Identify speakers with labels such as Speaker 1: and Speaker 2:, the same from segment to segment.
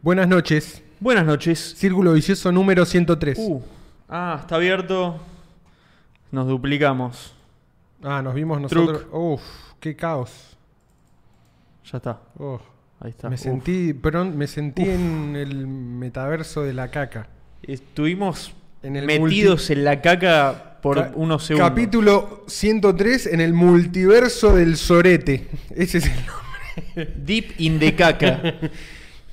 Speaker 1: Buenas noches.
Speaker 2: Buenas noches.
Speaker 1: Círculo vicioso número 103.
Speaker 2: Uh, ah, está abierto. Nos duplicamos.
Speaker 1: Ah, nos vimos
Speaker 2: Truc.
Speaker 1: nosotros. Uf, qué caos.
Speaker 2: Ya está.
Speaker 1: Oh,
Speaker 2: Ahí está.
Speaker 1: me
Speaker 2: Uf.
Speaker 1: sentí, perdón, me sentí en el metaverso de la caca.
Speaker 2: Estuvimos
Speaker 1: En el
Speaker 2: metidos en la caca por
Speaker 1: Ca-
Speaker 2: unos segundos.
Speaker 1: Capítulo 103 en el multiverso del sorete. Ese es el nombre.
Speaker 2: Deep in the caca.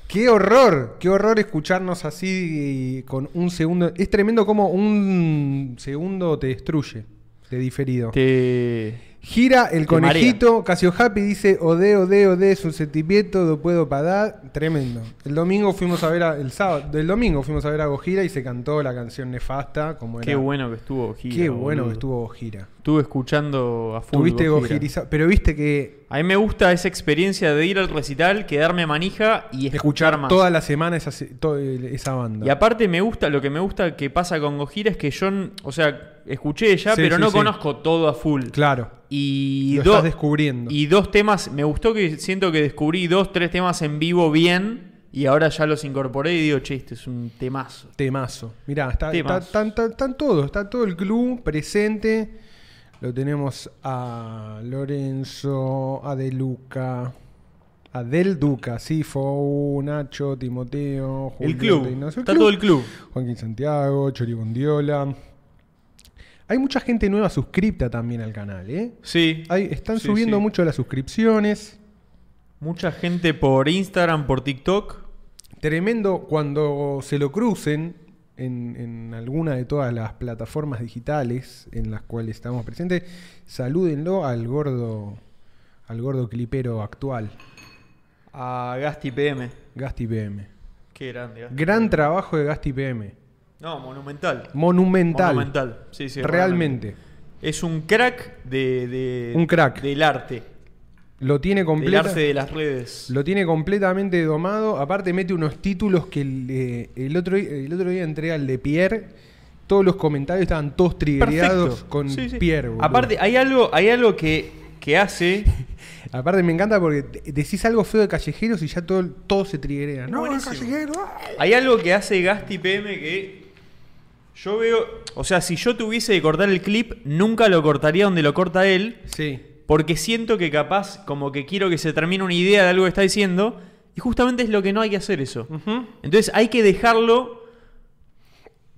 Speaker 1: Qué horror, qué horror escucharnos así y con un segundo. Es tremendo como un segundo te destruye, te diferido.
Speaker 2: Te-
Speaker 1: Gira el
Speaker 2: Te
Speaker 1: conejito, Casio Happy dice Ode, ode, ode, es un sentimiento, no puedo parar. Tremendo. El domingo fuimos a ver a, el sábado, del domingo fuimos a ver a Gojira y se cantó la canción nefasta, como era.
Speaker 2: Qué bueno que estuvo Gira.
Speaker 1: Qué bueno
Speaker 2: boludo.
Speaker 1: que estuvo Gojira.
Speaker 2: Estuve escuchando a full
Speaker 1: Tuviste
Speaker 2: Gojira.
Speaker 1: Gojiriza- pero viste que
Speaker 2: A mí me gusta esa experiencia de ir al recital, quedarme manija y escuchar,
Speaker 1: escuchar
Speaker 2: más.
Speaker 1: toda la semana esa, se- to- eh, esa banda.
Speaker 2: Y aparte me gusta, lo que me gusta que pasa con Gojira es que yo, n- o sea, escuché ya,
Speaker 1: Sí,
Speaker 2: pero
Speaker 1: sí,
Speaker 2: no
Speaker 1: sí.
Speaker 2: conozco todo a full.
Speaker 1: claro,
Speaker 2: Y
Speaker 1: lo
Speaker 2: do-
Speaker 1: estás descubriendo.
Speaker 2: Y dos temas, me gustó que siento que descubrí dos, tres temas en vivo bien y ahora ya los incorporé y digo, che, este es un temazo.
Speaker 1: Temazo. Mirá, está, está,
Speaker 2: Temazo.
Speaker 1: están- están- están todos, está todo el club presente. Lo tenemos a Lorenzo, a De Luca, a Del Duca, Sifo, Nacho, Timoteo,
Speaker 2: El
Speaker 1: Julián
Speaker 2: club.
Speaker 1: Reynoso,
Speaker 2: Está todo el club.
Speaker 1: Joaquín Santiago, Choribondiola. Hay mucha gente nueva suscripta también al canal, ¿eh?
Speaker 2: Sí.
Speaker 1: Hay- están
Speaker 2: Sí,
Speaker 1: subiendo
Speaker 2: sí.
Speaker 1: mucho las suscripciones.
Speaker 2: Mucha gente por Instagram, por TikTok.
Speaker 1: Tremendo cuando se lo crucen en, en alguna de todas las plataformas digitales en las cuales estamos presentes. Salúdenlo al gordo, al gordo clipero actual,
Speaker 2: A Gasti PM.
Speaker 1: Gasti PM.
Speaker 2: Qué grande. Gasti.
Speaker 1: Gran trabajo de Gasti PM.
Speaker 2: No, monumental.
Speaker 1: Monumental.
Speaker 2: Monumental. Sí, sí,
Speaker 1: realmente.
Speaker 2: Es un crack de, de-
Speaker 1: Un crack.
Speaker 2: del arte.
Speaker 1: Lo tiene
Speaker 2: Del
Speaker 1: completo.
Speaker 2: arte de las redes.
Speaker 1: Lo tiene completamente domado. Aparte mete unos títulos que el, eh, el otro, el otro día entré al de Pierre. Todos los comentarios estaban todos triggerados
Speaker 2: Perfecto.
Speaker 1: con
Speaker 2: Sí, sí.
Speaker 1: Pierre. boludo.
Speaker 2: Aparte, hay algo, hay algo que, que hace.
Speaker 1: Aparte me encanta porque te- decís algo feo de callejeros y ya todo, todo se triguea. No,
Speaker 2: Buenísimo.
Speaker 1: callejero. ah.
Speaker 2: Hay algo que hace Gasti PM que. Yo veo. O sea, si yo tuviese que cortar el clip, nunca lo cortaría donde lo corta él.
Speaker 1: Sí.
Speaker 2: Porque siento que capaz, como que quiero que se termine una idea de algo que está diciendo. Y justamente es lo que no hay que hacer eso. Entonces hay que dejarlo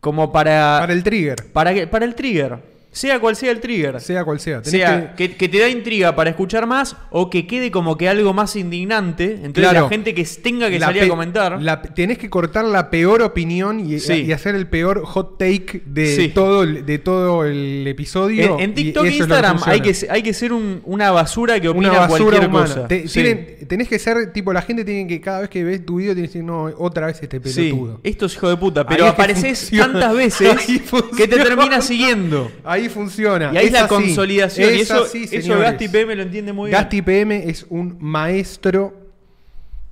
Speaker 2: como para.
Speaker 1: Para el trigger,
Speaker 2: para, que- para el trigger. Sea cual sea el trigger.
Speaker 1: sea cual sea. Tenés
Speaker 2: sea,
Speaker 1: que-
Speaker 2: que, que te da intriga para escuchar más o que quede como que algo más indignante. Entonces
Speaker 1: Claro.
Speaker 2: la gente que tenga que
Speaker 1: la
Speaker 2: salir a
Speaker 1: pe-
Speaker 2: comentar.
Speaker 1: la- tenés que cortar la peor opinión y,
Speaker 2: Sí.
Speaker 1: y hacer el peor hot take de,
Speaker 2: Sí.
Speaker 1: todo, el, de todo el episodio.
Speaker 2: en, en
Speaker 1: y
Speaker 2: TikTok
Speaker 1: eso
Speaker 2: e
Speaker 1: es lo que
Speaker 2: Instagram hay
Speaker 1: funciona.
Speaker 2: que, se- hay que ser un- una basura que opina
Speaker 1: una basura
Speaker 2: cualquier
Speaker 1: humana.
Speaker 2: cosa.
Speaker 1: Te-
Speaker 2: Sí.
Speaker 1: tienen- tenés que ser, tipo, la gente tiene que, cada vez que ves tu video, tienes que decir, no, otra vez este
Speaker 2: Sí,
Speaker 1: pelotudo.
Speaker 2: esto es hijo de puta,
Speaker 1: Ahí
Speaker 2: pero
Speaker 1: es que
Speaker 2: apareces
Speaker 1: funciona.
Speaker 2: tantas
Speaker 1: Ahí
Speaker 2: veces que te
Speaker 1: funciona.
Speaker 2: terminas siguiendo.
Speaker 1: Ahí funciona.
Speaker 2: Y ahí es la
Speaker 1: así.
Speaker 2: consolidación. y
Speaker 1: Es
Speaker 2: eso,
Speaker 1: así,
Speaker 2: eso
Speaker 1: señores.
Speaker 2: Gasti PM lo entiende muy bien.
Speaker 1: Gasti PM es un maestro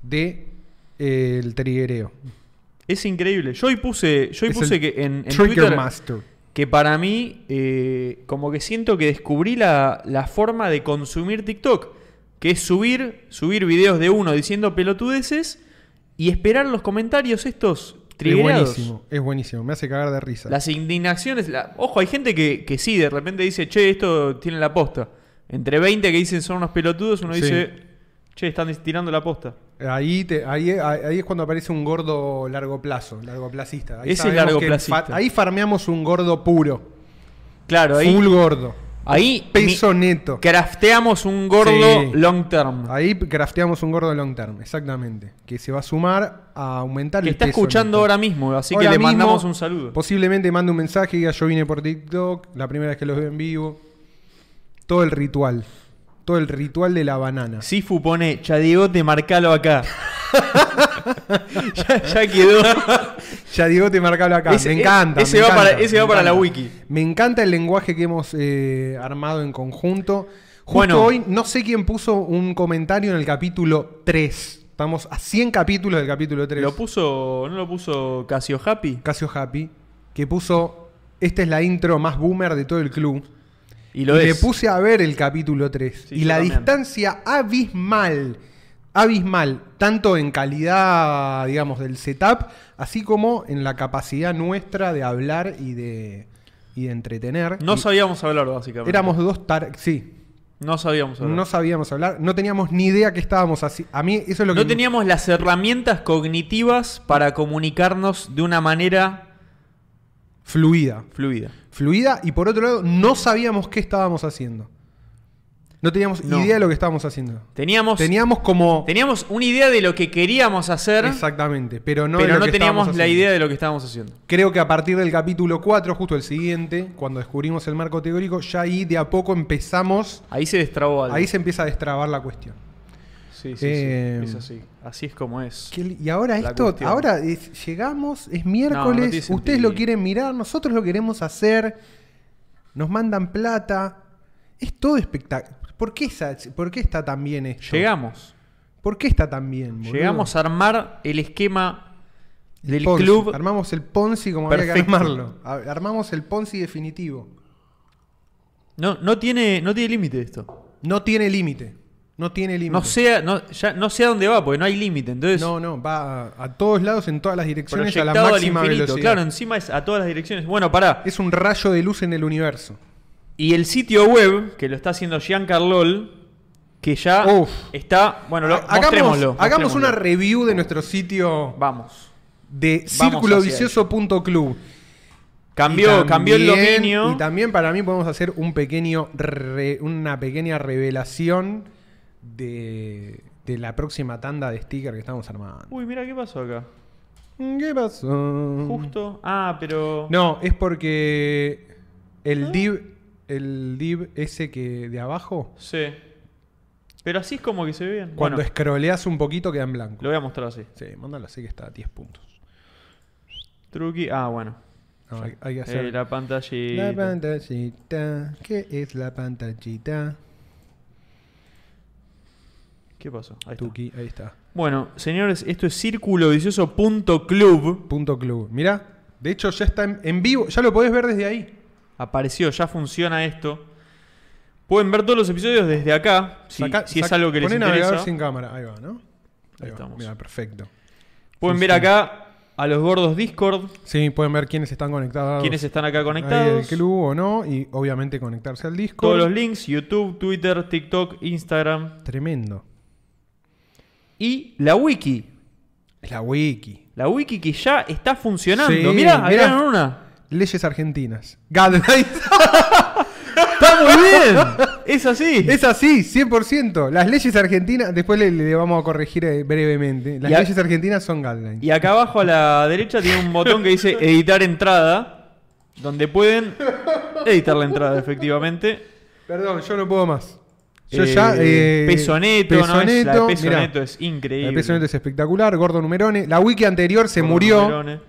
Speaker 1: de eh, el triguereo.
Speaker 2: Es increíble. Yo hoy puse, yo hoy
Speaker 1: Es
Speaker 2: puse
Speaker 1: el
Speaker 2: que en, en
Speaker 1: Trigger
Speaker 2: Twitter
Speaker 1: Master.
Speaker 2: que para mí eh, como que siento que descubrí la, la forma de consumir TikTok, que es subir, subir videos de uno diciendo pelotudeces y esperar los comentarios estos
Speaker 1: Es
Speaker 2: triggerados.
Speaker 1: buenísimo, es buenísimo. Me hace cagar de risa.
Speaker 2: Las indignaciones, la- ojo, hay gente que, que sí, de repente dice, che, esto tiene la posta. Entre 20 que dicen son unos pelotudos, uno
Speaker 1: Sí.
Speaker 2: dice, che, están tirando la posta.
Speaker 1: Ahí, te- ahí, ahí es cuando aparece un gordo largo plazo, largoplacista. Ahí
Speaker 2: Ese es
Speaker 1: sabemos que
Speaker 2: largoplacista.
Speaker 1: fa- ahí farmeamos un gordo puro.
Speaker 2: Claro, ahí,
Speaker 1: Full gordo.
Speaker 2: ahí
Speaker 1: Peso
Speaker 2: mi-
Speaker 1: neto.
Speaker 2: crafteamos un gordo
Speaker 1: Sí.
Speaker 2: long term.
Speaker 1: Ahí crafteamos un gordo long term, exactamente. Que se va a sumar a aumentar
Speaker 2: que
Speaker 1: el
Speaker 2: está
Speaker 1: peso
Speaker 2: escuchando
Speaker 1: neto.
Speaker 2: ahora mismo, así que
Speaker 1: Ahora
Speaker 2: le
Speaker 1: mismo,
Speaker 2: mandamos un saludo.
Speaker 1: Posiblemente mande un mensaje y diga yo vine por TikTok, la primera vez que los veo en vivo. Todo el ritual. Todo el ritual de la banana.
Speaker 2: Sifu pone, Chadigote, marcalo acá. ya, ya quedó.
Speaker 1: Ya digo, te marcalo acá.
Speaker 2: Ese-
Speaker 1: me encanta.
Speaker 2: ese
Speaker 1: me
Speaker 2: va para-
Speaker 1: encanta,
Speaker 2: ese va
Speaker 1: me
Speaker 2: para la
Speaker 1: encanta.
Speaker 2: wiki.
Speaker 1: Me encanta el lenguaje que hemos eh, armado en conjunto. Justo
Speaker 2: Bueno.
Speaker 1: hoy, no sé quién puso un comentario en el capítulo 3. Estamos a 100 capítulos del capítulo 3.
Speaker 2: ¿Lo puso, no lo puso Casio Happy?
Speaker 1: Casio Happy, que puso. Esta es la intro más boomer de todo el club.
Speaker 2: Y
Speaker 1: Y
Speaker 2: lo
Speaker 1: le
Speaker 2: es.
Speaker 1: puse a ver el capítulo 3.
Speaker 2: Sí,
Speaker 1: y
Speaker 2: yo
Speaker 1: la
Speaker 2: también.
Speaker 1: distancia abismal abismal, tanto en calidad, digamos, del setup, así como en la capacidad nuestra de hablar y de, y de entretener.
Speaker 2: No
Speaker 1: Y
Speaker 2: sabíamos hablar, básicamente.
Speaker 1: éramos dos tar sí,
Speaker 2: No sabíamos hablar.
Speaker 1: no
Speaker 2: No,
Speaker 1: sabíamos hablar, no teníamos ni idea que estábamos así. A mí eso es lo que
Speaker 2: teníamos las herramientas cognitivas para comunicarnos de una manera
Speaker 1: fluida,
Speaker 2: fluida.
Speaker 1: fluida y por otro lado no sabíamos qué estábamos haciendo. No teníamos
Speaker 2: No.
Speaker 1: idea de lo que estábamos haciendo.
Speaker 2: Teníamos,
Speaker 1: Teníamos como
Speaker 2: teníamos una idea de lo que queríamos hacer,
Speaker 1: exactamente, pero no de
Speaker 2: pero
Speaker 1: lo
Speaker 2: no
Speaker 1: que
Speaker 2: teníamos la
Speaker 1: estábamos haciendo.
Speaker 2: idea de lo que estábamos haciendo.
Speaker 1: Creo que a partir del capítulo 4, justo el siguiente, cuando descubrimos el marco teórico, ya ahí de a poco empezamos,
Speaker 2: Ahí se destrabó algo.
Speaker 1: ahí se empieza a destrabar la cuestión.
Speaker 2: Sí, sí, sí.
Speaker 1: Eh,
Speaker 2: Es así. Así es como es.
Speaker 1: Que- y ahora
Speaker 2: La
Speaker 1: esto,
Speaker 2: cuestión.
Speaker 1: ahora es- llegamos, es
Speaker 2: No, no
Speaker 1: miércoles,
Speaker 2: tiene sentido.
Speaker 1: ustedes lo quieren mirar, nosotros lo queremos hacer, nos mandan plata, es todo espectacular. ¿Por qué, esa- ¿Por qué está tan bien esto?
Speaker 2: Llegamos.
Speaker 1: ¿Por qué está tan bien? boludo?
Speaker 2: Llegamos a armar el esquema
Speaker 1: El
Speaker 2: del
Speaker 1: Ponzi.
Speaker 2: club.
Speaker 1: Armamos el Ponzi como había que
Speaker 2: Perfecto.
Speaker 1: armarlo. A- Armamos el Ponzi definitivo.
Speaker 2: No, no tiene, no tiene límite esto.
Speaker 1: No tiene límite. No tiene límite.
Speaker 2: No sé, no, ya, no sé a dónde va, porque no hay límite. Entonces,
Speaker 1: No, no, va a, a todos lados, en todas las direcciones, a la
Speaker 2: proyectado al
Speaker 1: máxima
Speaker 2: infinito.
Speaker 1: velocidad.
Speaker 2: Claro, encima es a todas las direcciones. Bueno, pará.
Speaker 1: Es un rayo de luz en el universo.
Speaker 2: Y el sitio web, que lo está haciendo Giancarlol, que ya
Speaker 1: Uf.
Speaker 2: está. Bueno, lo,
Speaker 1: hagamos
Speaker 2: mostrémoslo,
Speaker 1: hagamos
Speaker 2: mostrémoslo.
Speaker 1: una review de nuestro sito
Speaker 2: Vamos.
Speaker 1: de
Speaker 2: Vamos
Speaker 1: circulovicioso.club.
Speaker 2: Cambió,
Speaker 1: Y también-
Speaker 2: cambió el dominio.
Speaker 1: Y también para mí podemos hacer un pequeño re- una pequeña revelación de, de la próxima tanda de sticker que estamos armando.
Speaker 2: Uy, mira qué pasó acá.
Speaker 1: ¿Qué pasó?
Speaker 2: Justo. Ah, pero.
Speaker 1: No, es porque
Speaker 2: Ah.
Speaker 1: el div, el div ese que de abajo,
Speaker 2: Sí. Pero así es como que se ve bien.
Speaker 1: cuando
Speaker 2: bueno,
Speaker 1: escroleas un poquito queda en blanco.
Speaker 2: lo voy a mostrar así.
Speaker 1: Sí, mándalo así que está a 10 puntos.
Speaker 2: Truqui. Ah, bueno.
Speaker 1: No, hay, hay que hacer.
Speaker 2: Eh, la pantallita.
Speaker 1: la pantallita. ¿Qué es la pantallita?
Speaker 2: ¿Qué pasó? Ahí está.
Speaker 1: Tuki, ahí está.
Speaker 2: Bueno, señores, esto es circulovicioso.club.
Speaker 1: Punto club. Mirá, de hecho ya está en, en vivo, ya lo podés ver desde ahí.
Speaker 2: Apareció, ya funciona esto. Pueden ver todos los episodios desde acá, si,
Speaker 1: Sacá-
Speaker 2: si es
Speaker 1: sac-
Speaker 2: algo que les
Speaker 1: poné navegador
Speaker 2: interesa.
Speaker 1: sin cámara, ahí va, ¿no? Ahí,
Speaker 2: Ahí
Speaker 1: va.
Speaker 2: estamos.
Speaker 1: Mirá, perfecto.
Speaker 2: Pueden ver acá a los gordos Discord,
Speaker 1: Sí, pueden ver quiénes están conectados.
Speaker 2: quienes están acá
Speaker 1: Ahí del
Speaker 2: conectados.
Speaker 1: club o no, y obviamente conectarse al disco.
Speaker 2: Todos los links, YouTube, Twitter, TikTok, Instagram.
Speaker 1: Tremendo.
Speaker 2: Y la wiki.
Speaker 1: Es la wiki.
Speaker 2: La wiki que ya está funcionando.
Speaker 1: Sí,
Speaker 2: mirá,
Speaker 1: mirá.
Speaker 2: agregaron una.
Speaker 1: Leyes argentinas. Guidelines.
Speaker 2: ¡Está muy bien! es así.
Speaker 1: es así, 100%. Las leyes argentinas, después le, le vamos a corregir eh, brevemente. Las
Speaker 2: Y a-
Speaker 1: leyes argentinas son guidelines.
Speaker 2: Y acá abajo a la derecha tiene un botón que dice editar entrada, donde pueden editar la entrada, efectivamente.
Speaker 1: Perdón, yo no puedo más. Yo
Speaker 2: Eh,
Speaker 1: ya. eh,
Speaker 2: peso neto, ¿no? Es, la de peso
Speaker 1: mirá,
Speaker 2: neto es
Speaker 1: la
Speaker 2: increíble.
Speaker 1: de peso neto es espectacular. Gordo Numerone. La wiki anterior se
Speaker 2: Gordo
Speaker 1: murió.
Speaker 2: Numerone.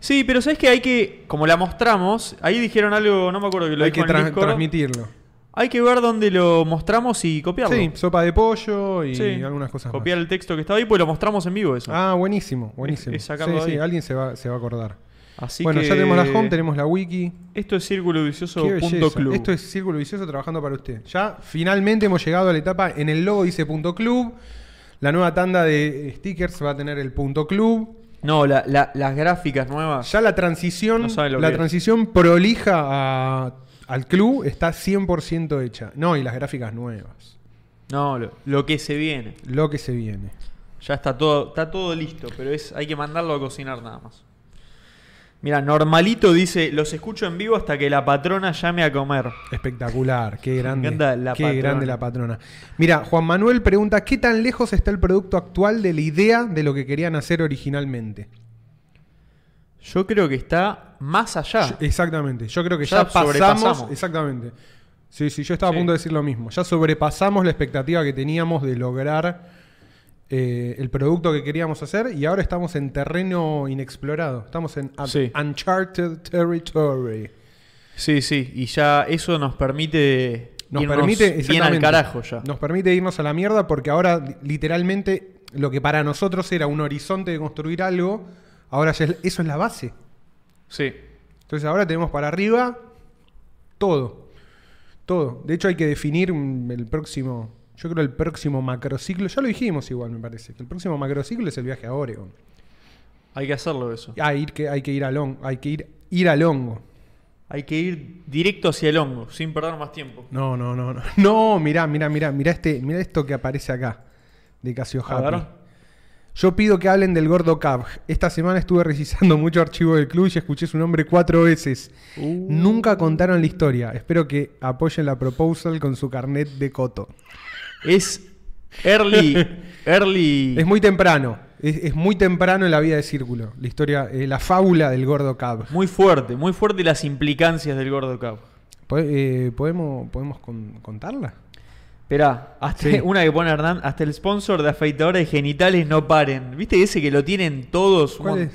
Speaker 2: Sí, pero sabes que hay que, como la mostramos, ahí dijeron algo, no me acuerdo que lo
Speaker 1: Hay que
Speaker 2: dijo en el
Speaker 1: tra-
Speaker 2: Discord.
Speaker 1: transmitirlo.
Speaker 2: Hay que ver dónde lo mostramos y copiarlo.
Speaker 1: Sí, sopa de pollo y
Speaker 2: Sí.
Speaker 1: algunas cosas más.
Speaker 2: Copiar el texto que estaba ahí, pues lo mostramos en vivo eso.
Speaker 1: Ah, buenísimo, buenísimo.
Speaker 2: Es- es sacarlo
Speaker 1: sí,
Speaker 2: de
Speaker 1: sí,
Speaker 2: ahí.
Speaker 1: alguien se va, se va a acordar.
Speaker 2: Así
Speaker 1: bueno,
Speaker 2: que
Speaker 1: ya tenemos la home, tenemos la wiki.
Speaker 2: Esto es
Speaker 1: Qué belleza.
Speaker 2: circulovicioso.club.
Speaker 1: Esto es Círculo Vicioso trabajando para usted. Ya finalmente hemos llegado a la etapa, en el logo dice punto club. La nueva tanda de stickers va a tener el punto club.
Speaker 2: No, la- la- las gráficas nuevas.
Speaker 1: Ya la transición,
Speaker 2: Ah. No saben lo
Speaker 1: la
Speaker 2: que es.
Speaker 1: transición prolija a- al club está 100% hecha. No, y las gráficas nuevas.
Speaker 2: No, lo- lo que se viene.
Speaker 1: Lo que se viene.
Speaker 2: Ya está todo, está todo listo, pero es, hay que mandarlo a cocinar nada más. Mira, normalito dice, los escucho en vivo hasta que la patrona llame a comer.
Speaker 1: Espectacular, qué grande.
Speaker 2: encanta la
Speaker 1: qué
Speaker 2: patrona.
Speaker 1: grande la patrona. Mira, Juan Manuel pregunta, ¿qué tan lejos está el producto actual de la idea de lo que querían hacer originalmente?
Speaker 2: Yo creo que está más allá.
Speaker 1: Yo- eh, exactamente, yo creo que ya,
Speaker 2: Ya
Speaker 1: pasamos...
Speaker 2: sobrepasamos.
Speaker 1: Exactamente. Sí, sí, yo estaba
Speaker 2: Sí.
Speaker 1: a punto de decir lo mismo. Ya sobrepasamos la expectativa que teníamos de lograr eh, el producto que queríamos hacer y ahora estamos en terreno inexplorado. Estamos en un-
Speaker 2: Sí.
Speaker 1: uncharted territory.
Speaker 2: Sí, sí, y ya eso nos permite
Speaker 1: Nos
Speaker 2: irnos
Speaker 1: permite
Speaker 2: bien al
Speaker 1: exactamente.
Speaker 2: carajo ya.
Speaker 1: Nos permite irnos a la mierda porque ahora li- literalmente lo que para nosotros era un horizonte de construir algo, ahora ya es- eso es la base.
Speaker 2: Sí.
Speaker 1: Entonces ahora tenemos para arriba todo. Todo. De hecho hay que definir mm, el próximo Yo creo el próximo macrociclo, ya lo dijimos igual, me parece, que el próximo macrociclo es el viaje a Oregon.
Speaker 2: Hay que hacerlo eso.
Speaker 1: Ah, ir que, hay que ir a Long, hay que ir, ir a Longo.
Speaker 2: Hay que ir directo hacia el hongo, sin perder más tiempo.
Speaker 1: No, no, no, no. No, mirá, mirá, mirá, mirá este, mirá esto que aparece acá, de Casio
Speaker 2: A
Speaker 1: Happy.
Speaker 2: ver.
Speaker 1: Yo pido que hablen del gordo Cab. Esta semana estuve revisando mucho archivo del club y escuché su nombre cuatro veces.
Speaker 2: Uh.
Speaker 1: Nunca contaron la historia. Espero que apoyen la proposal con su carnet de coto.
Speaker 2: Es early. early.
Speaker 1: Es muy temprano. Es, es muy temprano en la vida de Círculo. La historia, eh, la fábula del gordo Cab.
Speaker 2: muy fuerte, muy fuerte las implicancias del gordo Cabo.
Speaker 1: Po- eh, ¿Podemos, podemos con- contarla?
Speaker 2: Esperá, hasta
Speaker 1: Sí.
Speaker 2: una que pone Hernán, hasta el sponsor de afeitadora de genitales no paren. ¿Viste ese que lo tienen todos?
Speaker 1: ¿Cuál
Speaker 2: Un-
Speaker 1: es?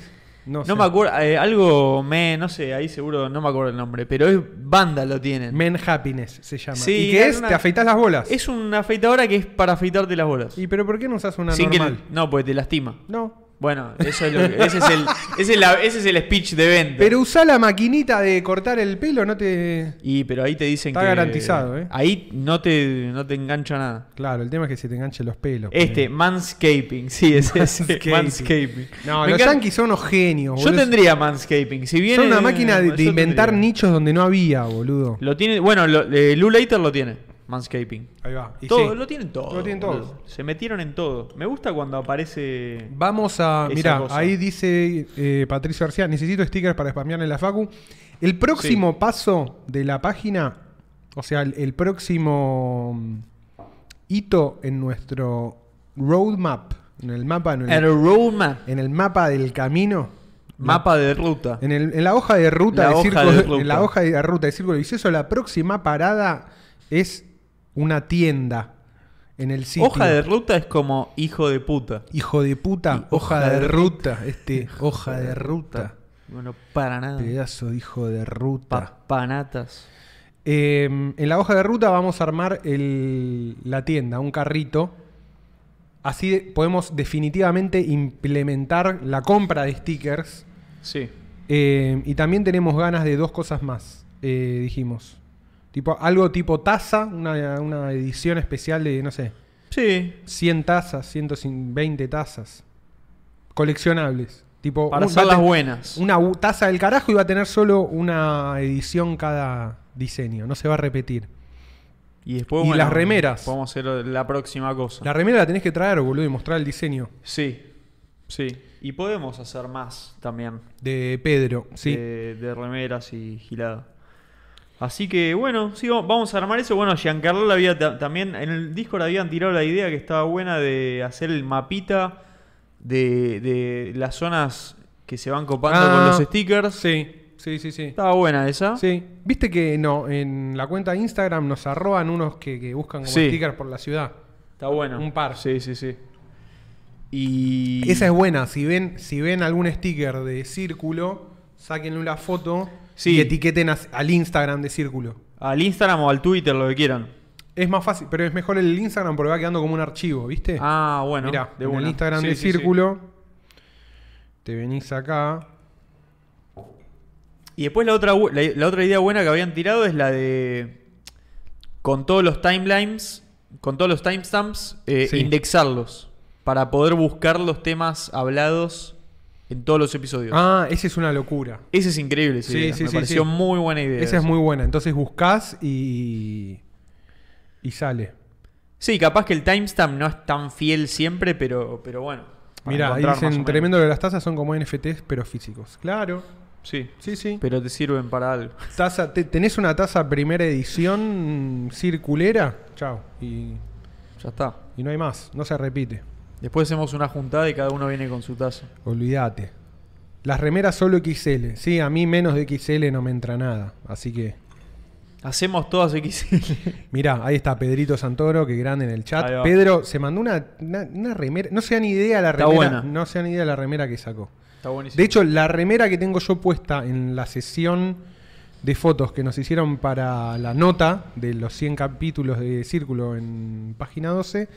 Speaker 2: No,
Speaker 1: sé.
Speaker 2: me acuerdo, eh, algo me, no sé, ahí seguro no me acuerdo el nombre, pero es banda lo tienen.
Speaker 1: Men Happiness se llama.
Speaker 2: Sí,
Speaker 1: ¿Y qué
Speaker 2: hay
Speaker 1: es?
Speaker 2: una-
Speaker 1: Te afeitas las bolas.
Speaker 2: Es una afeitadora que es para afeitarte las bolas.
Speaker 1: ¿Y pero por qué no usas una
Speaker 2: Sin que-
Speaker 1: normal?
Speaker 2: no, porque te lastima.
Speaker 1: No.
Speaker 2: Bueno, eso es lo que- ese, es el, ese es la- ese es el speech de venta.
Speaker 1: Pero usa la maquinita de cortar el pelo, no te.
Speaker 2: y, pero ahí te dicen
Speaker 1: Está
Speaker 2: que.
Speaker 1: garantizado, ¿eh?
Speaker 2: Ahí no te, no te engancha nada.
Speaker 1: Claro, el tema es que se te enganchen los pelos.
Speaker 2: Este, manscaping, sí, es ese.
Speaker 1: Manscaping.
Speaker 2: Manscaping.
Speaker 1: No,
Speaker 2: Me
Speaker 1: los
Speaker 2: encanta-
Speaker 1: yankees son unos genios,
Speaker 2: Yo
Speaker 1: boludo.
Speaker 2: tendría manscaping. Si bien
Speaker 1: Son una
Speaker 2: eh,
Speaker 1: máquina de,
Speaker 2: yo
Speaker 1: de inventar
Speaker 2: tendría.
Speaker 1: nichos donde no había, boludo.
Speaker 2: Lo tiene, bueno, lo, eh, Lou Later lo tiene, manscaping.
Speaker 1: Ahí va. y
Speaker 2: Todo,
Speaker 1: sí.
Speaker 2: Lo tienen todo.
Speaker 1: Lo tienen
Speaker 2: boludo.
Speaker 1: todos.
Speaker 2: Se metieron en todo. Me gusta cuando aparece.
Speaker 1: Vamos a.
Speaker 2: Esa
Speaker 1: Mirá,
Speaker 2: cosa.
Speaker 1: ahí dice eh, Patricio García: necesito stickers para spamear en la Facu. El próximo paso de la página, o sea, el, el próximo mm, hito en nuestro roadmap, en el mapa, en
Speaker 2: El
Speaker 1: el,
Speaker 2: roadmap.
Speaker 1: en el mapa del camino,
Speaker 2: Mapa de ruta.
Speaker 1: en, el- en la hoja de ruta
Speaker 2: La
Speaker 1: de
Speaker 2: hoja
Speaker 1: círculo,
Speaker 2: de ruta.
Speaker 1: en la hoja de ruta de círculo vicioso, la próxima parada es una tienda en el sitio.
Speaker 2: Hoja de ruta es como hijo de puta.
Speaker 1: Hijo de puta,
Speaker 2: Y
Speaker 1: hoja,
Speaker 2: hoja
Speaker 1: de,
Speaker 2: de
Speaker 1: ruta, este, hoja de ruta.
Speaker 2: Bueno, para nada.
Speaker 1: Pedazo de hijo de ruta.
Speaker 2: Papanatas.
Speaker 1: Eh, en la hoja de ruta vamos a armar el- la tienda, un carrito. Así de- podemos definitivamente implementar la compra de stickers.
Speaker 2: Sí.
Speaker 1: Eh, y también tenemos ganas de dos cosas más, eh, dijimos. Tipo, algo tipo taza, una, una edición especial de, no sé,
Speaker 2: Sí.
Speaker 1: 100 tazas, 120 tazas. Coleccionables. Tipo,
Speaker 2: Para
Speaker 1: un-
Speaker 2: hacer
Speaker 1: va a
Speaker 2: las
Speaker 1: ten-
Speaker 2: buenas.
Speaker 1: Una u- taza del carajo y va a tener solo una edición cada diseño. No se va a repetir.
Speaker 2: Y después.
Speaker 1: Y
Speaker 2: bueno,
Speaker 1: las remeras.
Speaker 2: Podemos hacer la próxima cosa.
Speaker 1: La remera la tenés que traer, boludo, y mostrar el diseño
Speaker 2: Sí. Sí. Y podemos hacer más también.
Speaker 1: de Pedro. Sí.
Speaker 2: de, de remeras y gilada. Así que bueno, sí, va- vamos a armar eso. Bueno, Giancarlo la había ta- también en el Discord habían tirado la idea que estaba buena de hacer el mapita de, de las zonas que se van copando
Speaker 1: Ah,
Speaker 2: con los stickers.
Speaker 1: Sí, sí, sí, sí.
Speaker 2: Estaba buena esa.
Speaker 1: Sí. Viste que no, en la cuenta de Instagram nos arroban unos que, que buscan como
Speaker 2: Sí.
Speaker 1: stickers por la ciudad.
Speaker 2: Está buena.
Speaker 1: Un par.
Speaker 2: Sí, sí, sí. Y
Speaker 1: Esa es buena. Si ven, si ven algún sticker de círculo, sáquenle una foto
Speaker 2: Sí.
Speaker 1: y etiqueten as- al Instagram de círculo.
Speaker 2: al Instagram o al Twitter lo que quieran.
Speaker 1: Es más fácil, pero es mejor el Instagram porque va quedando como un archivo, ¿viste?
Speaker 2: Ah, bueno,
Speaker 1: Mirá,
Speaker 2: de
Speaker 1: en el
Speaker 2: una.
Speaker 1: Instagram
Speaker 2: Sí,
Speaker 1: de
Speaker 2: sí, sí.
Speaker 1: círculo. Te venís acá.
Speaker 2: Y después la otra, bu- la, la otra idea buena que habían tirado es la de. Con todos los timelines, con todos los timestamps, eh,
Speaker 1: Sí.
Speaker 2: indexarlos. Para poder buscar los temas hablados en todos los episodios.
Speaker 1: Ah, esa es una locura.
Speaker 2: Ese es increíble, esa
Speaker 1: Sí,
Speaker 2: idea.
Speaker 1: sí,
Speaker 2: Me
Speaker 1: sí,
Speaker 2: pareció
Speaker 1: sí.
Speaker 2: muy buena idea.
Speaker 1: Esa es
Speaker 2: esa.
Speaker 1: muy buena. Entonces buscas y. y sale.
Speaker 2: Sí, capaz que el timestamp no es tan fiel siempre, pero, pero bueno. para
Speaker 1: Mirá, ahí
Speaker 2: encontrar más o
Speaker 1: dicen
Speaker 2: menos.
Speaker 1: tremendo que las tazas son como NFTs, pero físicos. Claro.
Speaker 2: Sí,
Speaker 1: Sí, sí.
Speaker 2: pero te sirven para algo.
Speaker 1: Taza, te- ¿Tenés una taza primera edición mm, circulera? Chao. Y,
Speaker 2: Ya está.
Speaker 1: y no hay más, no se repite.
Speaker 2: Después hacemos una juntada y cada uno viene con su taza.
Speaker 1: Olvídate. Las remeras solo XL. Sí, a mí menos de XL no me entra nada. Así que,
Speaker 2: Hacemos todas XL.
Speaker 1: mirá, ahí está Pedrito Santoro, que grande en el
Speaker 2: Ahí
Speaker 1: chat.
Speaker 2: va.
Speaker 1: Pedro se mandó una, una- una remera. No se dan idea la
Speaker 2: Está
Speaker 1: remera.
Speaker 2: buena.
Speaker 1: No se dan idea la remera que sacó.
Speaker 2: Está buenísimo.
Speaker 1: De hecho, la remera que tengo yo puesta en la sesión de fotos que nos hicieron para la nota de los 100 capítulos de Círculo en página 12,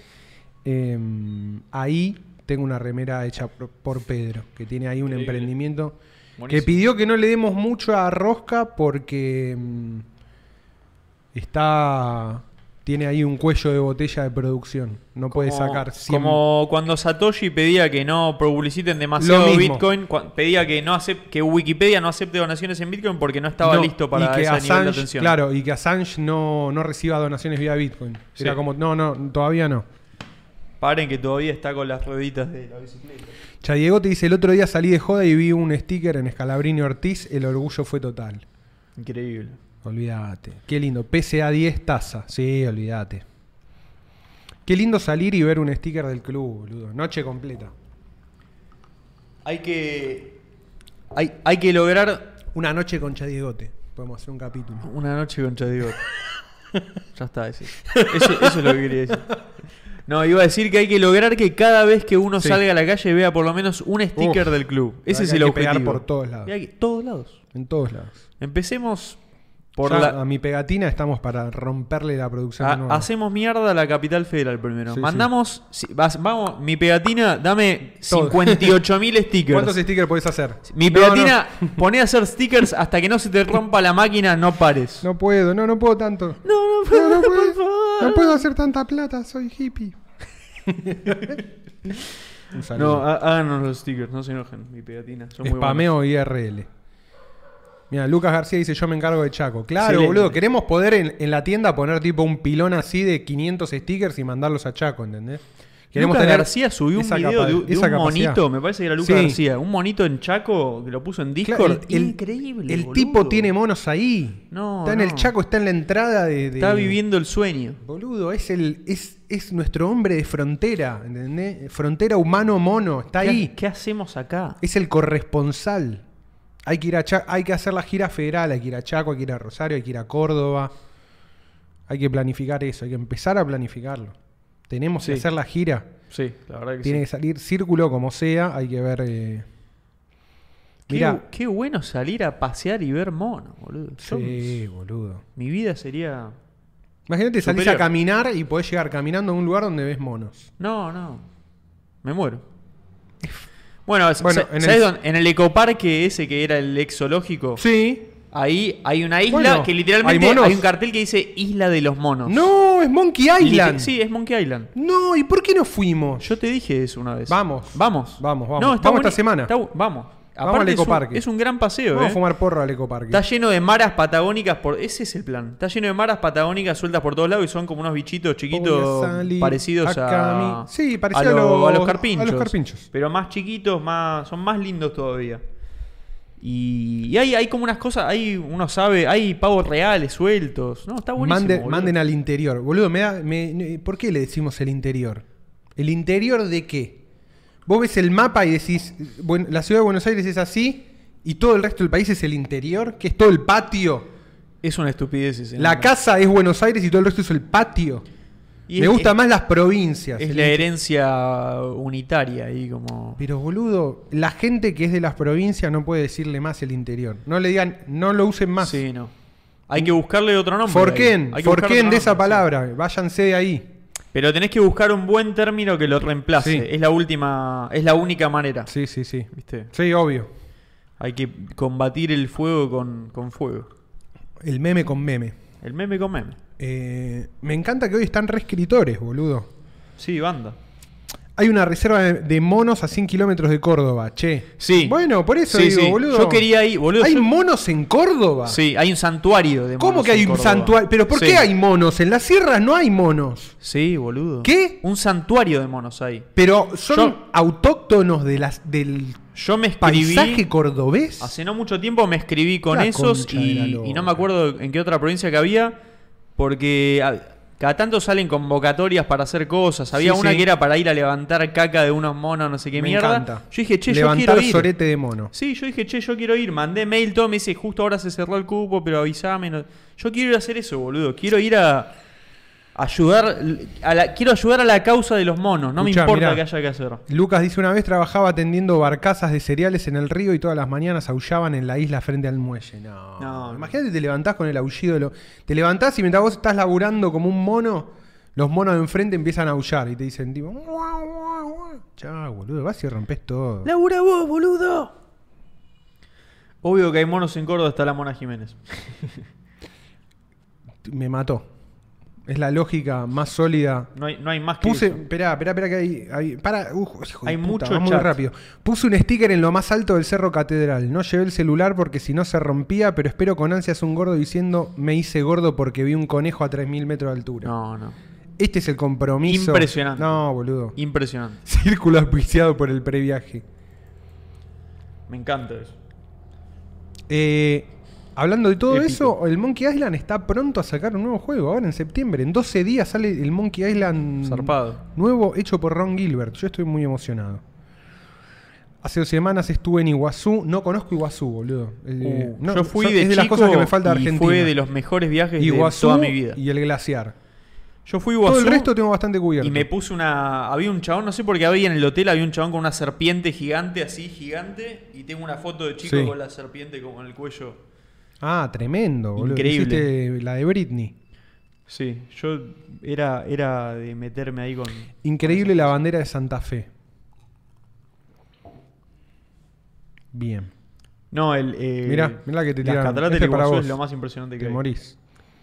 Speaker 1: em, ahí tengo una remera hecha por, por Pedro, que tiene ahí un
Speaker 2: Increíble.
Speaker 1: emprendimiento que
Speaker 2: Buenísimo.
Speaker 1: pidió que no le demos mucho a Rosca porque em, está tiene ahí un cuello de botella de producción. No puede sacar 100.
Speaker 2: Como cuando Satoshi pedía que no publiciten demasiado
Speaker 1: Lo mismo.
Speaker 2: Bitcoin, cua- pedía que no acep- que Wikipedia no acepte donaciones en Bitcoin porque no estaba
Speaker 1: No,
Speaker 2: listo para ese nivel de
Speaker 1: Assange,
Speaker 2: atención.
Speaker 1: Claro, y que Assange no, no reciba donaciones vía Bitcoin.
Speaker 2: Sí.
Speaker 1: Era como, no, no, todavía no.
Speaker 2: Paren que todavía está con las rueditas de la bicicleta.
Speaker 1: Ya Diego te dice, el otro día salí de joda y vi un sticker en Escalabrini Ortiz, el orgullo fue total.
Speaker 2: Increíble.
Speaker 1: Olvídate. Qué lindo. PSA 10 taza. Sí, olvídate. Qué lindo salir y ver un sticker del club, boludo. Noche completa.
Speaker 2: Hay que. Hay, hay que lograr
Speaker 1: Una noche con Chadiegote. Podemos hacer un capítulo.
Speaker 2: una noche con Chadigot. ya está, ese. Eso, eso es lo que quería decir. No, iba a decir que hay que lograr que cada vez que uno
Speaker 1: Sí.
Speaker 2: salga a la calle vea por lo menos un sticker
Speaker 1: Uf,
Speaker 2: del club.
Speaker 1: la verdad
Speaker 2: Ese es
Speaker 1: que
Speaker 2: el
Speaker 1: hay que pegar
Speaker 2: objetivo.
Speaker 1: por todos lados.
Speaker 2: Y hay que- todos lados.
Speaker 1: En todos lados.
Speaker 2: Empecemos por
Speaker 1: Ya
Speaker 2: la.
Speaker 1: A mi pegatina estamos para romperle la producción.
Speaker 2: a-
Speaker 1: de nuevo.
Speaker 2: hacemos mierda a la capital federal primero.
Speaker 1: Sí,
Speaker 2: Mandamos. si- vas- vamos, mi pegatina, dame
Speaker 1: Todo.
Speaker 2: 58.000 stickers.
Speaker 1: ¿Cuántos stickers podés hacer?
Speaker 2: Mi
Speaker 1: No,
Speaker 2: pegatina, poné a hacer stickers hasta que no se te rompa la máquina, no pares.
Speaker 1: No, no puedo, no, no puedo tanto.
Speaker 2: no, no
Speaker 1: No, no
Speaker 2: por
Speaker 1: puedo,
Speaker 2: favor.
Speaker 1: no puedo hacer tanta plata, soy hippie. Un saludo.
Speaker 2: No, há-
Speaker 1: ah,
Speaker 2: háganos los stickers, no se enojen, mi pegatina. Son muy
Speaker 1: Spameo IRL. Mira, Lucas García dice, yo me encargo de Chaco. Claro,
Speaker 2: Excelente.
Speaker 1: boludo, queremos poder en, en la tienda poner tipo un pilón así de 500 stickers y mandarlos a Chaco, ¿entendés? Queremos
Speaker 2: Queremos Lucas
Speaker 1: tener
Speaker 2: García subió un
Speaker 1: esa
Speaker 2: video
Speaker 1: capa-
Speaker 2: de, un- de
Speaker 1: esa
Speaker 2: un
Speaker 1: capacidad.
Speaker 2: monito, me parece que era Lucas
Speaker 1: Sí.
Speaker 2: García, un monito en Chaco que lo puso en
Speaker 1: Claro,
Speaker 2: Discord.
Speaker 1: el-
Speaker 2: Increíble.
Speaker 1: El
Speaker 2: boludo.
Speaker 1: tipo tiene monos ahí.
Speaker 2: No,
Speaker 1: está en
Speaker 2: no.
Speaker 1: el Chaco, está en la entrada de... de-
Speaker 2: Está viviendo el sueño.
Speaker 1: Boludo, es, el, es, es nuestro hombre de frontera, ¿entendés? Frontera humano-mono, está
Speaker 2: ¿Qué-
Speaker 1: ahí.
Speaker 2: ¿Qué, hacemos acá?
Speaker 1: Es el corresponsal. Hay que ir a Cha- hay que hacer la gira federal, hay que ir a Chaco, hay que ir a Rosario, hay que ir a Córdoba. Hay que planificar eso, hay que empezar a planificarlo. Tenemos que
Speaker 2: Sí.
Speaker 1: hacer la gira.
Speaker 2: Sí, la verdad que
Speaker 1: Tiene que salir círculo como sea, hay que ver. eh,
Speaker 2: Qué,
Speaker 1: Mirá.
Speaker 2: qué bueno salir a pasear y ver mono, boludo. Yo-
Speaker 1: Sí, boludo.
Speaker 2: Mi vida sería.
Speaker 1: Imagínate, salís
Speaker 2: Superior.
Speaker 1: a caminar y podés llegar caminando a un lugar donde ves monos.
Speaker 2: No, no. Me muero. Bueno, s-
Speaker 1: Bueno,
Speaker 2: sa-
Speaker 1: en el-
Speaker 2: ¿sabés dónde? En el ecoparque ese que era el ex zoológico,
Speaker 1: Sí.
Speaker 2: ahí hay una isla
Speaker 1: Bueno,
Speaker 2: que literalmente
Speaker 1: ¿hay
Speaker 2: ¿hay,
Speaker 1: monos?
Speaker 2: un cartel que dice Isla de los Monos.
Speaker 1: No, es Monkey
Speaker 2: Liter-
Speaker 1: Island.
Speaker 2: Sí, eh. es Monkey Island.
Speaker 1: No, ¿y por qué no fuimos?
Speaker 2: Yo te dije eso una vez.
Speaker 1: Vamos.
Speaker 2: Vamos.
Speaker 1: Vamos, vamos.
Speaker 2: No, está
Speaker 1: Vamos esta
Speaker 2: bueni-
Speaker 1: semana.
Speaker 2: está bu- vamos.
Speaker 1: al
Speaker 2: Aparte es un-
Speaker 1: ecoparque.
Speaker 2: Es un gran paseo,
Speaker 1: Vamos
Speaker 2: eh.
Speaker 1: a fumar porro al ecoparque.
Speaker 2: Está lleno de maras patagónicas por. Ese es el plan. Está lleno de maras patagónicas sueltas por todos lados y son como unos bichitos chiquitos
Speaker 1: Voy a salir
Speaker 2: parecidos
Speaker 1: a
Speaker 2: a.
Speaker 1: cami- Sí, parecido a
Speaker 2: lo-
Speaker 1: los-
Speaker 2: los carpinchos.
Speaker 1: a los carpinchos.
Speaker 2: Pero más chiquitos, más. son más lindos todavía. Y, y hay, hay como unas cosas, hay, uno sabe, hay pavos reales sueltos. No, está buenísimo.
Speaker 1: Mande-
Speaker 2: boludo.
Speaker 1: manden al interior. Boludo, me da- me- me- ¿por qué le decimos el interior? ¿El interior de qué? Vos ves el mapa y decís, bueno, la ciudad de Buenos Aires es así y todo el resto del país es el interior, que es todo el patio.
Speaker 2: Es una estupidez ese
Speaker 1: La
Speaker 2: nombre.
Speaker 1: casa es Buenos Aires y todo el resto es el patio.
Speaker 2: Y
Speaker 1: me
Speaker 2: es-
Speaker 1: gustan
Speaker 2: es-
Speaker 1: más las provincias.
Speaker 2: Es
Speaker 1: El
Speaker 2: la
Speaker 1: inter-
Speaker 2: herencia unitaria ahí como.
Speaker 1: Pero boludo, la gente que es de las provincias no puede decirle más el interior. No le digan, no lo usen más.
Speaker 2: Sí, no. Hay que buscarle otro nombre.
Speaker 1: Forquen,
Speaker 2: ahí. Hay que buscarle
Speaker 1: forquen
Speaker 2: otro
Speaker 1: de esa
Speaker 2: nombre, sí.
Speaker 1: palabra, váyanse de ahí.
Speaker 2: Pero tenés que buscar un buen término que lo reemplace.
Speaker 1: Sí.
Speaker 2: Es la última, es la única manera.
Speaker 1: Sí, sí, sí.
Speaker 2: ¿Viste?
Speaker 1: Sí, obvio.
Speaker 2: Hay que combatir el fuego con, con fuego.
Speaker 1: El meme con meme.
Speaker 2: El meme con meme.
Speaker 1: Eh, me encanta que hoy están reescritores, boludo.
Speaker 2: Sí, banda.
Speaker 1: Hay una reserva de- de monos a 100 kilómetros de Córdoba, che.
Speaker 2: Sí.
Speaker 1: Bueno, por eso
Speaker 2: Sí,
Speaker 1: digo,
Speaker 2: sí.
Speaker 1: boludo.
Speaker 2: Yo quería ir, boludo.
Speaker 1: ¿Hay
Speaker 2: yo-
Speaker 1: monos en Córdoba?
Speaker 2: Sí, hay un santuario de
Speaker 1: ¿Cómo
Speaker 2: monos
Speaker 1: que hay
Speaker 2: en
Speaker 1: un
Speaker 2: Córdoba.
Speaker 1: santuario? ¿Pero por
Speaker 2: Sí.
Speaker 1: qué hay monos? En las sierras no hay monos.
Speaker 2: Sí, boludo.
Speaker 1: ¿Qué?
Speaker 2: Un santuario de monos ahí.
Speaker 1: Pero son
Speaker 2: Yo-
Speaker 1: autóctonos de las, del
Speaker 2: Yo me escribí.
Speaker 1: paisaje cordobés.
Speaker 2: Hace no mucho tiempo me escribí con
Speaker 1: La
Speaker 2: esos
Speaker 1: concha de la
Speaker 2: y,
Speaker 1: lora.
Speaker 2: y no me acuerdo en qué otra provincia que había, porque a- cada tanto salen convocatorias para hacer cosas. Había
Speaker 1: Sí,
Speaker 2: una
Speaker 1: sí.
Speaker 2: que era para ir a levantar caca de unos monos, no sé qué
Speaker 1: Me
Speaker 2: mierda.
Speaker 1: encanta.
Speaker 2: Yo dije, che, yo
Speaker 1: Levantar
Speaker 2: quiero ir.
Speaker 1: sorete de mono.
Speaker 2: Sí, yo dije, che, yo quiero ir. Mandé mail, todo me dice, justo ahora se cerró el cupo, pero avísame. no- Yo quiero ir a hacer eso, boludo. Quiero ir a ayudar, a la- quiero ayudar a la causa de los monos. No me
Speaker 1: Escuchá,
Speaker 2: importa
Speaker 1: mirá.
Speaker 2: que haya que hacer.
Speaker 1: Lucas dice, una vez trabajaba atendiendo barcazas de cereales en el río y todas las mañanas aullaban en la isla frente al muelle. No.
Speaker 2: No.
Speaker 1: Imagínate, te levantás con el aullido. de lo- Te levantás y mientras vos estás laburando como un mono, los monos de enfrente empiezan a aullar y te dicen tipo... "Guau, guau, guau". Chau, boludo, vas y rompes todo.
Speaker 2: Laura vos, boludo. Obvio que hay monos en Córdoba, está la Mona Jiménez.
Speaker 1: Me mató. Es la lógica más sólida.
Speaker 2: No hay, no hay más que
Speaker 1: Puse,
Speaker 2: eso.
Speaker 1: esperá, esperá, esperá que hay, hay- para, uh, hijo de
Speaker 2: Hay
Speaker 1: puta,
Speaker 2: mucho
Speaker 1: va muy
Speaker 2: chat.
Speaker 1: rápido. Puse un sticker en lo más alto del Cerro Catedral. No llevé el celular porque si no se rompía, pero espero con ansias un gordo diciendo me hice gordo porque vi un conejo a 3000 metros de altura.
Speaker 2: No, no.
Speaker 1: Este es el compromiso.
Speaker 2: Impresionante.
Speaker 1: No, boludo.
Speaker 2: Impresionante.
Speaker 1: Círculo auspiciado por el previaje.
Speaker 2: Me encanta eso.
Speaker 1: Eh, hablando de todo
Speaker 2: Épico.
Speaker 1: eso, el Monkey Island está pronto a sacar un nuevo juego. Ahora en septiembre, en 12 días sale el Monkey Island
Speaker 2: Zarpado.
Speaker 1: nuevo hecho por Ron Gilbert. Yo estoy muy emocionado. Hace dos semanas estuve en Iguazú. No conozco Iguazú, boludo. Eh,
Speaker 2: Uh,
Speaker 1: no,
Speaker 2: yo fui
Speaker 1: son-
Speaker 2: de,
Speaker 1: es de las
Speaker 2: chico
Speaker 1: cosas que me falta de
Speaker 2: y
Speaker 1: Argentina.
Speaker 2: fue de los mejores viajes
Speaker 1: Iguazú
Speaker 2: de toda mi vida.
Speaker 1: y el glaciar.
Speaker 2: Yo fui a Iguazú.
Speaker 1: todo el resto tengo bastante cubierto.
Speaker 2: Y me puse una. Había un chabón, no sé por qué había en el hotel, había un chabón con una serpiente gigante, así, gigante. Y tengo una foto de chico
Speaker 1: Sí.
Speaker 2: con la serpiente como en el cuello.
Speaker 1: Ah, tremendo, boludo.
Speaker 2: Increíble.
Speaker 1: Hiciste la de Britney.
Speaker 2: Sí, yo era, era de meterme ahí con.
Speaker 1: Increíble la bandera de Santa Fe. Bien.
Speaker 2: No, el. eh,
Speaker 1: Mirá, mirá que te
Speaker 2: Las
Speaker 1: tiraron.
Speaker 2: cataratas
Speaker 1: Este
Speaker 2: del
Speaker 1: para
Speaker 2: Iguazú
Speaker 1: vos.
Speaker 2: es lo más impresionante que
Speaker 1: Te
Speaker 2: hay.
Speaker 1: morís.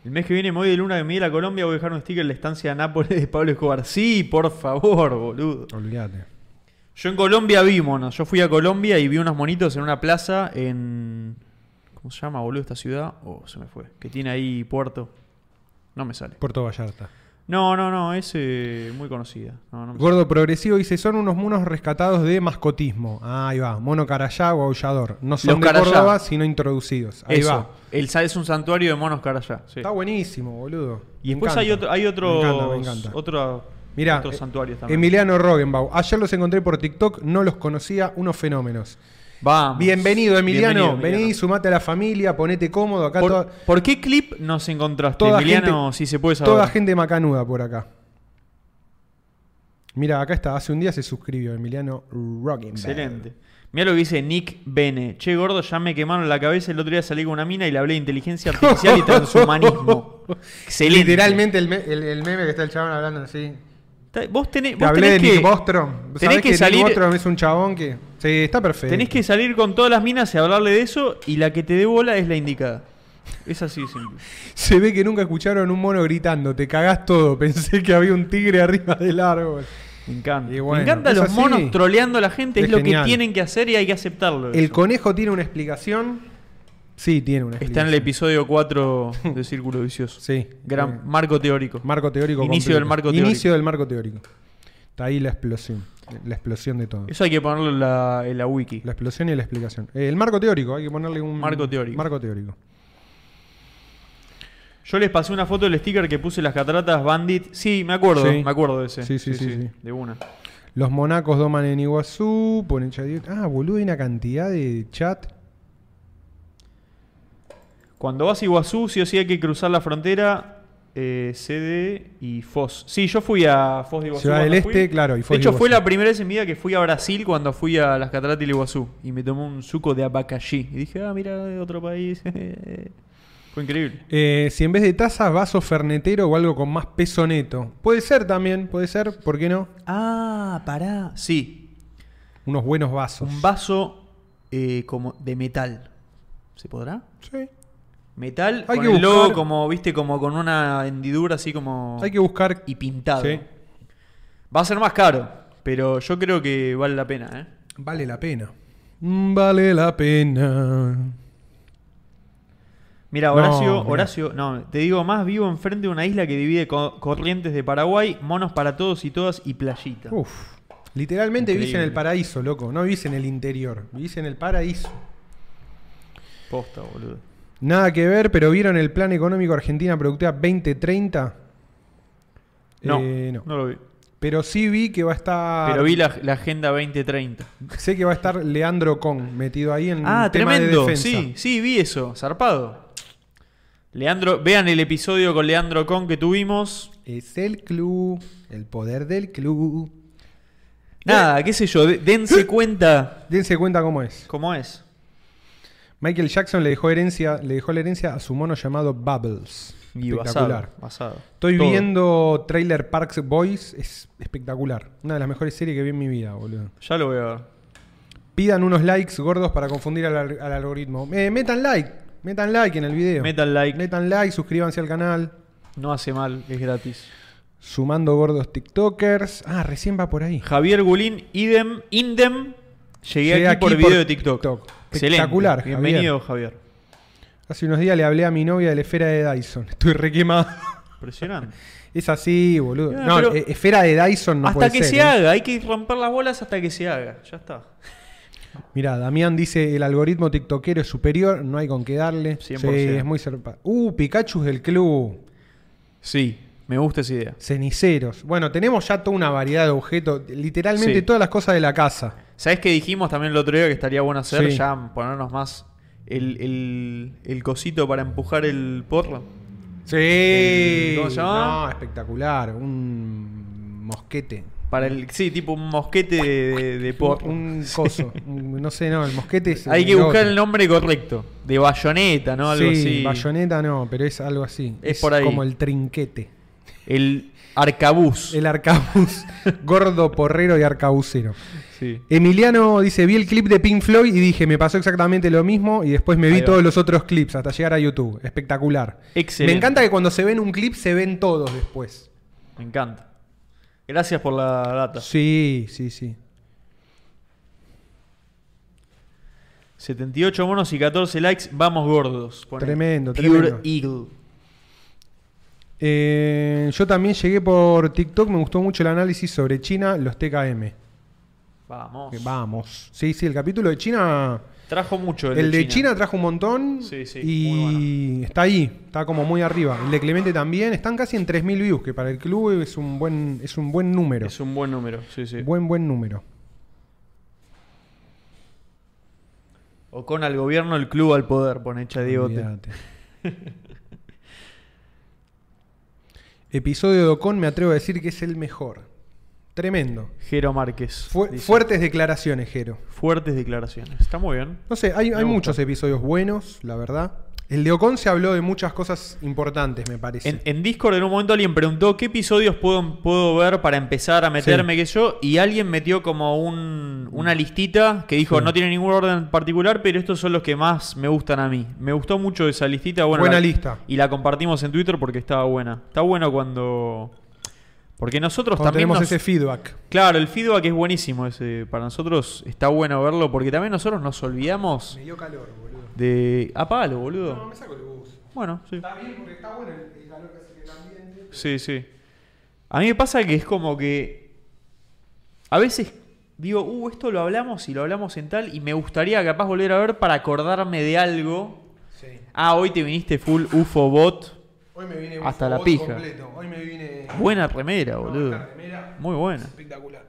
Speaker 2: El mes que viene me voy de luna de miel a Colombia, voy a dejar un sticker en la estancia de Nápoles de Pablo Escobar. Sí, por favor, boludo.
Speaker 1: Olvídate.
Speaker 2: Yo en Colombia vi monos. Yo fui a Colombia y vi unos monitos en una plaza en. ¿Cómo se llama, boludo, esta ciudad? Oh, se me fue. Que tiene ahí puerto. No me sale.
Speaker 1: Puerto Vallarta.
Speaker 2: No, no, no, es eh, muy conocida. No, no me
Speaker 1: Gordo Progresivo dice: son unos monos rescatados de mascotismo. Ah, ahí va. Mono carayá o aullador. No son
Speaker 2: Los
Speaker 1: de
Speaker 2: carayá.
Speaker 1: Córdoba, sino introducidos. Ahí
Speaker 2: Eso.
Speaker 1: va.
Speaker 2: El sa- es un santuario de monos carayá. sí.
Speaker 1: Está buenísimo, boludo.
Speaker 2: Y
Speaker 1: Me
Speaker 2: después
Speaker 1: encanta.
Speaker 2: hay otro, hay otros,
Speaker 1: Me encanta, me encanta.
Speaker 2: otro-
Speaker 1: Mirá,
Speaker 2: otros
Speaker 1: eh,
Speaker 2: santuarios también.
Speaker 1: Emiliano Rogenbau. Ayer los encontré por TikTok, no los conocía, unos fenómenos.
Speaker 2: Vamos.
Speaker 1: Bienvenido, Emiliano.
Speaker 2: Bienvenido, Emiliano.
Speaker 1: Vení, sumate a la familia, ponete cómodo. Acá
Speaker 2: ¿Por,
Speaker 1: toda,
Speaker 2: por qué clip nos encontraste,
Speaker 1: toda
Speaker 2: Emiliano?
Speaker 1: gente,
Speaker 2: si se puede saber.
Speaker 1: toda gente macanuda por acá. Mira, acá está. Hace un día se suscribió Emiliano Rocking.
Speaker 2: Excelente. Mira lo que dice Nick Bene. Che, gordo, ya me quemaron la cabeza. El otro día salí con una mina y le hablé de inteligencia artificial y transhumanismo. Excelente.
Speaker 1: Literalmente el, me- el- el meme que está el chabón hablando así.
Speaker 2: Ta- Vos tenés,
Speaker 1: Te
Speaker 2: vos
Speaker 1: hablé de
Speaker 2: tenés
Speaker 1: Nick
Speaker 2: que,
Speaker 1: Bostrom.
Speaker 2: tenés
Speaker 1: Sabés
Speaker 2: que
Speaker 1: que,
Speaker 2: salir-
Speaker 1: Nick Bostrom es un chabón que. Sí, está perfecto.
Speaker 2: tenés que salir con todas las minas y hablarle de eso. Y la que te dé bola es la indicada. Es así de simple.
Speaker 1: Se ve que nunca escucharon un mono gritando, te cagás todo, pensé que había un tigre arriba del árbol.
Speaker 2: Me encanta.
Speaker 1: Y bueno,
Speaker 2: me encantan
Speaker 1: es
Speaker 2: los
Speaker 1: así.
Speaker 2: monos troleando a la gente. Es,
Speaker 1: Es
Speaker 2: lo
Speaker 1: genial.
Speaker 2: que tienen que hacer y hay que aceptarlo.
Speaker 1: ¿El
Speaker 2: eso.
Speaker 1: conejo tiene una explicación? Sí, tiene una
Speaker 2: Está
Speaker 1: explicación.
Speaker 2: en el episodio 4 de Círculo Vicioso.
Speaker 1: Sí.
Speaker 2: Gran
Speaker 1: Eh,
Speaker 2: marco teórico.
Speaker 1: marco teórico.
Speaker 2: Inicio del marco teórico.
Speaker 1: Inicio del marco teórico. Está ahí la explosión. La explosión de todo.
Speaker 2: Eso hay que ponerlo en la, en la wiki.
Speaker 1: La explosión y la explicación. Eh, el marco teórico, hay que ponerle un.
Speaker 2: Marco teórico.
Speaker 1: Marco teórico.
Speaker 2: Yo les pasé una foto del sticker que puse las cataratas Bandit. Sí, me acuerdo,
Speaker 1: Sí.
Speaker 2: me acuerdo de ese.
Speaker 1: Sí, sí, sí, sí.
Speaker 2: De una.
Speaker 1: Los monacos doman en Iguazú. Ponen Chadiot. Ah, boludo, hay una cantidad de chat.
Speaker 2: Cuando vas a Iguazú, sí o sí hay que cruzar la frontera eh, CD y Foz. Sí, yo fui a Foz de Iguazú.
Speaker 1: Ciudad
Speaker 2: cuando
Speaker 1: del
Speaker 2: fui.
Speaker 1: Este, claro, y Foz
Speaker 2: de
Speaker 1: de
Speaker 2: hecho, fue
Speaker 1: Iguazú.
Speaker 2: la primera vez en mi vida que fui a Brasil cuando fui a las cataratas del Iguazú. Y me tomé un suco de abacaxi. Y dije, ah, mira, de otro país. fue increíble.
Speaker 1: Eh, si en vez de taza, vaso fernetero o algo con más peso neto. Puede ser también, puede ser, ¿por qué no?
Speaker 2: Ah, pará. Sí,
Speaker 1: Unos buenos vasos.
Speaker 2: un vaso eh, como de metal. ¿Se podrá?
Speaker 1: Sí.
Speaker 2: Metal
Speaker 1: Hay
Speaker 2: con
Speaker 1: que
Speaker 2: el logo
Speaker 1: buscar-
Speaker 2: como, viste, como con una hendidura así como...
Speaker 1: Hay que buscar.
Speaker 2: Y pintado.
Speaker 1: Sí.
Speaker 2: Va a ser más caro, pero yo creo que vale la pena, ¿eh?
Speaker 1: Vale la pena. Mm, Vale la pena.
Speaker 2: Mira,
Speaker 1: No,
Speaker 2: Horacio,
Speaker 1: mirá.
Speaker 2: Horacio, no, te digo más, vivo enfrente de una isla que divide co- corrientes de Paraguay, monos para todos y todas y playita.
Speaker 1: Uf. Literalmente vivís en
Speaker 2: Increíble.
Speaker 1: el paraíso, loco. No vivís en el interior. Vivís en el paraíso.
Speaker 2: Posta, boludo.
Speaker 1: Eh, Nada que ver, pero ¿vieron el plan económico Argentina Productiva 2030?
Speaker 2: No,
Speaker 1: Eh,
Speaker 2: no. lo vi.
Speaker 1: Pero sí vi que va a estar.
Speaker 2: Pero vi la, la Agenda 2030.
Speaker 1: Sé que va a estar Leandro Con metido ahí en
Speaker 2: Ah,
Speaker 1: tema
Speaker 2: tremendo.
Speaker 1: de defensa.
Speaker 2: sí, sí, vi eso. Zarpado. Leandro, vean el episodio con Leandro Con que tuvimos.
Speaker 1: Es el club, el poder del club.
Speaker 2: Nada, qué sé yo, de- dense cuenta
Speaker 1: Dense cuenta cómo es.
Speaker 2: cómo es.
Speaker 1: Michael Jackson le dejó herencia, le dejó la herencia a su mono llamado Bubbles.
Speaker 2: Y
Speaker 1: espectacular.
Speaker 2: basado, basado.
Speaker 1: Estoy
Speaker 2: Todo.
Speaker 1: viendo Trailer Parks Boys, es espectacular. Una de las mejores series que vi en mi vida, boludo.
Speaker 2: Ya lo voy a ver.
Speaker 1: Pidan unos likes gordos para confundir al, al- al algoritmo. Eh, metan like, metan like en el video.
Speaker 2: Metan like.
Speaker 1: Metan like, suscríbanse al canal.
Speaker 2: No hace mal, es gratis.
Speaker 1: Sumando gordos TikTokers. Ah, recién va por ahí.
Speaker 2: Javier Gulín, idem, Indem. Llegué,
Speaker 1: Llegué
Speaker 2: aquí,
Speaker 1: aquí
Speaker 2: por
Speaker 1: por
Speaker 2: video de TikTok.
Speaker 1: TikTok.
Speaker 2: Excelente.
Speaker 1: Espectacular,
Speaker 2: Bienvenido, Javier.
Speaker 1: Hace unos días le hablé a mi novia de la esfera de Dyson. Estoy re quemado.
Speaker 2: Impresionante.
Speaker 1: Es así, boludo.
Speaker 2: Ah,
Speaker 1: No,
Speaker 2: pero-
Speaker 1: eh, esfera de Dyson no
Speaker 2: hasta
Speaker 1: puede
Speaker 2: que
Speaker 1: ser,
Speaker 2: se
Speaker 1: ¿eh?
Speaker 2: haga, hay que romper las bolas hasta que se haga. Ya está.
Speaker 1: Mirá, Damián dice, el algoritmo tiktokero es superior, no hay con qué darle.
Speaker 2: 100%.
Speaker 1: Sí, es muy cerpa. Uh, Pikachu del club.
Speaker 2: Sí, me gusta esa idea.
Speaker 1: Ceniceros. Bueno, tenemos ya toda una variedad de objetos. Literalmente
Speaker 2: Sí.
Speaker 1: todas las cosas de la casa.
Speaker 2: ¿Sabes qué dijimos también el otro día que estaría bueno hacer?
Speaker 1: Sí.
Speaker 2: Ya ponernos más el, el- el cosito para empujar el porro.
Speaker 1: Sí.
Speaker 2: ¿Cómo se llama?
Speaker 1: No, espectacular. Un mosquete.
Speaker 2: Para el, sí, tipo un mosquete de, de- de porro.
Speaker 1: Un coso. Un- no sé, no, el mosquete es.
Speaker 2: Hay que
Speaker 1: el
Speaker 2: buscar
Speaker 1: otro.
Speaker 2: el nombre correcto. De bayoneta, ¿no? Algo
Speaker 1: sí,
Speaker 2: así.
Speaker 1: bayoneta no, pero es algo así.
Speaker 2: Es por ahí.
Speaker 1: Como el trinquete.
Speaker 2: El arcabuz.
Speaker 1: El arcabuz. gordo, porrero y arcabucero.
Speaker 2: Sí.
Speaker 1: Emiliano dice, vi el clip de Pink Floyd y dije, me pasó exactamente lo mismo y después me
Speaker 2: Ahí
Speaker 1: vi
Speaker 2: va.
Speaker 1: todos los otros clips hasta llegar a YouTube. Espectacular.
Speaker 2: Excelente.
Speaker 1: Me encanta que cuando se ven un clip se ven todos después.
Speaker 2: Me encanta. Gracias por la data.
Speaker 1: Sí, sí, sí.
Speaker 2: 78 monos y 14 likes. Vamos gordos. Pone
Speaker 1: Tremendo,
Speaker 2: Pure
Speaker 1: tremendo.
Speaker 2: Eagle.
Speaker 1: Eh, yo también llegué por TikTok, me gustó mucho el análisis sobre China, los TKM.
Speaker 2: Vamos.
Speaker 1: Que Eh, Vamos. Sí, sí, el capítulo de China...
Speaker 2: Trajo mucho
Speaker 1: El,
Speaker 2: el,
Speaker 1: de China. trajo un montón
Speaker 2: Sí, sí,
Speaker 1: y está ahí, está como muy arriba. El de Clemente también, están casi en 3.000 views, que para el club es un buen, es un buen número.
Speaker 2: Es un buen número. Sí, sí.
Speaker 1: Buen, buen número.
Speaker 2: O con al gobierno, el club al poder, pone Chadiote.
Speaker 1: Olvídate. Episodio de Ocon, me atrevo a decir que es el mejor. Tremendo.
Speaker 2: Jero Márquez.
Speaker 1: Fu-
Speaker 2: dice.
Speaker 1: fuertes declaraciones, Jero.
Speaker 2: Fuertes declaraciones. Está muy bien.
Speaker 1: No sé, hay,
Speaker 2: Me
Speaker 1: hay
Speaker 2: gusta.
Speaker 1: muchos episodios buenos, la verdad. El de Ocon se habló de muchas cosas importantes, me parece.
Speaker 2: En, en Discord en un momento alguien preguntó qué episodios puedo, puedo ver para empezar a meterme que yo y alguien metió como un- una listita que dijo
Speaker 1: Mm. Sí.
Speaker 2: no tiene ningún orden particular pero estos son los que más me gustan a mí. Me gustó mucho esa listita. Bueno,
Speaker 1: Buena
Speaker 2: la-
Speaker 1: lista.
Speaker 2: Y la compartimos en Twitter porque estaba buena. Está bueno cuando... Porque nosotros
Speaker 1: Cuando
Speaker 2: también...
Speaker 1: tenemos
Speaker 2: nos-
Speaker 1: ese feedback.
Speaker 2: Claro, el feedback es buenísimo. Ese. Para nosotros está bueno verlo porque también nosotros nos olvidamos
Speaker 1: Me dio calor, boludo.
Speaker 2: de... Apágalo, boludo.
Speaker 1: No, me saco el bus.
Speaker 2: Bueno, sí.
Speaker 1: Está bien porque está bueno el, el calor que hace que el ambiente.
Speaker 2: Sí, sí. A mí me pasa que es como que. A veces digo, uh, esto lo hablamos y lo hablamos en tal, y me gustaría capaz volver a ver para acordarme de algo.
Speaker 1: Sí.
Speaker 2: Ah, hoy te viniste full UFO bot.
Speaker 1: Hoy me vine
Speaker 2: Hasta
Speaker 1: un
Speaker 2: la
Speaker 1: bot
Speaker 2: pija.
Speaker 1: completo. Hoy me vine
Speaker 2: Buena remera,
Speaker 1: No,
Speaker 2: boludo.
Speaker 1: esta remera
Speaker 2: Muy buena.
Speaker 1: espectacular.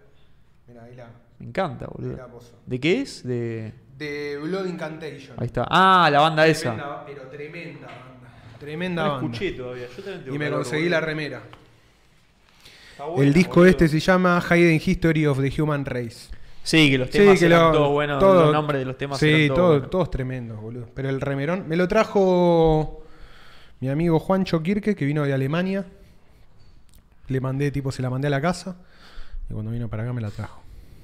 Speaker 1: Mira, ahí la
Speaker 2: Me encanta, boludo.
Speaker 1: Mirá vos.
Speaker 2: ¿De qué es? De.
Speaker 1: de Blood Incantation.
Speaker 2: Ahí está. Ah, la banda esa.
Speaker 1: Tremenda, pero tremenda banda. Tremenda
Speaker 2: No
Speaker 1: banda.
Speaker 2: escuché todavía. Yo también tengo
Speaker 1: Y me
Speaker 2: calor,
Speaker 1: conseguí
Speaker 2: boludo.
Speaker 1: la remera.
Speaker 2: Está buena,
Speaker 1: el disco
Speaker 2: boludo.
Speaker 1: este se llama Hidden History of the Human Race.
Speaker 2: Sí, que los temas eran
Speaker 1: lo-
Speaker 2: todos buenos.
Speaker 1: todo-
Speaker 2: los nombres de los temas
Speaker 1: Sí,
Speaker 2: eran
Speaker 1: todo-
Speaker 2: todos
Speaker 1: todos,
Speaker 2: buenos.
Speaker 1: tremendos, boludo. Pero el remerón me lo trajo mi amigo Juancho Kirke, que vino de Alemania. Le mandé, tipo, se la mandé a la casa. Y cuando vino para acá me la trajo.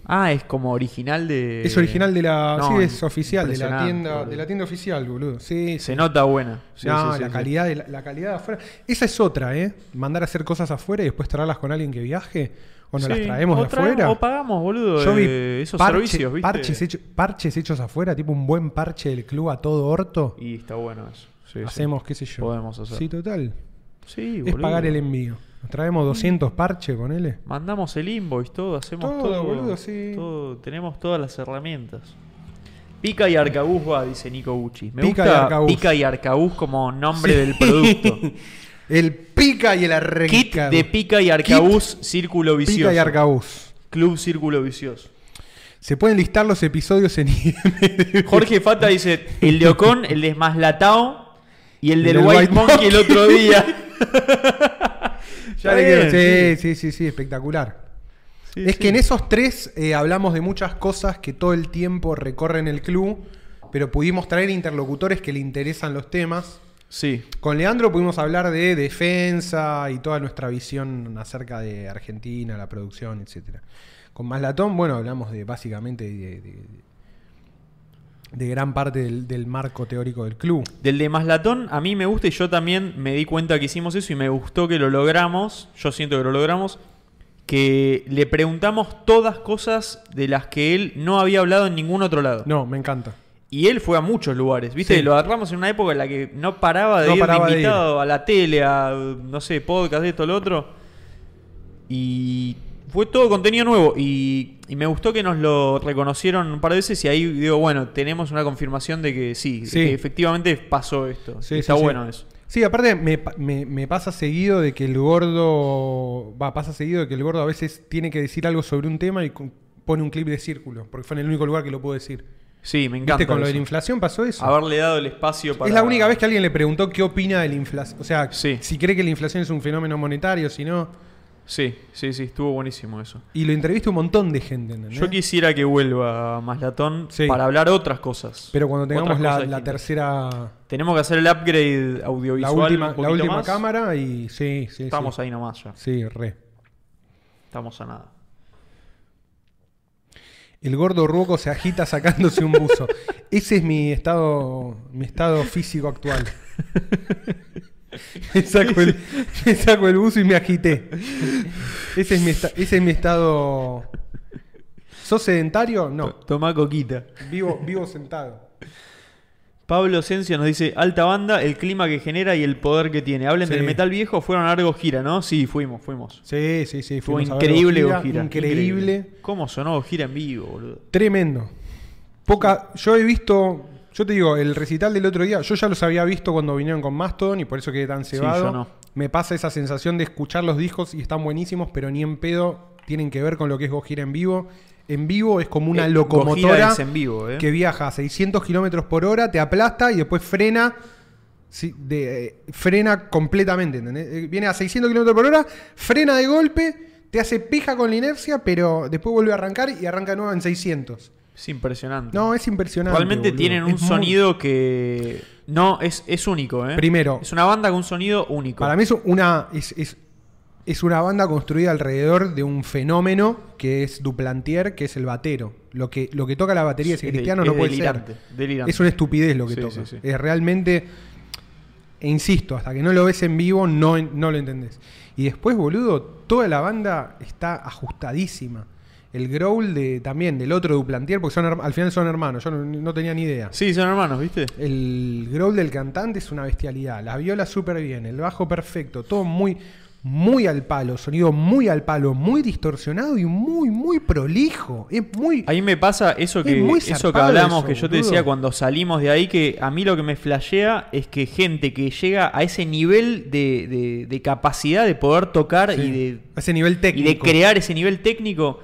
Speaker 2: Ah, es como original de.
Speaker 1: es original de la.
Speaker 2: No,
Speaker 1: sí, es oficial, de la
Speaker 2: impresionante,
Speaker 1: tienda,
Speaker 2: boludo.
Speaker 1: de la tienda oficial, boludo. Sí, sí.
Speaker 2: Se nota buena. Sí,
Speaker 1: No,
Speaker 2: sí, sí,
Speaker 1: la,
Speaker 2: sí.
Speaker 1: calidad de la, la calidad de afuera. Esa es otra, ¿eh? Mandar a hacer cosas afuera y después traerlas con alguien que viaje. O nos
Speaker 2: Sí,
Speaker 1: las traemos
Speaker 2: o
Speaker 1: de
Speaker 2: traemos-
Speaker 1: afuera.
Speaker 2: O pagamos, boludo,
Speaker 1: Yo vi
Speaker 2: eh, esos
Speaker 1: parche-
Speaker 2: servicios, ¿viste?
Speaker 1: Parches, hecho- parches hechos afuera, tipo un buen parche del club a todo orto.
Speaker 2: Y está bueno eso. Sí, sí.
Speaker 1: Hacemos, qué sé yo.
Speaker 2: Podemos hacer.
Speaker 1: Sí, total.
Speaker 2: Sí,
Speaker 1: es
Speaker 2: boludo.
Speaker 1: pagar el envío. Nos traemos 200 parches, ponele.
Speaker 2: Mandamos el invoice, todo, hacemos todo.
Speaker 1: Todo, boludo, sí.
Speaker 2: todo, tenemos todas las herramientas. Pica y arcabuz va, dice Nico Gucci. Me
Speaker 1: Pica y
Speaker 2: gusta
Speaker 1: arcabuz.
Speaker 2: pica y arcabuz como nombre del producto.
Speaker 1: El pica y el arreglo.
Speaker 2: Kit de pica y arcabuz, círculo vicioso.
Speaker 1: Pica y arcabuz.
Speaker 2: Club círculo vicioso.
Speaker 1: Se pueden listar los episodios en IMDb.
Speaker 2: Jorge Fata dice el de Ocon, el de Maslatao y el
Speaker 1: El
Speaker 2: del
Speaker 1: del
Speaker 2: White,
Speaker 1: White
Speaker 2: Monkey, el
Speaker 1: Monkey.
Speaker 2: otro día.
Speaker 1: Ya le
Speaker 2: Está
Speaker 1: quiero- Sí,
Speaker 2: bien,
Speaker 1: sí, sí, sí, espectacular.
Speaker 2: sí.
Speaker 1: es
Speaker 2: Sí,
Speaker 1: que en
Speaker 2: sí.
Speaker 1: esos tres eh, hablamos de muchas cosas que todo el tiempo recorren el club, pero pudimos traer interlocutores que le interesan los temas.
Speaker 2: Sí,
Speaker 1: Con Leandro pudimos hablar de defensa y toda nuestra visión acerca de Argentina, la producción, etc. Con Maslatón, bueno, hablamos de básicamente de, de- de- de gran parte del, del marco teórico del club.
Speaker 2: Del de Maslatón a mí me gusta y yo también me di cuenta que hicimos eso y me gustó que lo logramos, yo siento que lo logramos, que le preguntamos todas cosas de las que él no había hablado en ningún otro lado.
Speaker 1: No, me encanta.
Speaker 2: Y él fue a muchos lugares, ¿viste?
Speaker 1: Sí.
Speaker 2: Lo agarramos en una época en la que no paraba de
Speaker 1: No
Speaker 2: ir de
Speaker 1: paraba de
Speaker 2: invitado a la tele, a, no sé, podcast, esto, lo otro. Y fue todo contenido nuevo. Y, y me gustó que nos lo reconocieron un par de veces y ahí digo, bueno, tenemos una confirmación de que sí,
Speaker 1: Sí.
Speaker 2: que efectivamente pasó esto.
Speaker 1: Sí,
Speaker 2: Y Está
Speaker 1: sí, sí.
Speaker 2: bueno eso.
Speaker 1: Sí, aparte me, pa- me- me pasa seguido de que el gordo. Va, pasa seguido de que el gordo a veces tiene que decir algo sobre un tema y cu- pone un clip de círculo, porque fue en el único lugar que lo pudo decir.
Speaker 2: Sí, me encanta.
Speaker 1: ¿Viste? Con lo
Speaker 2: eso.
Speaker 1: de la inflación pasó eso.
Speaker 2: Haberle dado el espacio para...
Speaker 1: Es la única vez que alguien le preguntó qué opina de la inflación. O sea,
Speaker 2: Sí.
Speaker 1: si cree que la inflación es un fenómeno monetario, si no.
Speaker 2: Sí, sí, sí, estuvo buenísimo eso.
Speaker 1: Y lo entrevista un montón de gente, ¿entendés?
Speaker 2: Yo quisiera que vuelva Maslatón
Speaker 1: Sí.
Speaker 2: para hablar otras cosas.
Speaker 1: Pero cuando tengamos
Speaker 2: Otras
Speaker 1: la,
Speaker 2: cosas
Speaker 1: la
Speaker 2: distintas.
Speaker 1: tercera.
Speaker 2: Tenemos que hacer el upgrade
Speaker 1: La
Speaker 2: audiovisual.
Speaker 1: última,
Speaker 2: un
Speaker 1: la
Speaker 2: poquito
Speaker 1: última
Speaker 2: más.
Speaker 1: cámara y. Sí, sí.
Speaker 2: Estamos
Speaker 1: sí.
Speaker 2: ahí nomás ya.
Speaker 1: Sí, re.
Speaker 2: Estamos a nada.
Speaker 1: El gordo ruoco se agita sacándose un buzo. Ese es mi estado, mi estado físico actual. Me saco, el, me saco el buzo y me agité. Ese es mi, esta- ese es mi estado. ¿Sos sedentario? No.
Speaker 2: Toma coquita.
Speaker 1: Vivo, vivo sentado.
Speaker 2: Pablo Sencio nos dice, alta banda, el clima que genera y el poder que tiene. Hablen
Speaker 1: Sí.
Speaker 2: del metal viejo, fueron a Argos Gira, ¿no? Sí, fuimos, fuimos.
Speaker 1: Sí, sí, sí.
Speaker 2: Fue
Speaker 1: fuimos a ver
Speaker 2: increíble
Speaker 1: Gojira,
Speaker 2: Gojira.
Speaker 1: Increíble.
Speaker 2: ¿Cómo sonó Gira en vivo, boludo?
Speaker 1: Tremendo. Poca. Yo he visto. Yo te digo, el recital del otro día, yo ya los había visto cuando vinieron con Mastodon y por eso quedé tan cebado.
Speaker 2: yo no.
Speaker 1: Me pasa esa sensación de escuchar los discos y están buenísimos, pero ni en pedo tienen que ver con lo que es Gojira en vivo. En vivo es como una
Speaker 2: Eh,
Speaker 1: locomotora
Speaker 2: Gojira es en vivo, ¿eh?
Speaker 1: que viaja a 600 kilómetros por hora, te aplasta y después frena. sí, de, eh, frena completamente, ¿entendés? Eh, Viene a 600 kilómetros por hora, frena de golpe, te hace pija con la inercia, pero después vuelve a arrancar y arranca de nuevo en 600.
Speaker 2: Es impresionante.
Speaker 1: No, es impresionante.
Speaker 2: Realmente
Speaker 1: boludo.
Speaker 2: tienen un
Speaker 1: Es muy-
Speaker 2: sonido que... No, es, es único, ¿eh?
Speaker 1: Primero.
Speaker 2: Es una banda con un sonido único.
Speaker 1: Para mí es una, es, es- es una banda construida alrededor de un fenómeno que es Duplantier, que es el batero. Lo que, lo que toca la batería ese
Speaker 2: Es
Speaker 1: cristiano
Speaker 2: de-
Speaker 1: no
Speaker 2: es
Speaker 1: puede
Speaker 2: delirante,
Speaker 1: ser.
Speaker 2: delirante.
Speaker 1: Es una estupidez lo que
Speaker 2: Sí,
Speaker 1: toca.
Speaker 2: sí, sí.
Speaker 1: Es realmente. E insisto, hasta que no lo ves en vivo, no, no lo entendés. Y después, boludo, toda la banda está ajustadísima. El growl de, también del otro Duplantier, porque son, herma- al final son hermanos, yo no, no tenía ni idea.
Speaker 2: Sí, son hermanos, ¿viste?
Speaker 1: El growl del cantante es una bestialidad. Las violas súper bien, el bajo perfecto, todo muy, muy al palo, sonido muy al palo, muy distorsionado y muy, muy prolijo. Es muy.
Speaker 2: Ahí me pasa eso
Speaker 1: Es
Speaker 2: que,
Speaker 1: muy
Speaker 2: eso que
Speaker 1: zarpado
Speaker 2: hablamos,
Speaker 1: eso,
Speaker 2: que yo te
Speaker 1: boludo.
Speaker 2: decía cuando salimos de ahí, que a mí lo que me flashea es que gente que llega a ese nivel de, de- de capacidad de poder tocar
Speaker 1: Sí.
Speaker 2: y, de,
Speaker 1: a ese nivel
Speaker 2: y
Speaker 1: técnico.
Speaker 2: de crear ese nivel técnico,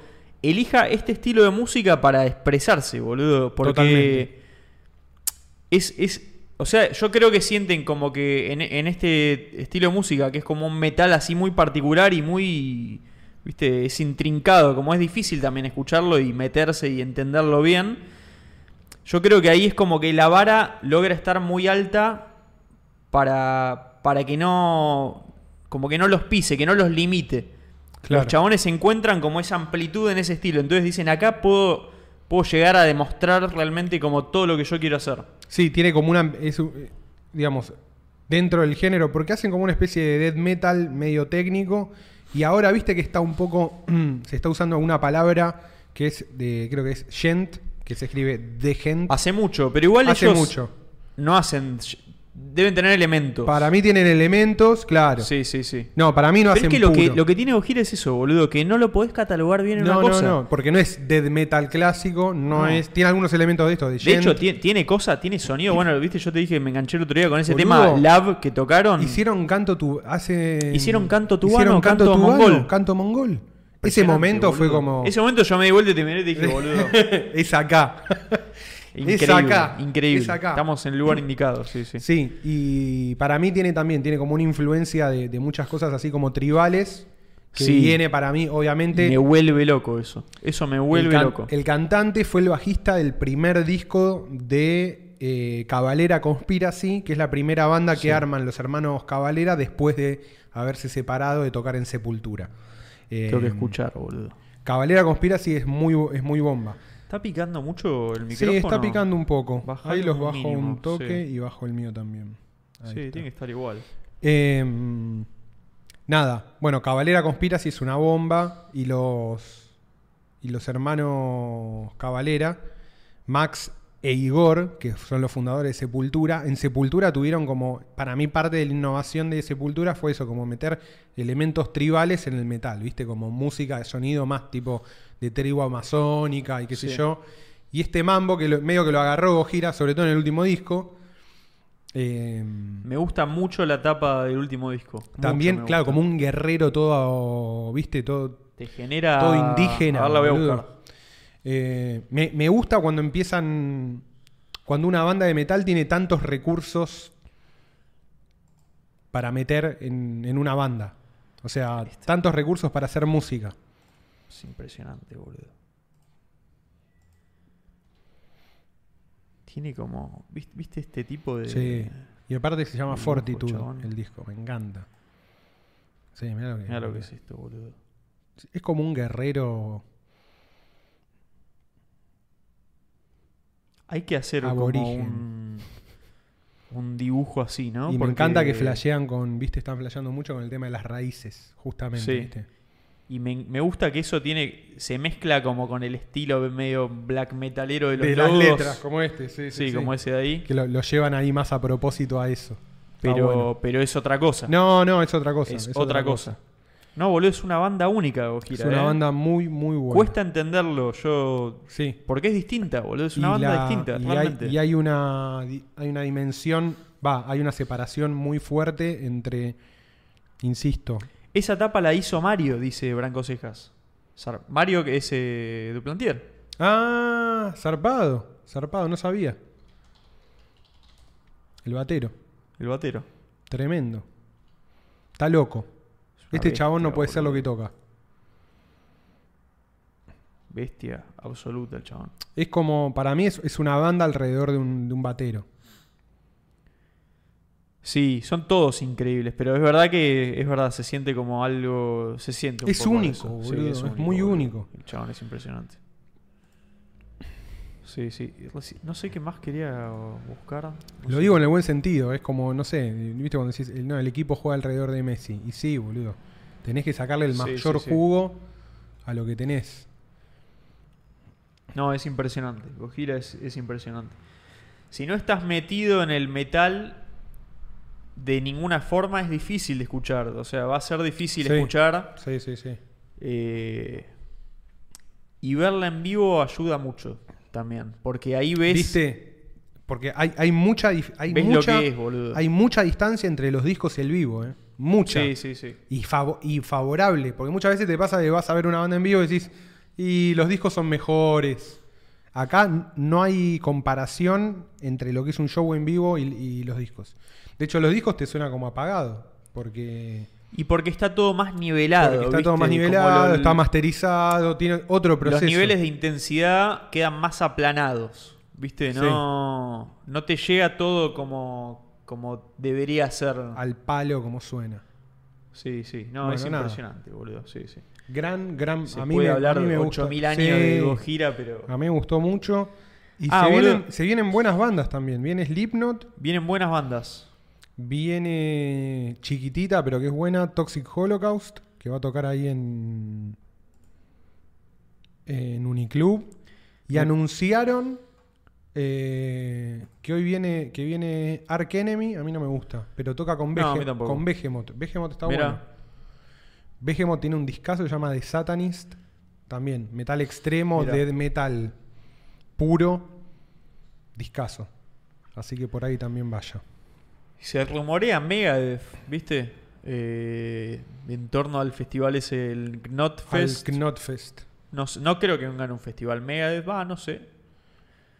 Speaker 2: elija este estilo de música para expresarse, boludo. Porque
Speaker 1: Totalmente.
Speaker 2: es, es- O sea, yo creo que sienten como que en, en este estilo de música, que es como un metal así muy particular y muy. ¿Viste? Es intrincado, como es difícil también escucharlo y meterse y entenderlo bien. Yo creo que ahí es como que la vara logra estar muy alta para, para que no. como que no los pise, que no los limite.
Speaker 1: Claro.
Speaker 2: Los chabones encuentran como esa amplitud en ese estilo. Entonces dicen, acá puedo, puedo llegar a demostrar realmente como todo lo que yo quiero hacer.
Speaker 1: Sí, tiene como una. es un- eh, digamos, dentro del género, porque hacen como una especie de death metal medio técnico. Y ahora viste que está un poco. se está usando una palabra que es de. Creo que es gent, que se escribe de gent.
Speaker 2: Hace mucho, pero igual
Speaker 1: Hace
Speaker 2: ellos
Speaker 1: mucho.
Speaker 2: no hacen... Deben tener elementos.
Speaker 1: Para mí tienen elementos, claro.
Speaker 2: Sí, sí, sí.
Speaker 1: No, para mí no
Speaker 2: Pero
Speaker 1: hacen
Speaker 2: es que lo, que
Speaker 1: puro.
Speaker 2: lo que tiene Gojira es eso, boludo, que no lo podés catalogar bien en
Speaker 1: no,
Speaker 2: una
Speaker 1: no,
Speaker 2: cosa.
Speaker 1: no, porque no es death metal clásico, no,
Speaker 2: No.
Speaker 1: es. Tiene algunos elementos de esto, de,
Speaker 2: De
Speaker 1: gent.
Speaker 2: hecho, tiene, tiene cosa, tiene sonido. Bueno, viste, yo te dije, me enganché el otro día con ese
Speaker 1: Boludo,
Speaker 2: tema Lab que tocaron.
Speaker 1: Hicieron canto tu hace
Speaker 2: Hicieron canto tubano, canto mongol.
Speaker 1: canto mongol. Ese
Speaker 2: Impresionante,
Speaker 1: momento fue
Speaker 2: boludo.
Speaker 1: como
Speaker 2: Ese momento yo me di vuelta y te miré y te dije, boludo.
Speaker 1: es acá.
Speaker 2: Increíble.
Speaker 1: es acá.
Speaker 2: Increíble.
Speaker 1: Es acá.
Speaker 2: Estamos en el lugar indicado, sí, sí.
Speaker 1: Sí, y para mí tiene también, tiene como una influencia de, de muchas cosas así como tribales, que
Speaker 2: Sí.
Speaker 1: viene para mí, obviamente.
Speaker 2: Me vuelve loco eso. Eso me vuelve
Speaker 1: el, can-
Speaker 2: loco.
Speaker 1: el cantante fue el bajista del primer disco de eh, Cabalera Conspiracy, que es la primera banda que arman los hermanos Cabalera después de haberse separado de tocar en Sepultura. Eh,
Speaker 2: Tengo que escuchar, boludo.
Speaker 1: Cabalera Conspiracy es muy, bo- es muy bomba.
Speaker 2: ¿Está picando mucho el
Speaker 1: Sí,
Speaker 2: micrófono?
Speaker 1: está picando un poco.
Speaker 2: Bajale
Speaker 1: Ahí los
Speaker 2: un
Speaker 1: bajo
Speaker 2: mínimo,
Speaker 1: un toque
Speaker 2: sí.
Speaker 1: y bajo el mío también. Ahí
Speaker 2: Sí,
Speaker 1: está.
Speaker 2: tiene que estar igual.
Speaker 1: Em, nada, bueno, Cabalera Conspira sí es una bomba y los, y los hermanos Cabalera, Max e Igor, que son los fundadores de Sepultura, en Sepultura tuvieron como, para mí parte de la innovación de Sepultura fue eso, como meter elementos tribales en el metal, ¿viste? Como música de sonido más tipo de tribu amazónica y qué sé
Speaker 2: Sí.
Speaker 1: yo. Y este mambo que lo- medio que lo agarró Gira, sobre todo en el último disco. em,
Speaker 2: Me gusta mucho la tapa del último disco. Mucho
Speaker 1: también,
Speaker 2: me
Speaker 1: claro,
Speaker 2: gusta.
Speaker 1: como un guerrero todo, viste, todo,
Speaker 2: Te genera.
Speaker 1: todo indígena.
Speaker 2: Ah, Ahora la voy a
Speaker 1: boludo.
Speaker 2: buscar.
Speaker 1: Eh, me, me gusta cuando empiezan, cuando una banda de metal tiene tantos recursos para meter en, en una banda. O sea,
Speaker 2: Este.
Speaker 1: tantos recursos para hacer música.
Speaker 2: Es impresionante, boludo. Tiene como. ¿Viste, viste este tipo de.
Speaker 1: Sí. Y aparte se llama
Speaker 2: Dibujo,
Speaker 1: Fortitude
Speaker 2: Uh, chabón.
Speaker 1: el disco, me encanta. Sí, mirá lo que,
Speaker 2: Mira lo que es esto, boludo.
Speaker 1: Es como un guerrero
Speaker 2: Hay que hacer
Speaker 1: Aborigen.
Speaker 2: como un. Un dibujo así, ¿no?
Speaker 1: Y me
Speaker 2: Porque-
Speaker 1: encanta que flashean con, viste, están flasheando mucho con el tema de las raíces, justamente.
Speaker 2: Sí.
Speaker 1: ¿viste?
Speaker 2: Y me, me gusta que eso tiene. Se mezcla como con el estilo medio black metalero de los
Speaker 1: De las
Speaker 2: Dogs.
Speaker 1: letras, como este, sí, sí,
Speaker 2: Sí,
Speaker 1: sí.
Speaker 2: como ese de ahí.
Speaker 1: Que lo, lo llevan ahí más a propósito a eso. Está
Speaker 2: Pero,
Speaker 1: bueno.
Speaker 2: pero es otra cosa.
Speaker 1: No, no, es otra cosa.
Speaker 2: es, otra cosa. No, boludo, es una banda única, Gojira.
Speaker 1: es una
Speaker 2: ¿eh?
Speaker 1: banda muy, muy buena.
Speaker 2: Cuesta entenderlo, yo.
Speaker 1: Sí.
Speaker 2: Porque es distinta, boludo. Es una
Speaker 1: Y
Speaker 2: banda
Speaker 1: la-
Speaker 2: distinta,
Speaker 1: y hay-
Speaker 2: realmente.
Speaker 1: y hay una, di- hay una dimensión, va, hay una separación muy fuerte entre, insisto,
Speaker 2: Esa tapa la hizo Mario, dice Branco Cejas. Zar- Mario, que es eh, Duplantier.
Speaker 1: Ah, zarpado. Zarpado, no sabía. El batero.
Speaker 2: el batero.
Speaker 1: Tremendo. Está loco.
Speaker 2: Es una
Speaker 1: Este chabón no
Speaker 2: bestia,
Speaker 1: puede ser lo
Speaker 2: boludo.
Speaker 1: que toca.
Speaker 2: Bestia absoluta el chabón.
Speaker 1: Es como, para mí es, es una banda alrededor de un, de un batero.
Speaker 2: Sí, son todos increíbles, pero es verdad que es verdad, se siente como algo. Se siente un
Speaker 1: Es
Speaker 2: poco de
Speaker 1: único,
Speaker 2: eso.
Speaker 1: boludo, es muy
Speaker 2: boludo.
Speaker 1: único.
Speaker 2: El chabón es impresionante. Sí, sí. y reci- No sé qué más quería buscar. No
Speaker 1: Lo
Speaker 2: sé.
Speaker 1: digo en el buen sentido, es como, no sé, viste cuando decís, el- no, el equipo juega alrededor de Messi. Y sí, boludo. Tenés que sacarle el
Speaker 2: Sí,
Speaker 1: mayor
Speaker 2: sí, sí.
Speaker 1: jugo a lo que tenés.
Speaker 2: No, es impresionante. Gojira es, es impresionante. Si no estás metido en el metal de ninguna forma, es difícil de escuchar. O sea, va a ser difícil
Speaker 1: Sí.
Speaker 2: escuchar.
Speaker 1: Sí, sí, sí.
Speaker 2: eh, y verla en vivo ayuda mucho también. Porque ahí ves.
Speaker 1: ¿Viste? Porque hay, hay mucha, dif- hay
Speaker 2: ¿Ves lo
Speaker 1: mucha,
Speaker 2: que es, boludo?
Speaker 1: hay mucha distancia entre los discos y el vivo, ¿eh? Mucha.
Speaker 2: Sí, sí, sí.
Speaker 1: Y, favo- y favorable, porque muchas veces te pasa que vas a ver una banda en vivo y decís, y los discos son mejores. Acá n- no hay comparación entre lo que es un show en vivo y, y los discos. De hecho, los discos te suena como apagado, porque,
Speaker 2: Y porque está todo más nivelado.
Speaker 1: porque está
Speaker 2: ¿viste?
Speaker 1: todo más
Speaker 2: Como
Speaker 1: nivelado,
Speaker 2: lo-
Speaker 1: está masterizado, tiene otro proceso.
Speaker 2: Los niveles de intensidad quedan más aplanados. ¿Viste?
Speaker 1: Sí.
Speaker 2: No, no te llega todo como, como debería ser.
Speaker 1: Al palo como suena.
Speaker 2: Sí, sí. No,
Speaker 1: Bueno,
Speaker 2: es
Speaker 1: nada.
Speaker 2: impresionante, boludo. Sí, sí.
Speaker 1: Gran, gran...
Speaker 2: Se
Speaker 1: a mí
Speaker 2: puede
Speaker 1: me,
Speaker 2: hablar
Speaker 1: a mí
Speaker 2: de
Speaker 1: me gusta.
Speaker 2: 8000 años de
Speaker 1: Sí.
Speaker 2: Gojira, pero.
Speaker 1: A mí me gustó mucho. Y
Speaker 2: Ah,
Speaker 1: se,
Speaker 2: boludo.
Speaker 1: vienen, se vienen buenas bandas también. Viene Slipknot,
Speaker 2: Vienen buenas bandas.
Speaker 1: viene chiquitita, pero que es buena, Toxic Holocaust, que va a tocar ahí en, en Uniclub. Y
Speaker 2: Mm.
Speaker 1: anunciaron eh, que hoy viene, que viene Ark Enemy, a mí no me gusta, pero toca con,
Speaker 2: No, a
Speaker 1: Bege-
Speaker 2: mí tampoco.
Speaker 1: con Behemoth. Behemoth está
Speaker 2: Mirá.
Speaker 1: bueno. Behemoth tiene un discazo que se llama The Satanist, también, metal extremo,
Speaker 2: Mirá.
Speaker 1: death metal puro, discazo. Así que por ahí también vaya.
Speaker 2: Se rumorea Megadeth, ¿viste? Eh, en torno al festival es el Knotfest.
Speaker 1: Al Knotfest.
Speaker 2: No, s- no creo que vengan a un festival Megadeth, va, no sé.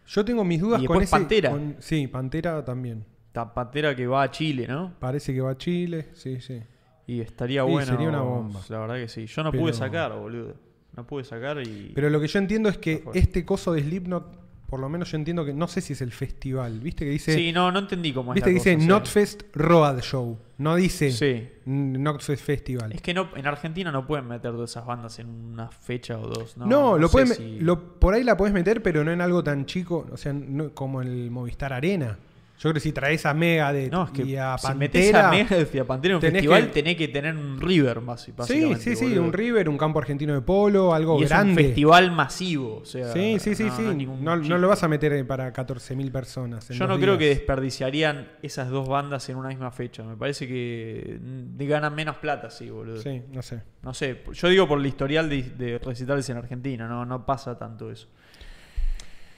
Speaker 1: Yo tengo mis dudas
Speaker 2: Y
Speaker 1: con
Speaker 2: después
Speaker 1: ese.
Speaker 2: Pantera.
Speaker 1: con- sí, Pantera también.
Speaker 2: Tapatera que va a Chile, ¿no?
Speaker 1: Parece que va a Chile, sí, sí.
Speaker 2: Y estaría
Speaker 1: Y
Speaker 2: bueno.
Speaker 1: sería una bomba.
Speaker 2: La verdad que sí. Yo no
Speaker 1: Pero-
Speaker 2: pude sacar, boludo. No pude sacar y.
Speaker 1: Pero lo que yo entiendo es que
Speaker 2: Está fuerte.
Speaker 1: este coso de Slipknot, por lo menos yo entiendo que no sé si es el festival. ¿Viste que dice
Speaker 2: Sí, no, no entendí cómo es
Speaker 1: ¿Viste
Speaker 2: la
Speaker 1: que dice
Speaker 2: cosa, sí.
Speaker 1: Notfest Road Show? No dice
Speaker 2: Sí.
Speaker 1: mm, Notfest Festival.
Speaker 2: Es que no, en Argentina no pueden meter todas esas bandas en una fecha o dos. No,
Speaker 1: no, lo
Speaker 2: sé
Speaker 1: puedes
Speaker 2: si-
Speaker 1: lo, por ahí la puedes meter, pero no en algo tan chico, o sea, no- como el Movistar Arena. Yo creo que si traes a Megadeth
Speaker 2: No, es que
Speaker 1: Eh, y a
Speaker 2: si metés a
Speaker 1: Pantera,
Speaker 2: Megadeth y a Pantera en un
Speaker 1: tenés
Speaker 2: festival,
Speaker 1: que-
Speaker 2: tenés que tener un River, basi-
Speaker 1: sí,
Speaker 2: básicamente.
Speaker 1: sí, sí,
Speaker 2: boludo.
Speaker 1: un River, un campo argentino de polo, algo
Speaker 2: Y es
Speaker 1: grande.
Speaker 2: un festival masivo. o sea,
Speaker 1: Sí, sí, sí,
Speaker 2: no,
Speaker 1: sí.
Speaker 2: no
Speaker 1: No,
Speaker 2: es ningún
Speaker 1: no
Speaker 2: chiste.
Speaker 1: lo vas a meter eh, para 14.000 personas. en
Speaker 2: Yo
Speaker 1: dos
Speaker 2: no creo que
Speaker 1: días.
Speaker 2: desperdiciarían esas dos bandas en una misma fecha. Me parece que mm, ganan menos plata, sí, boludo.
Speaker 1: Sí, no sé.
Speaker 2: No sé, yo digo por el historial de, de recitales en Argentina, no, no pasa tanto eso.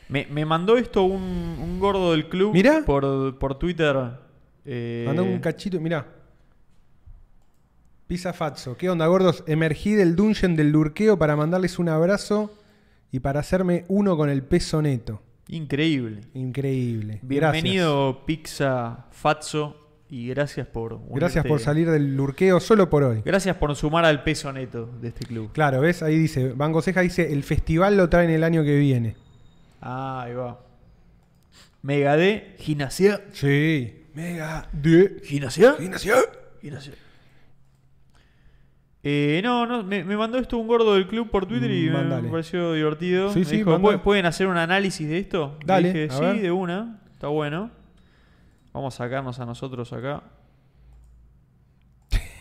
Speaker 2: Me, me mandó esto un, un gordo del club
Speaker 1: Mirá.
Speaker 2: Por, por Twitter. eh,
Speaker 1: Mandá un cachito, mirá. Pisa Fatso. ¿Qué onda, gordos? Emergí del dungeon del lurqueo para mandarles un abrazo y para hacerme uno con el peso neto.
Speaker 2: Increíble.
Speaker 1: Increíble.
Speaker 2: Bienvenido, Pizza Fatso, y gracias por unirte.
Speaker 1: Gracias, Gracias por salir del lurqueo solo por hoy.
Speaker 2: Gracias por sumar al peso neto de este club.
Speaker 1: Claro, ¿ves? Ahí dice, Banco Ceja dice, el festival lo traen el año que viene.
Speaker 2: Ah, ahí va. Megadé, Gimnasia.
Speaker 1: Sí. Mega. De.
Speaker 2: Gimnasia.
Speaker 1: Gimnasia.
Speaker 2: Gimnasia. Eh, no, no, me, me mandó esto un gordo del club por Twitter y me-
Speaker 1: Mm, Mandale.
Speaker 2: me pareció divertido.
Speaker 1: Sí,
Speaker 2: Me
Speaker 1: sí,
Speaker 2: dijo,
Speaker 1: manda.
Speaker 2: "¿Pue- ¿pueden hacer un análisis de esto? Le
Speaker 1: Dale,
Speaker 2: dije,
Speaker 1: a
Speaker 2: sí,
Speaker 1: ver.
Speaker 2: de una. Está bueno. Vamos a sacarnos a nosotros acá.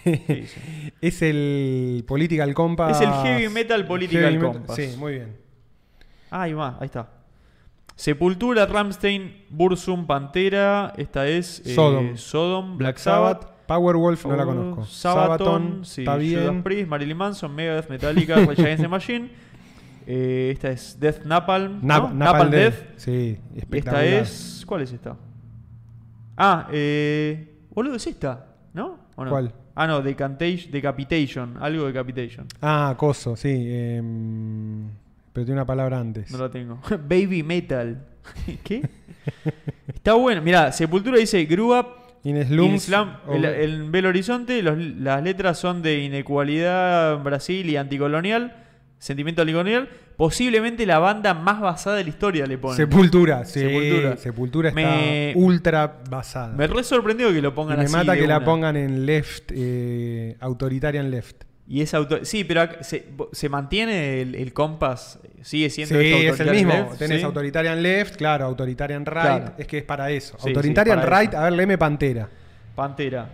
Speaker 2: ¿Qué dice?
Speaker 1: Es el Political Compass.
Speaker 2: Es el Heavy Metal Political
Speaker 1: Heavy
Speaker 2: Compass.
Speaker 1: Sí, muy bien.
Speaker 2: Ah, ahí va, ahí está. Sepultura, Ramstein, Bursum, Pantera. Esta es eh,
Speaker 1: Sodom.
Speaker 2: Sodom, Black Sabbath.
Speaker 1: Powerwolf no la
Speaker 2: Uh,
Speaker 1: conozco.
Speaker 2: Sabaton, sí,
Speaker 1: está
Speaker 2: Judas
Speaker 1: bien.
Speaker 2: Priest, Marilyn Manson, Megadeth, Metallica, Rage Against the Machine. Eh, esta es Death Napalm. ¿no?
Speaker 1: Nap- Napalm Death. Sí,
Speaker 2: Y esta
Speaker 1: espectacular.
Speaker 2: es. ¿Cuál es esta? Ah, eh. Boludo, es esta, ¿no? ¿O no?
Speaker 1: ¿Cuál?
Speaker 2: Ah, no, Decantation, Decapitation, algo Decapitation.
Speaker 1: Ah, coso, sí. em, pero tiene una palabra antes.
Speaker 2: No la tengo. Baby Metal. ¿Qué? Está bueno. Mirá, Sepultura dice Grew Up.
Speaker 1: In Slums,
Speaker 2: In Slum,
Speaker 1: o-
Speaker 2: el- en Belo Horizonte los- las letras son de inequalidad en Brasil y anticolonial, sentimiento anticolonial. Posiblemente la banda más basada de la historia le ponen.
Speaker 1: Sepultura, sí,
Speaker 2: Sepultura.
Speaker 1: Sepultura. está
Speaker 2: Me-
Speaker 1: ultra basada.
Speaker 2: me
Speaker 1: Y
Speaker 2: re sorprendido que lo pongan
Speaker 1: me
Speaker 2: así.
Speaker 1: mata
Speaker 2: de
Speaker 1: que la
Speaker 2: una.
Speaker 1: pongan en left, eh, autoritarian left.
Speaker 2: Y es auto- Sí, pero ac- se, se mantiene el, el compás. eh, Sigue
Speaker 1: Sí,
Speaker 2: siendo esto
Speaker 1: es el
Speaker 2: autoritario
Speaker 1: mismo.
Speaker 2: left,
Speaker 1: Tenés
Speaker 2: ¿sí?
Speaker 1: autoritarian left, claro, autoritarian right.
Speaker 2: Claro.
Speaker 1: Es que es para eso.
Speaker 2: Sí,
Speaker 1: autoritarian
Speaker 2: sí, para
Speaker 1: right,
Speaker 2: eso.
Speaker 1: a ver, léeme Pantera.
Speaker 2: Pantera.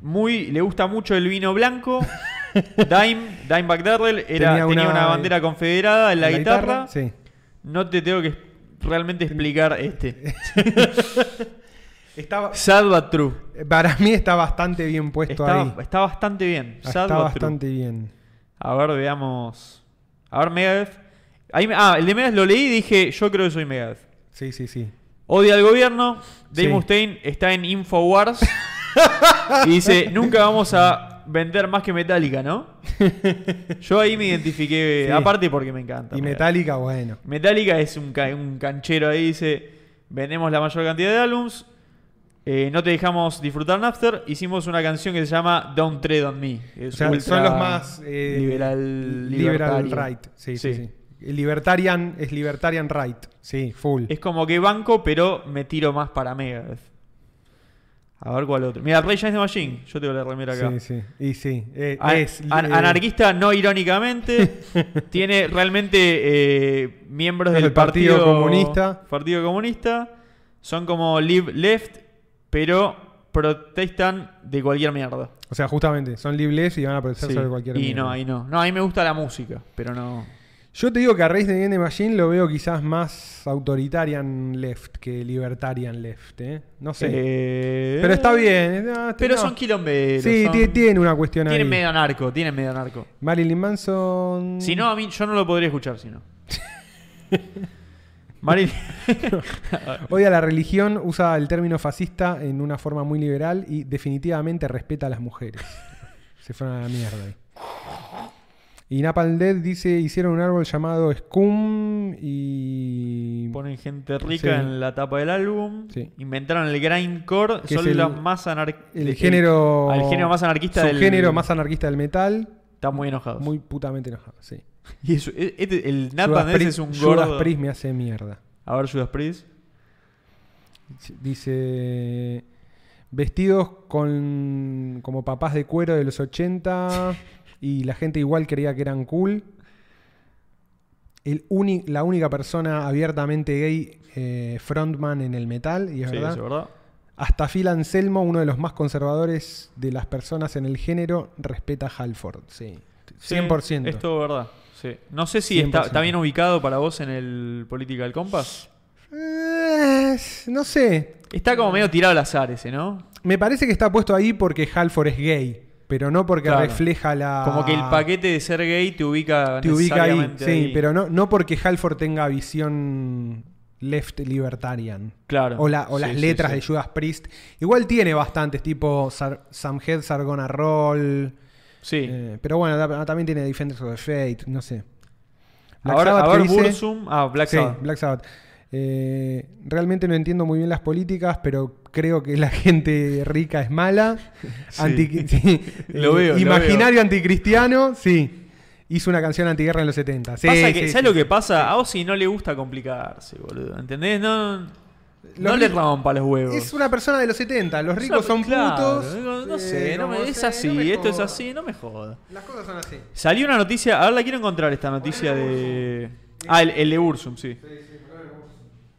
Speaker 2: Muy, le gusta mucho el vino blanco. Dime, Dimebag Darrell era,
Speaker 1: Tenía
Speaker 2: tenía, una,
Speaker 1: una-
Speaker 2: bandera confederada en la, guitarra.
Speaker 1: Sí.
Speaker 2: No te tengo que es- realmente explicar este.
Speaker 1: Estaba,
Speaker 2: Sad but true.
Speaker 1: Para mí está bastante bien puesto ahí. Ah,
Speaker 2: Está, está bastante bien. Sad
Speaker 1: está
Speaker 2: but
Speaker 1: bastante bien.
Speaker 2: true. A ver, veamos. A ver, Megadeth. Ahí me- ah, el de Megadeth lo leí y dije, yo creo que soy Megadeth.
Speaker 1: Sí, sí, sí.
Speaker 2: Odia al gobierno.
Speaker 1: Sí.
Speaker 2: Dave Mustaine está en Infowars. y dice, nunca vamos a vender más que Metallica, ¿no? Yo ahí me identifiqué,
Speaker 1: Sí.
Speaker 2: aparte porque me encanta.
Speaker 1: Y
Speaker 2: Megadeth.
Speaker 1: Metallica, bueno.
Speaker 2: Metallica es un, ca- un canchero ahí, dice, vendemos la mayor cantidad de álbums, eh, no te dejamos disfrutar Napster, hicimos una canción que se llama Don't Tread on Me. que es
Speaker 1: O sea,
Speaker 2: ultra
Speaker 1: son los más eh,
Speaker 2: liberal,
Speaker 1: liberal
Speaker 2: libertario.
Speaker 1: right. Sí, sí, sí. Libertarian es libertarian right. Sí, full.
Speaker 2: Es como que banco, pero me tiro más para Megadeth. A ver cuál otro. Mira, Rey Against the Machine, yo tengo la remera acá.
Speaker 1: sí, sí. Y sí, eh,
Speaker 2: A-
Speaker 1: es
Speaker 2: an-
Speaker 1: eh,
Speaker 2: anarquista no irónicamente tiene realmente eh, miembros
Speaker 1: Del
Speaker 2: del partido,
Speaker 1: Partido Comunista.
Speaker 2: Partido Comunista son como live left, pero protestan de cualquier mierda.
Speaker 1: O sea, justamente, son libres y van a procesar
Speaker 2: Sí.
Speaker 1: sobre cualquier
Speaker 2: y
Speaker 1: mierda.
Speaker 2: no, ahí no. No, a mí me gusta la música, pero no.
Speaker 1: Yo te digo que a raíz de the Machine lo veo quizás más autoritarian left que libertarian left, ¿eh? No sé.
Speaker 2: Eh,
Speaker 1: pero está bien. ah,
Speaker 2: Pero
Speaker 1: no.
Speaker 2: son quilomberos.
Speaker 1: Sí,
Speaker 2: son-
Speaker 1: tie- tiene una cuestión
Speaker 2: tienen
Speaker 1: ahí.
Speaker 2: medio narco, tienen medio narco.
Speaker 1: Marilyn Manson.
Speaker 2: Si no, a mí yo no lo podría escuchar, si no. Marilyn.
Speaker 1: Odia la religión, usa el término fascista en una forma muy liberal y definitivamente respeta a las mujeres. Se fueron a la mierda ahí. Y Napalm Death dice, hicieron un árbol llamado Scum y...
Speaker 2: Ponen gente rica
Speaker 1: Sí.
Speaker 2: en la tapa del álbum.
Speaker 1: Sí.
Speaker 2: Inventaron el grindcore.
Speaker 1: Que
Speaker 2: son
Speaker 1: es el-
Speaker 2: los más anar-
Speaker 1: El
Speaker 2: de-
Speaker 1: género...
Speaker 2: al género más anarquista del
Speaker 1: género más anarquista del metal.
Speaker 2: Está muy enojado.
Speaker 1: Muy putamente enojado, sí.
Speaker 2: Y eso- e- este- el Nat
Speaker 1: Judas
Speaker 2: Van Ness
Speaker 1: Priest-
Speaker 2: es un
Speaker 1: Judas
Speaker 2: gordo.
Speaker 1: Priest me hace mierda.
Speaker 2: A ver, Judas Priest.
Speaker 1: Dice. Vestidos con. como papás de cuero de los 80. Y la gente igual creía que eran cool. El uni- la única persona abiertamente gay eh, frontman en el metal, y es
Speaker 2: Sí,
Speaker 1: verdad.
Speaker 2: eso, ¿verdad?
Speaker 1: Hasta Phil Anselmo, uno de los más conservadores de las personas en el género, respeta a Halford. Sí. 100%.
Speaker 2: Sí, es todo verdad. Sí. No sé si está,
Speaker 1: 100%.
Speaker 2: está bien ubicado para vos en el Political Compass.
Speaker 1: Eh, no sé.
Speaker 2: Está como medio tirado al azar ese, ¿no?
Speaker 1: Me parece que está puesto ahí porque Halford es gay, pero no porque
Speaker 2: Claro.
Speaker 1: refleja la.
Speaker 2: Como que el paquete de ser gay te ubica
Speaker 1: Ah. te ubica ahí,
Speaker 2: necesariamente
Speaker 1: sí,
Speaker 2: ahí.
Speaker 1: pero no, no porque Halford tenga visión left libertarian.
Speaker 2: Claro.
Speaker 1: O, la- o
Speaker 2: Sí,
Speaker 1: las
Speaker 2: sí,
Speaker 1: letras
Speaker 2: sí.
Speaker 1: de Judas Priest. Igual tiene bastantes, tipo Sar- Samhead, Sargona Roll.
Speaker 2: Sí.
Speaker 1: eh, pero bueno, ta- también tiene Defenders of the Fate, no sé. Black
Speaker 2: Ahora,
Speaker 1: Sabbath
Speaker 2: a ver,
Speaker 1: que dice-
Speaker 2: Burzum. Ah, Black
Speaker 1: Sí,
Speaker 2: Sabbath.
Speaker 1: Black Sabbath. Eh, realmente no entiendo muy bien las políticas, pero creo que la gente rica es mala.
Speaker 2: Sí.
Speaker 1: Anti- sí. eh,
Speaker 2: Lo veo, lo
Speaker 1: Imaginario anticristiano, sí. Hizo una canción antiguerra en los 70. Sí,
Speaker 2: Pasa que-
Speaker 1: sí,
Speaker 2: ¿Sabes
Speaker 1: sí.
Speaker 2: lo que pasa? A Ozzy no le gusta complicarse, boludo. ¿Entendés? No, no
Speaker 1: Los
Speaker 2: le
Speaker 1: ricos-
Speaker 2: rompa los huevos.
Speaker 1: Es una persona de los 70. Los ricos
Speaker 2: Claro,
Speaker 1: son
Speaker 2: claro.
Speaker 1: putos.
Speaker 2: No, no
Speaker 1: eh,
Speaker 2: sé, no me-
Speaker 1: como,
Speaker 2: es
Speaker 1: eh,
Speaker 2: así,
Speaker 1: no me
Speaker 2: esto es
Speaker 1: jodas.
Speaker 2: así, no me joda.
Speaker 1: Las cosas son así.
Speaker 2: Salió una noticia, ahora la quiero encontrar esta noticia de. Ah, el, el de Ursum, sí.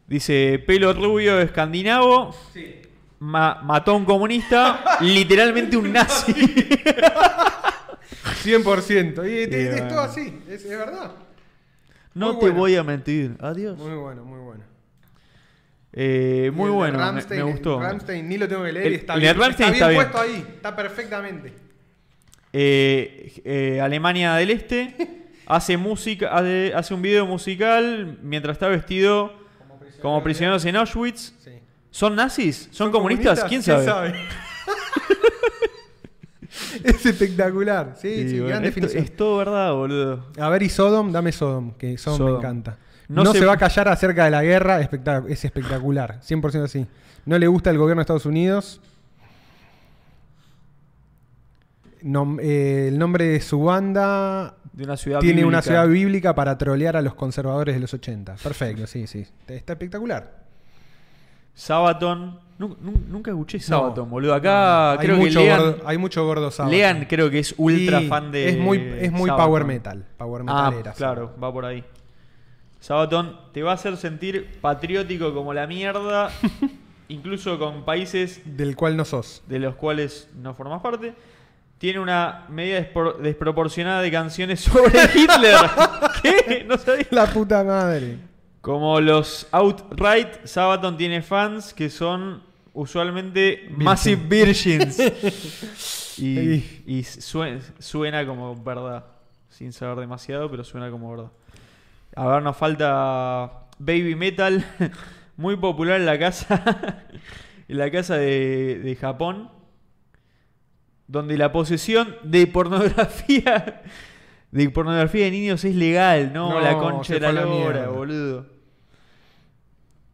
Speaker 2: Dice: pelo rubio escandinavo. ma- mató a un comunista, literalmente un nazi.
Speaker 1: 100%. Y, te-
Speaker 2: Y
Speaker 1: es
Speaker 2: bueno.
Speaker 1: todo así. Es, es verdad.
Speaker 2: No
Speaker 1: Muy
Speaker 2: te
Speaker 1: bueno.
Speaker 2: voy a mentir. Adiós.
Speaker 1: Muy bueno, muy bueno.
Speaker 2: Eh, muy
Speaker 1: Y el de
Speaker 2: bueno, me-
Speaker 1: Rammstein,
Speaker 2: me, gustó.
Speaker 1: el Rammstein, ni lo tengo que leer.
Speaker 2: El-
Speaker 1: y está
Speaker 2: el de
Speaker 1: bien, está
Speaker 2: Rammstein
Speaker 1: bien
Speaker 2: está bien.
Speaker 1: puesto ahí. Está perfectamente.
Speaker 2: Eh, eh, Alemania del Este hace música, hace hace un video musical mientras está vestido como prisioneros en Auschwitz.
Speaker 1: Sí.
Speaker 2: ¿Son nazis? ¿Son, comunistas? ¿Quién sabe?
Speaker 1: es espectacular. Sí,
Speaker 2: Y
Speaker 1: sí,
Speaker 2: bueno,
Speaker 1: gran
Speaker 2: esto
Speaker 1: definición.
Speaker 2: es todo verdad, boludo.
Speaker 1: A ver, y Sodom, dame Sodom, que Sodom,
Speaker 2: Sodom.
Speaker 1: me encanta.
Speaker 2: No
Speaker 1: No,
Speaker 2: se-
Speaker 1: se... va a callar acerca de la guerra, espectac- es espectacular, 100% así. No le gusta el gobierno de Estados Unidos. Nom- eh, el nombre de su banda
Speaker 2: De una ciudad
Speaker 1: tiene una
Speaker 2: bíblica.
Speaker 1: ciudad bíblica para trolear a los conservadores de los 80. Perfecto, sí, sí. Está espectacular.
Speaker 2: Sabaton. Nu- nu- nunca escuché Sabaton,
Speaker 1: No.
Speaker 2: boludo. Acá
Speaker 1: Hay
Speaker 2: Ah, creo que
Speaker 1: mucho
Speaker 2: lean,
Speaker 1: gordo- hay mucho gordo sábado.
Speaker 2: Lean creo que es ultra
Speaker 1: Y
Speaker 2: fan de
Speaker 1: Es muy, es muy
Speaker 2: Sabaton.
Speaker 1: power metal. Power
Speaker 2: Ah,
Speaker 1: metalera. sí.
Speaker 2: claro, va por ahí. Sabaton te va a hacer sentir patriótico como la mierda, incluso con países
Speaker 1: Del cual no sos.
Speaker 2: de los cuales no formas parte. Tiene una medida despro- desproporcionada de canciones sobre Hitler. ¿Qué? No sabía.
Speaker 1: La puta madre.
Speaker 2: Como los Outright, Sabaton tiene fans que son usualmente Massive Virgins. y y sue- suena como verdad. Sin saber demasiado, pero suena como verdad. A ver, nos falta Baby Metal. Muy popular en la casa. en la casa de, de Japón. Donde la posesión de pornografía. De pornografía de niños es legal, ¿no?
Speaker 1: No,
Speaker 2: la concha
Speaker 1: se
Speaker 2: de la
Speaker 1: fue a la
Speaker 2: lora,
Speaker 1: mierda.
Speaker 2: boludo.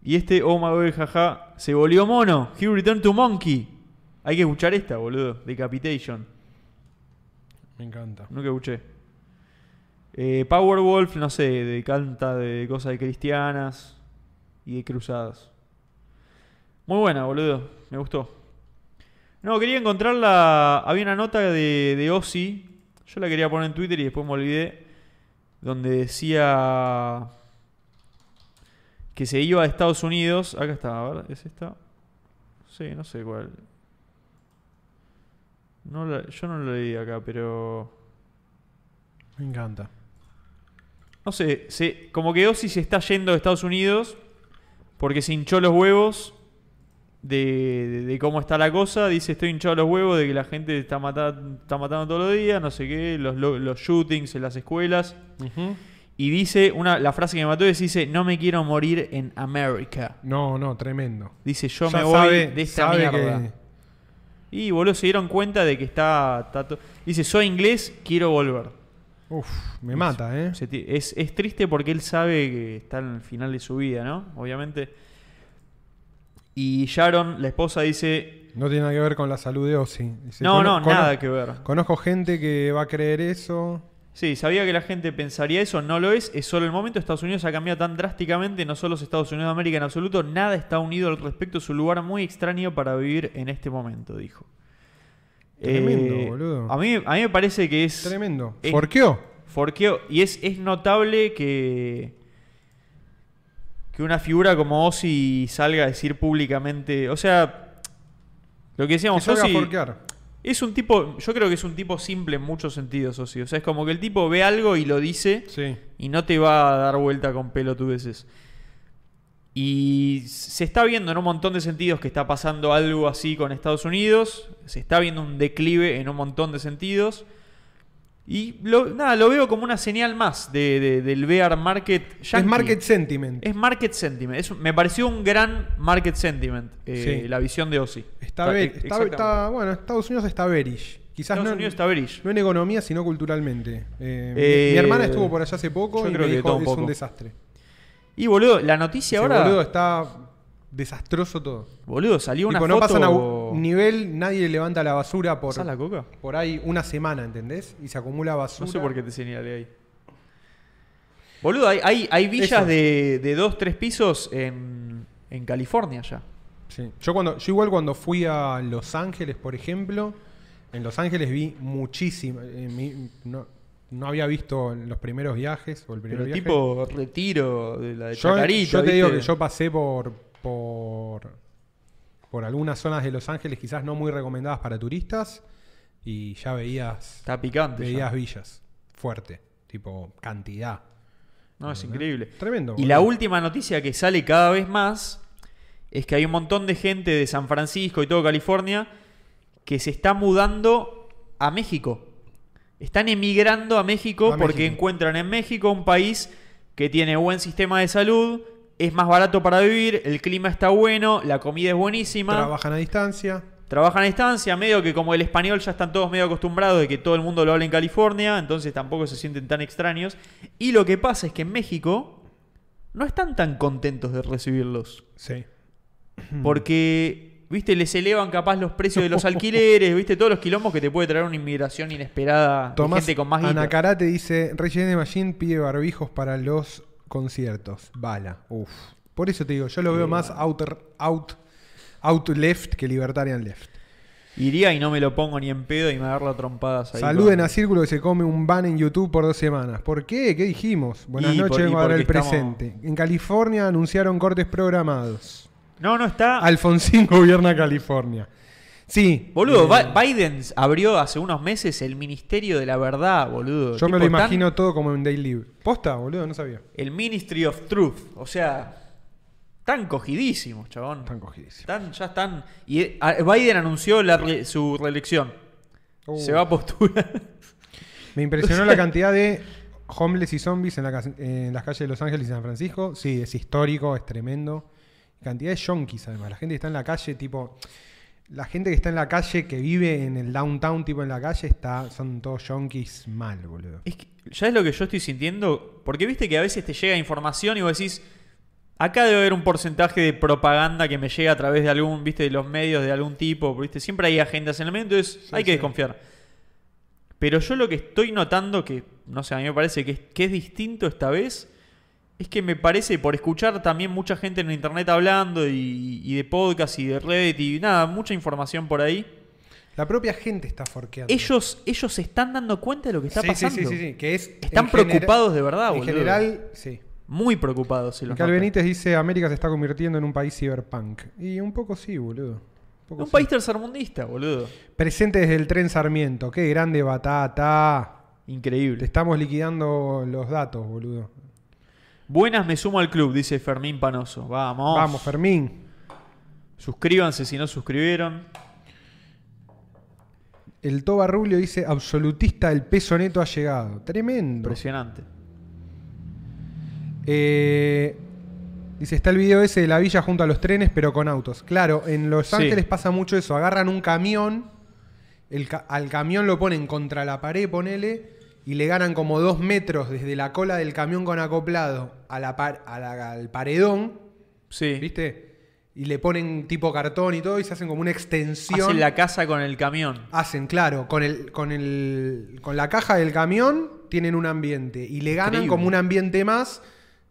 Speaker 2: Y este, oh my god, jaja, se volvió mono. He returned to monkey. Hay que escuchar esta, boludo. Decapitation.
Speaker 1: Me encanta.
Speaker 2: Nunca escuché. Eh, Powerwolf, no sé, de canta de cosas de cristianas y de cruzadas. Muy buena, boludo. Me gustó. No, quería encontrarla. Había una nota de, de Ozzy. Yo la quería poner en Twitter y después me olvidé. Donde decía que se iba a Estados Unidos. Acá está, a ver, ¿es esta? Sí, no sé cuál. No la- yo no la leí acá, pero.
Speaker 1: Me encanta.
Speaker 2: No sé, se- como que Ozzy se está yendo de Estados Unidos porque se hinchó los huevos de, de- de cómo está la cosa. Dice, estoy hinchado los huevos de que la gente está, mata- está matando todos los días, no sé qué, los, lo- los shootings en las escuelas. Y dice, una, la frase que me mató es, dice, no me quiero morir en América.
Speaker 1: No, no, tremendo.
Speaker 2: Dice, yo
Speaker 1: Ya
Speaker 2: me voy
Speaker 1: sabe-
Speaker 2: de esta
Speaker 1: sabe
Speaker 2: mierda.
Speaker 1: que-
Speaker 2: Y boludo, se dieron cuenta de que está... está to- Dice, soy inglés, quiero volver.
Speaker 1: Uf, me mata, ¿eh?
Speaker 2: Se ti- Es, es triste porque él sabe que está en el final de su vida, ¿no? Obviamente. Y Sharon, la esposa, dice.
Speaker 1: No tiene nada que ver con la salud de Ozzy. Dice,
Speaker 2: No,
Speaker 1: "Cono-
Speaker 2: no,
Speaker 1: cono-
Speaker 2: nada que ver.
Speaker 1: Conozco gente que va a creer eso.
Speaker 2: Sí, sabía que la gente pensaría eso, no lo es, es solo el momento. Estados Unidos ha cambiado tan drásticamente, no solo los Estados Unidos de América en absoluto, nada está unido al respecto, es un lugar muy extraño para vivir en este momento, dijo. Eh,
Speaker 1: Tremendo, boludo.
Speaker 2: A mí, a mí me parece que es...
Speaker 1: Tremendo.
Speaker 2: Eh.
Speaker 1: ¿Por qué?
Speaker 2: Forqueo. Y es, es notable que. que una figura como Ozzy salga a decir públicamente. O sea. Lo que decíamos,
Speaker 1: Que salga a
Speaker 2: Ozzy
Speaker 1: forquear.
Speaker 2: es un tipo. Yo creo que es un tipo simple en muchos sentidos, Ozzy. O sea, es como que el tipo ve algo y lo dice
Speaker 1: Sí.
Speaker 2: y no te va a dar vuelta con pelotudeces. Y se está viendo en un montón de sentidos que está pasando algo así con Estados Unidos. Se está viendo un declive en un montón de sentidos. Y lo, nada, lo veo como una señal más de, de- del bear market. yankee.
Speaker 1: Es market sentiment.
Speaker 2: Es market sentiment. Es- me pareció un gran market sentiment eh,
Speaker 1: Sí.
Speaker 2: la visión de Ozzy.
Speaker 1: Está,
Speaker 2: Ta-
Speaker 1: be-
Speaker 2: ex-
Speaker 1: está-
Speaker 2: e- exactamente.
Speaker 1: está- bueno, Estados Unidos está bearish. Quizás
Speaker 2: Estados
Speaker 1: no,
Speaker 2: Unidos está bearish.
Speaker 1: no en economía, sino culturalmente. Eh, mi-
Speaker 2: Eh,
Speaker 1: mi hermana estuvo por allá hace poco
Speaker 2: yo
Speaker 1: y
Speaker 2: creo
Speaker 1: me
Speaker 2: que todo
Speaker 1: dijo
Speaker 2: un
Speaker 1: es
Speaker 2: poco".
Speaker 1: un desastre.
Speaker 2: Y boludo, la noticia
Speaker 1: Ese
Speaker 2: ahora.
Speaker 1: boludo,
Speaker 2: Boludo,
Speaker 1: está desastroso todo.
Speaker 2: salió una
Speaker 1: Tipo,
Speaker 2: foto.
Speaker 1: no pasan a bu- nivel, nadie levanta la basura por,
Speaker 2: ¿Pasás la coca?
Speaker 1: por ahí una semana, ¿entendés? Y se acumula basura.
Speaker 2: No sé por qué te señalé ahí. Boludo, hay, hay, hay villas
Speaker 1: Eso.
Speaker 2: de, de dos, tres pisos en, en California ya.
Speaker 1: Sí. Yo, cuando, yo igual cuando fui a Los Ángeles, por ejemplo, en Los Ángeles vi muchísimo. eh, mi- no, no había visto en los primeros viajes o el primer
Speaker 2: Pero
Speaker 1: viaje.
Speaker 2: tipo retiro de la de
Speaker 1: yo,
Speaker 2: Chacarita,
Speaker 1: yo te digo que
Speaker 2: ¿viste?
Speaker 1: yo pasé por, por, por algunas zonas de Los Ángeles quizás no muy recomendadas para turistas y ya veías,
Speaker 2: Está picante. ya.
Speaker 1: veías villas fuerte, tipo cantidad.
Speaker 2: No, es increíble.
Speaker 1: Tremendo.
Speaker 2: Y la
Speaker 1: boludo.
Speaker 2: última noticia que sale cada vez más es que hay un montón de gente de San Francisco y todo California que se está mudando a México. Están emigrando a México
Speaker 1: A
Speaker 2: porque
Speaker 1: México.
Speaker 2: encuentran en México un país que tiene buen sistema de salud, es más barato para vivir, el clima está bueno, la comida es buenísima.
Speaker 1: Trabajan a distancia.
Speaker 2: Trabajan a distancia, medio que como el español ya están todos medio acostumbrados de que todo el mundo lo habla en California, entonces tampoco se sienten tan extraños. Y lo que pasa es que en México no están tan contentos de recibirlos.
Speaker 1: Sí. Hmm.
Speaker 2: Porque, viste, les elevan capaz los precios de los alquileres, viste, todos los quilombos que te puede traer una inmigración inesperada de
Speaker 1: Tomás
Speaker 2: gente con más guita.
Speaker 1: Anacarate dice, Reyes de Machine pide barbijos para los conciertos. Bala. Uf. Por eso te digo, yo lo veo más outer, out, out left que libertarian left.
Speaker 2: Iría y no me lo pongo ni en pedo y me agarro a trompadas ahí.
Speaker 1: Saluden
Speaker 2: con-
Speaker 1: a Círculo que se come un ban en YouTube por dos semanas. ¿Por qué? ¿Qué dijimos? Buenas
Speaker 2: Y por-
Speaker 1: noches,
Speaker 2: y
Speaker 1: para el
Speaker 2: porque estamos-
Speaker 1: presente. En California anunciaron cortes programados.
Speaker 2: No, no está.
Speaker 1: Alfonsín gobierna California. Sí.
Speaker 2: Ah. Boludo,
Speaker 1: eh,
Speaker 2: Ba- Biden abrió hace unos meses el Ministerio de la Verdad, boludo.
Speaker 1: yo me lo
Speaker 2: Tipo, tan-
Speaker 1: imagino todo como en Daily. Posta, boludo, no sabía.
Speaker 2: El Ministry of Truth. O sea, tan cogidísimos, chabón.
Speaker 1: Están cogidísimos.
Speaker 2: Están, ya están. Y eh, a- Biden anunció la re- su reelección.
Speaker 1: Uh.
Speaker 2: Se va a postular.
Speaker 1: Me impresionó la cantidad de homeless y zombies en, la cas- en las calles de Los Ángeles y San Francisco. Sí, es histórico, es tremendo. Cantidad de yonkis, además. La gente que está en la calle, tipo. La gente que está en la calle, que vive en el downtown, tipo en la calle, está, son todos yonkis mal, boludo.
Speaker 2: Es que, ya es lo que yo estoy sintiendo. Porque viste que a veces te llega información y vos decís. Acá debe haber un porcentaje de propaganda que me llega a través de algún, viste, de los medios de algún tipo, viste, siempre hay agendas en el medio, entonces hay que
Speaker 1: sí.
Speaker 2: desconfiar. Pero yo lo que estoy notando, que no sé, a mí me parece que es, que es distinto esta vez, es que me parece, por escuchar también mucha gente en internet hablando y, y de podcast y de Reddit y nada, mucha información por ahí,
Speaker 1: La propia gente está forqueando.
Speaker 2: ellos, ellos se están dando cuenta de lo que está
Speaker 1: Sí, sí,
Speaker 2: pasando.
Speaker 1: sí, sí, sí, que es,
Speaker 2: Están
Speaker 1: en genera-
Speaker 2: preocupados de verdad,
Speaker 1: en
Speaker 2: boludo.
Speaker 1: general, sí.
Speaker 2: Muy preocupados. se los
Speaker 1: Mical
Speaker 2: nota.
Speaker 1: Benítez dice: América se está convirtiendo en un país cyberpunk. Y un poco sí, boludo. Un, poco
Speaker 2: Un
Speaker 1: sí.
Speaker 2: país tercermundista, boludo.
Speaker 1: Presente desde el tren Sarmiento. Qué grande batata. Te
Speaker 2: Increíble.
Speaker 1: estamos liquidando los datos, boludo.
Speaker 2: Buenas, me sumo al club, dice Fermín Panoso. Vamos.
Speaker 1: Vamos, Fermín.
Speaker 2: Suscríbanse si no suscribieron.
Speaker 1: El Toba Rubio dice, absolutista, el peso neto ha llegado. Tremendo.
Speaker 2: Impresionante.
Speaker 1: Eh, dice, está el video ese de la villa junto a los trenes, pero con autos. Claro, en Los
Speaker 2: Sí.
Speaker 1: Ángeles pasa mucho eso. Agarran un camión, el ca- al camión lo ponen contra la pared, ponele, y le ganan como dos metros desde la cola del camión con acoplado a la par- a la- al paredón.
Speaker 2: Sí.
Speaker 1: ¿Viste? y le ponen tipo cartón y todo y se hacen como una extensión.
Speaker 2: Hacen la casa con el camión.
Speaker 1: Hacen, claro, con el, con el. con la caja del camión tienen un ambiente. Y le ganan
Speaker 2: Increíble.
Speaker 1: como un ambiente más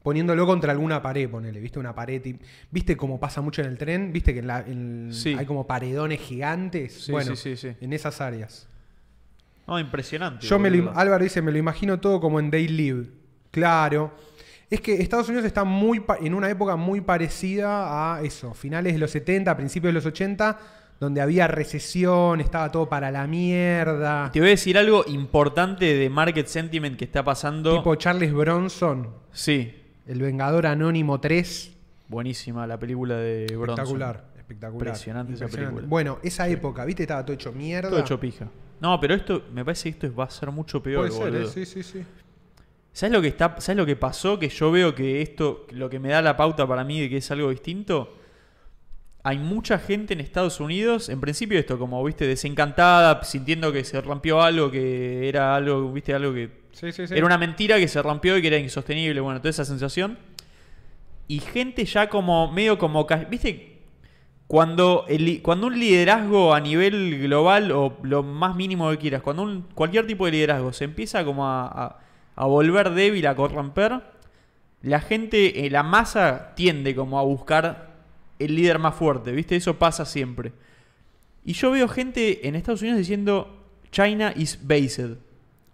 Speaker 1: poniéndolo contra alguna pared, ponele, viste, una pared. y- ¿Viste cómo pasa mucho en el tren? ¿Viste que en la- en-
Speaker 2: Sí.
Speaker 1: hay como paredones gigantes?
Speaker 2: Sí,
Speaker 1: bueno,
Speaker 2: sí, sí, sí.
Speaker 1: en esas áreas.
Speaker 2: No, impresionante.
Speaker 1: Yo me lo, im-
Speaker 2: boludo.
Speaker 1: Álvaro dice, me lo imagino todo como en Day Live. Claro. Es que Estados Unidos está muy pa- en una época muy parecida a eso, finales de los 70, principios de los 80, donde había recesión, estaba todo para la mierda.
Speaker 2: Te voy a decir algo importante de market sentiment que está pasando.
Speaker 1: Tipo Charles Bronson,
Speaker 2: Sí,
Speaker 1: El Vengador Anónimo 3.
Speaker 2: buenísima la película de Bronson.
Speaker 1: Espectacular, espectacular.
Speaker 2: Impresionante esa película.
Speaker 1: Bueno, esa época, ¿viste? Estaba todo hecho mierda.
Speaker 2: Todo hecho pija. No, pero esto me parece que esto va a ser mucho peor,
Speaker 1: Puede ser,
Speaker 2: boludo.
Speaker 1: ¿eh? sí, sí, sí.
Speaker 2: ¿Sabes lo que está, sabes lo que pasó? Que yo veo que esto, lo que me da la pauta para mí de que es algo distinto. Hay mucha gente en Estados Unidos, en principio esto, como viste, desencantada, sintiendo que se rompió algo, que era algo, viste, algo que
Speaker 1: Sí, sí, sí.
Speaker 2: era una mentira que se rompió y que era insostenible. Bueno, toda esa sensación. Y gente ya como, medio como, ca- viste, cuando, el li- cuando un liderazgo a nivel global o lo más mínimo que quieras, cuando un, cualquier tipo de liderazgo se empieza como a, a- a volver débil, a corromper, la gente, eh, la masa tiende como a buscar el líder más fuerte, viste, eso pasa siempre. Y yo veo gente en Estados Unidos diciendo, China is based.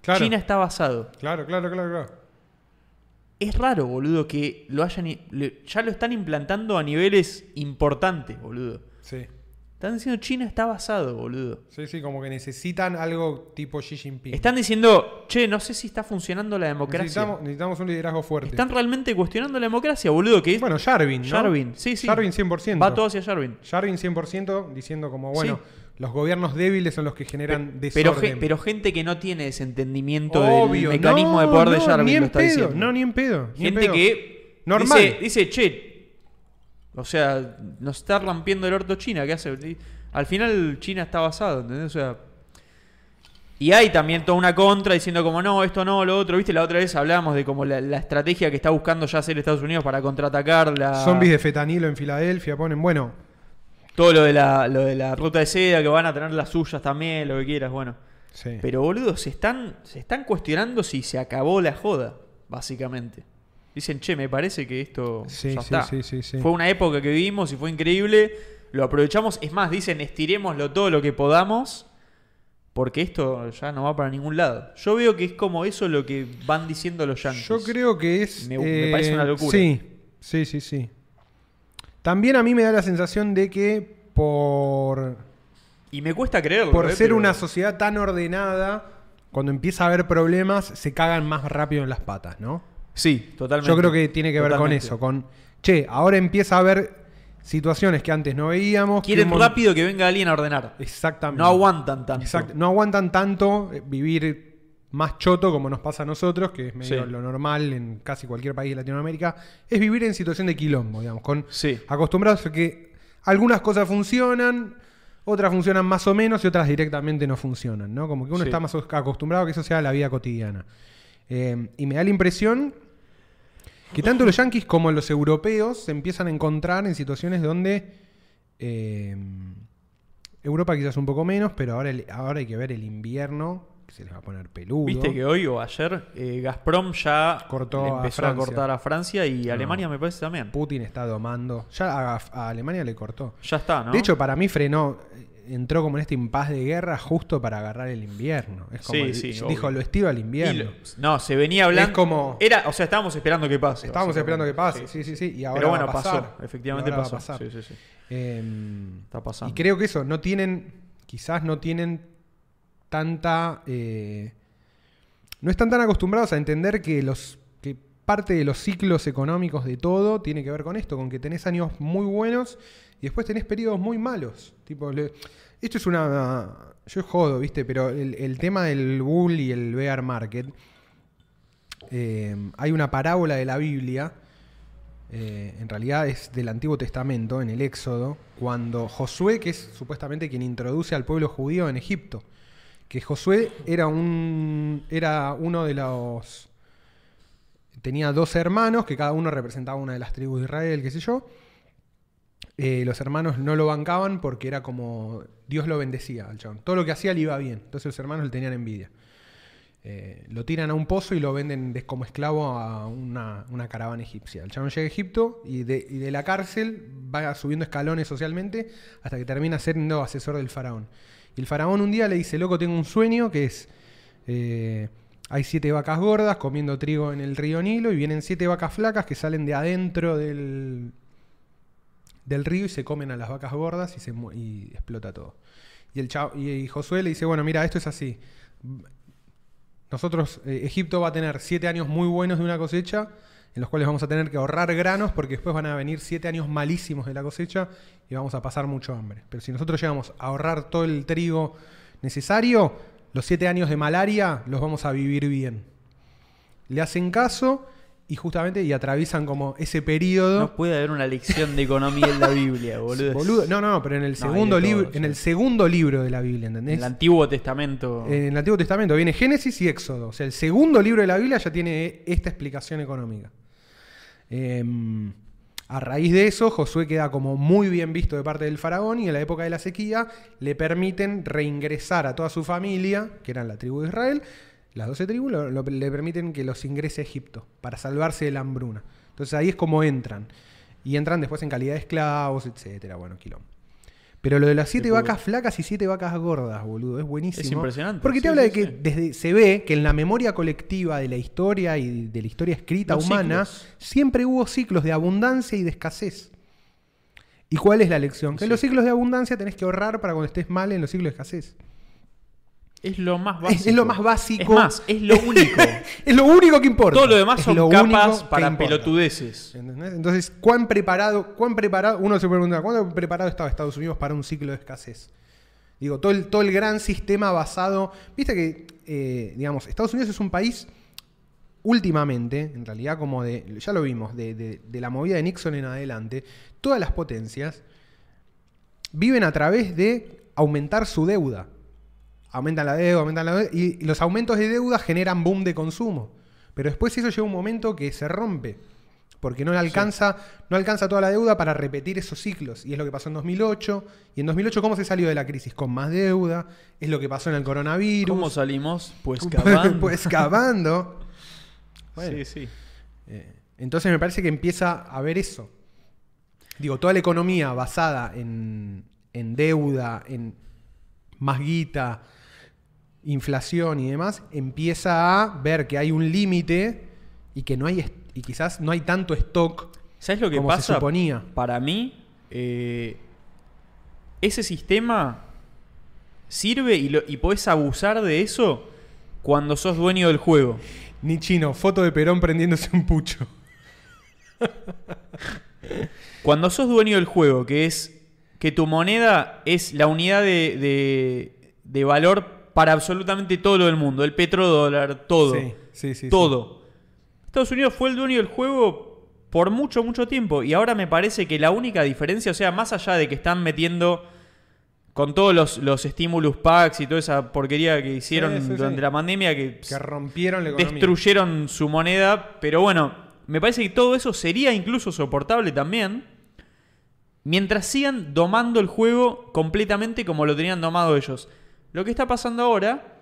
Speaker 1: Claro.
Speaker 2: China está basado.
Speaker 1: Claro, claro, claro, claro.
Speaker 2: Es raro, boludo, que lo hayan. i- le- ya lo están implantando a niveles importantes, boludo.
Speaker 1: Sí.
Speaker 2: Están diciendo China está basado, boludo.
Speaker 1: Sí, sí, como que necesitan algo tipo Xi Jinping.
Speaker 2: Están diciendo, che, no sé si está funcionando la democracia.
Speaker 1: necesitamos, necesitamos un liderazgo fuerte.
Speaker 2: Están realmente cuestionando la democracia, boludo, que es.
Speaker 1: Bueno, Jarvin, ¿no?
Speaker 2: Jarvin, sí, sí.
Speaker 1: Jarvin 100%.
Speaker 2: Va todo hacia Jarvin.
Speaker 1: Jarvin 100% diciendo como, bueno, los gobiernos débiles son los que generan
Speaker 2: Pero,
Speaker 1: desorden.
Speaker 2: ge- pero gente que no tiene ese entendimiento
Speaker 1: Obvio,
Speaker 2: del mecanismo de
Speaker 1: no,
Speaker 2: poder de
Speaker 1: no,
Speaker 2: Jarvin
Speaker 1: ni
Speaker 2: lo
Speaker 1: en
Speaker 2: está
Speaker 1: pedo,
Speaker 2: diciendo.
Speaker 1: No, ni en pedo. ni en
Speaker 2: Gente
Speaker 1: pedo.
Speaker 2: que
Speaker 1: Normal.
Speaker 2: Dice, dice, che, o sea, nos está rompiendo el orto China, ¿qué hace? Y Al final China está basado, ¿entendés? O sea, y hay también toda una contra diciendo como, no, esto no, lo otro, ¿viste? La otra vez hablábamos de como la, la estrategia que está buscando ya hacer Estados Unidos para contraatacar la...
Speaker 1: Zombies de fetanilo en Filadelfia ponen, bueno,
Speaker 2: Todo lo de, la, lo de la ruta de seda, que van a tener las suyas también, lo que quieras, bueno.
Speaker 1: sí.
Speaker 2: Pero boludo, se están, se están cuestionando si se acabó la joda, básicamente. Dicen, che, me parece que esto
Speaker 1: Sí,
Speaker 2: ya
Speaker 1: sí,
Speaker 2: está.
Speaker 1: sí, sí, sí.
Speaker 2: Fue una época que vivimos y fue increíble. Lo aprovechamos. Es más, dicen, estirémoslo todo lo que podamos. Porque esto ya no va para ningún lado. Yo veo que es como eso lo que van diciendo los yankees.
Speaker 1: Yo creo que es. eh,
Speaker 2: Me- me parece una locura.
Speaker 1: Sí, sí, sí, sí. También a mí me da la sensación de que por,
Speaker 2: Y me cuesta creerlo.
Speaker 1: por
Speaker 2: eh,
Speaker 1: ser
Speaker 2: pero-
Speaker 1: una sociedad tan ordenada, cuando empieza a haber problemas, se cagan más rápido en las patas, ¿no?
Speaker 2: Sí, totalmente.
Speaker 1: Yo creo que tiene que ver con
Speaker 2: Totalmente.
Speaker 1: eso, con. Che, ahora empieza a haber situaciones que antes no veíamos. que
Speaker 2: Quieren
Speaker 1: un mon-
Speaker 2: rápido que venga alguien a ordenar.
Speaker 1: Exactamente.
Speaker 2: No aguantan tanto.
Speaker 1: Exacto. No aguantan tanto eh, vivir más choto como nos pasa a nosotros, que es medio
Speaker 2: Sí.
Speaker 1: lo normal en casi cualquier país de Latinoamérica, es vivir en situación de quilombo, digamos, con
Speaker 2: Sí.
Speaker 1: acostumbrados a que algunas cosas funcionan, otras funcionan más o menos y otras directamente no funcionan, ¿no? Como que uno
Speaker 2: Sí.
Speaker 1: está más acostumbrado a que eso sea la vida cotidiana. Eh, y me da la impresión que tanto los yanquis como los europeos se empiezan a encontrar en situaciones donde eh, Europa quizás un poco menos, pero ahora, el- ahora hay que ver el invierno, que se les va a poner peludo.
Speaker 2: Viste que hoy o ayer eh, Gazprom ya
Speaker 1: Cortó
Speaker 2: le
Speaker 1: a
Speaker 2: empezó a,
Speaker 1: Francia.
Speaker 2: cortar a Francia y Alemania me parece también.
Speaker 1: Putin está domando. Ya a, a Alemania le cortó.
Speaker 2: Ya está, ¿no?
Speaker 1: De hecho, para mí frenó, entró como en este impas de guerra justo para agarrar el invierno. Es como
Speaker 2: Sí,
Speaker 1: el-
Speaker 2: sí,
Speaker 1: dijo,
Speaker 2: obvio.
Speaker 1: lo estilo al
Speaker 2: Y
Speaker 1: invierno.
Speaker 2: lo- no, se venía hablando.
Speaker 1: Es como-
Speaker 2: Era, o sea, estábamos esperando que pase.
Speaker 1: Estábamos esperando
Speaker 2: básicamente.
Speaker 1: que pase, sí, sí, sí. y ahora
Speaker 2: Pero bueno,
Speaker 1: va a pasar.
Speaker 2: pasó. Efectivamente
Speaker 1: Y ahora va a
Speaker 2: pasó.
Speaker 1: pasar.
Speaker 2: Sí, sí, sí.
Speaker 1: Em,
Speaker 2: Está pasando.
Speaker 1: Y creo que eso, no tienen, quizás no tienen tanta... eh, no están tan acostumbrados a entender que, los, que parte de los ciclos económicos de todo tiene que ver con esto, con que tenés años muy buenos y después tenés periodos muy malos. Tipo, le- esto es una... Yo jodo, viste, pero el, el tema del bull y el bear market, eh, hay una parábola de la Biblia eh, en realidad es del Antiguo Testamento, en el Éxodo, cuando Josué, que es supuestamente quien introduce al pueblo judío en Egipto, que Josué era un era uno de los tenía dos hermanos que cada uno representaba una de las tribus de Israel, qué sé yo. eh, los hermanos no lo bancaban porque era como Dios lo bendecía al chabón. Todo lo que hacía le iba bien. Entonces los hermanos le tenían envidia. Eh, lo tiran a un pozo y lo venden des- como esclavo a una, una caravana egipcia. El chabón llega a Egipto y de, y de la cárcel va subiendo escalones socialmente hasta que termina siendo asesor del faraón. Y el faraón un día le dice, loco, tengo un sueño que es, eh, hay siete vacas gordas comiendo trigo en el río Nilo y vienen siete vacas flacas que salen de adentro del, del río y se comen a las vacas gordas y, se mu- y explota todo. Y, el chao- y, y Josué le dice, bueno, mira, esto es así. Nosotros, eh, Egipto va a tener siete años muy buenos de una cosecha, en los cuales vamos a tener que ahorrar granos porque después van a venir siete años malísimos de la cosecha y vamos a pasar mucho hambre. Pero si nosotros llegamos a ahorrar todo el trigo necesario, los siete años de malaria los vamos a vivir bien. Le hacen caso y justamente y atraviesan como ese periodo.
Speaker 2: No puede haber una lección de economía en la Biblia, boludo.
Speaker 1: Boludo. No, no, no, pero en el
Speaker 2: No, hay
Speaker 1: segundo
Speaker 2: de todo,
Speaker 1: libro,
Speaker 2: sí.
Speaker 1: en el segundo libro de la Biblia,
Speaker 2: En
Speaker 1: ¿entendés?
Speaker 2: el Antiguo Testamento.
Speaker 1: En el Antiguo Testamento viene Génesis y Éxodo. O sea, el segundo libro de la Biblia ya tiene esta explicación económica. Em, a raíz de eso, Josué queda como muy bien visto de parte del faraón y en la época de la sequía le permiten reingresar a toda su familia, que eran la tribu de Israel, las 12 tribus, lo- lo- le permiten que los ingrese a Egipto para salvarse de la hambruna. Entonces ahí es como entran. Y entran después en calidad de esclavos, etcétera, bueno, quilombo. Pero lo de las siete
Speaker 2: puedo-
Speaker 1: vacas flacas y siete vacas gordas, boludo, es buenísimo.
Speaker 2: Es impresionante,
Speaker 1: Porque te
Speaker 2: sí,
Speaker 1: habla
Speaker 2: sí,
Speaker 1: de que
Speaker 2: sí.
Speaker 1: desde se ve que en la memoria colectiva de la historia y de la historia escrita
Speaker 2: Los
Speaker 1: humana
Speaker 2: ciclos.
Speaker 1: siempre hubo ciclos de abundancia y de escasez. ¿Y cuál es la lección? Que en
Speaker 2: Sí.
Speaker 1: los ciclos de abundancia tenés que ahorrar para cuando estés mal en los ciclos de escasez.
Speaker 2: es lo más
Speaker 1: Es-
Speaker 2: básico.
Speaker 1: Es, lo más básico.
Speaker 2: Es más, es lo único.
Speaker 1: es lo único que importa.
Speaker 2: Todo lo demás
Speaker 1: Es
Speaker 2: son
Speaker 1: lo único
Speaker 2: capas
Speaker 1: que
Speaker 2: para
Speaker 1: importa.
Speaker 2: pelotudeces.
Speaker 1: ¿Entendés? Entonces, ¿cuán preparado, cuán preparado, uno se pregunta, ¿cuánto preparado estaba Estados Unidos para un ciclo de escasez? Digo, todo el, todo el gran sistema basado. Viste que, eh, digamos, Estados Unidos es un país últimamente, en realidad, como de. Ya lo vimos, de, de- de la movida de Nixon en adelante, todas las potencias viven a través de aumentar su deuda. Aumentan la deuda, aumentan la deuda, y los aumentos de deuda generan boom de consumo. Pero después eso llega un momento que se rompe, porque no le alcanza, no alcanza toda la deuda para repetir esos ciclos. Y es lo que pasó en 2008. ¿Y en 2008 cómo se salió de la crisis? Con más deuda. Es lo que pasó en el coronavirus.
Speaker 2: ¿Cómo salimos? Pues cavando.
Speaker 1: Pues cavando. Bueno.
Speaker 2: Sí, sí.
Speaker 1: Eh, entonces me parece que empieza a haber eso. Digo, toda la economía basada en, en deuda, en más guita, inflación y demás, empieza a ver que hay un límite y que no hay est- y quizás no hay tanto stock
Speaker 2: ¿Sabes lo que
Speaker 1: como se
Speaker 2: pasa?
Speaker 1: suponía.
Speaker 2: Para mí, eh, ese sistema sirve y, lo, y podés abusar de eso cuando sos dueño del juego.
Speaker 1: Ni chino, foto de Perón prendiéndose un pucho.
Speaker 2: Cuando sos dueño del juego, que es que tu moneda es la unidad de, de- de valor para absolutamente todo lo del mundo, el petrodólar, todo.
Speaker 1: Sí, sí, sí, sí.
Speaker 2: todo. Estados Unidos fue el dueño del juego por mucho, mucho tiempo. Y ahora me parece que la única diferencia, o sea, más allá de que están metiendo con todos los, los estímulos packs y toda esa porquería que hicieron
Speaker 1: Sí, sí, sí.
Speaker 2: durante la pandemia, que,
Speaker 1: Que rompieron la economía.
Speaker 2: destruyeron su moneda, pero bueno, me parece que todo eso sería incluso soportable también mientras sigan domando el juego completamente como lo tenían domado ellos. Lo que está pasando ahora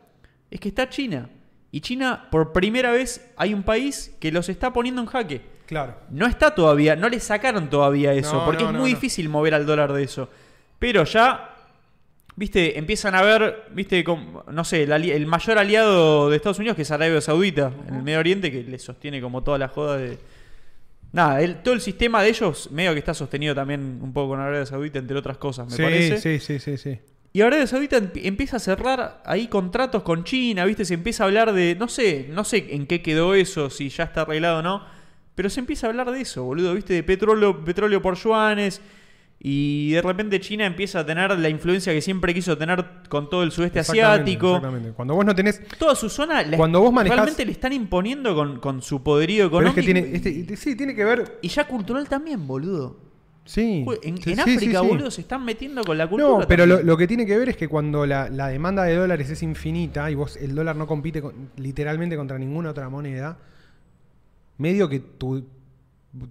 Speaker 2: es que está China y China por primera vez hay un país que los está poniendo en jaque.
Speaker 1: Claro.
Speaker 2: No está todavía, no le sacaron todavía eso,
Speaker 1: No,
Speaker 2: porque
Speaker 1: no,
Speaker 2: es
Speaker 1: no,
Speaker 2: muy
Speaker 1: no.
Speaker 2: difícil mover al dólar de eso. Pero ya, viste, empiezan a ver, viste, com- no sé, el, ali- el mayor aliado de Estados Unidos que es Arabia Saudita, en el Medio Oriente, que le sostiene como toda la joda de... Nada, el- todo el sistema de ellos medio que está sostenido también un poco con Arabia Saudita, entre otras cosas, me
Speaker 1: Sí,
Speaker 2: parece. Este
Speaker 1: sí, sí, sí, sí.
Speaker 2: Y Arabia Saudita emp- empieza a cerrar ahí contratos con China, ¿viste? Se empieza a hablar de. No sé, no sé en qué quedó eso, si ya está arreglado o no. Pero se empieza a hablar de eso, boludo, ¿viste? De petróleo, petróleo por yuanes. Y de repente China empieza a tener la influencia que siempre quiso tener con todo el sudeste
Speaker 1: Exactamente,
Speaker 2: asiático.
Speaker 1: exactamente. Cuando vos no tenés
Speaker 2: Toda su zona la-
Speaker 1: Cuando vos manejás-
Speaker 2: realmente le están imponiendo con, con su poderío
Speaker 1: pero es
Speaker 2: económico.
Speaker 1: que tiene, este- sí, tiene que ver.
Speaker 2: Y ya cultural también, boludo.
Speaker 1: Sí.
Speaker 2: En,
Speaker 1: Sí,
Speaker 2: en
Speaker 1: sí, sí,
Speaker 2: África,
Speaker 1: sí.
Speaker 2: boludo, se están metiendo con la cultura.
Speaker 1: No, pero lo,
Speaker 2: también.
Speaker 1: lo que tiene que ver es que cuando la, la demanda de dólares es infinita y vos el dólar no compite con- literalmente contra ninguna otra moneda, medio que tu,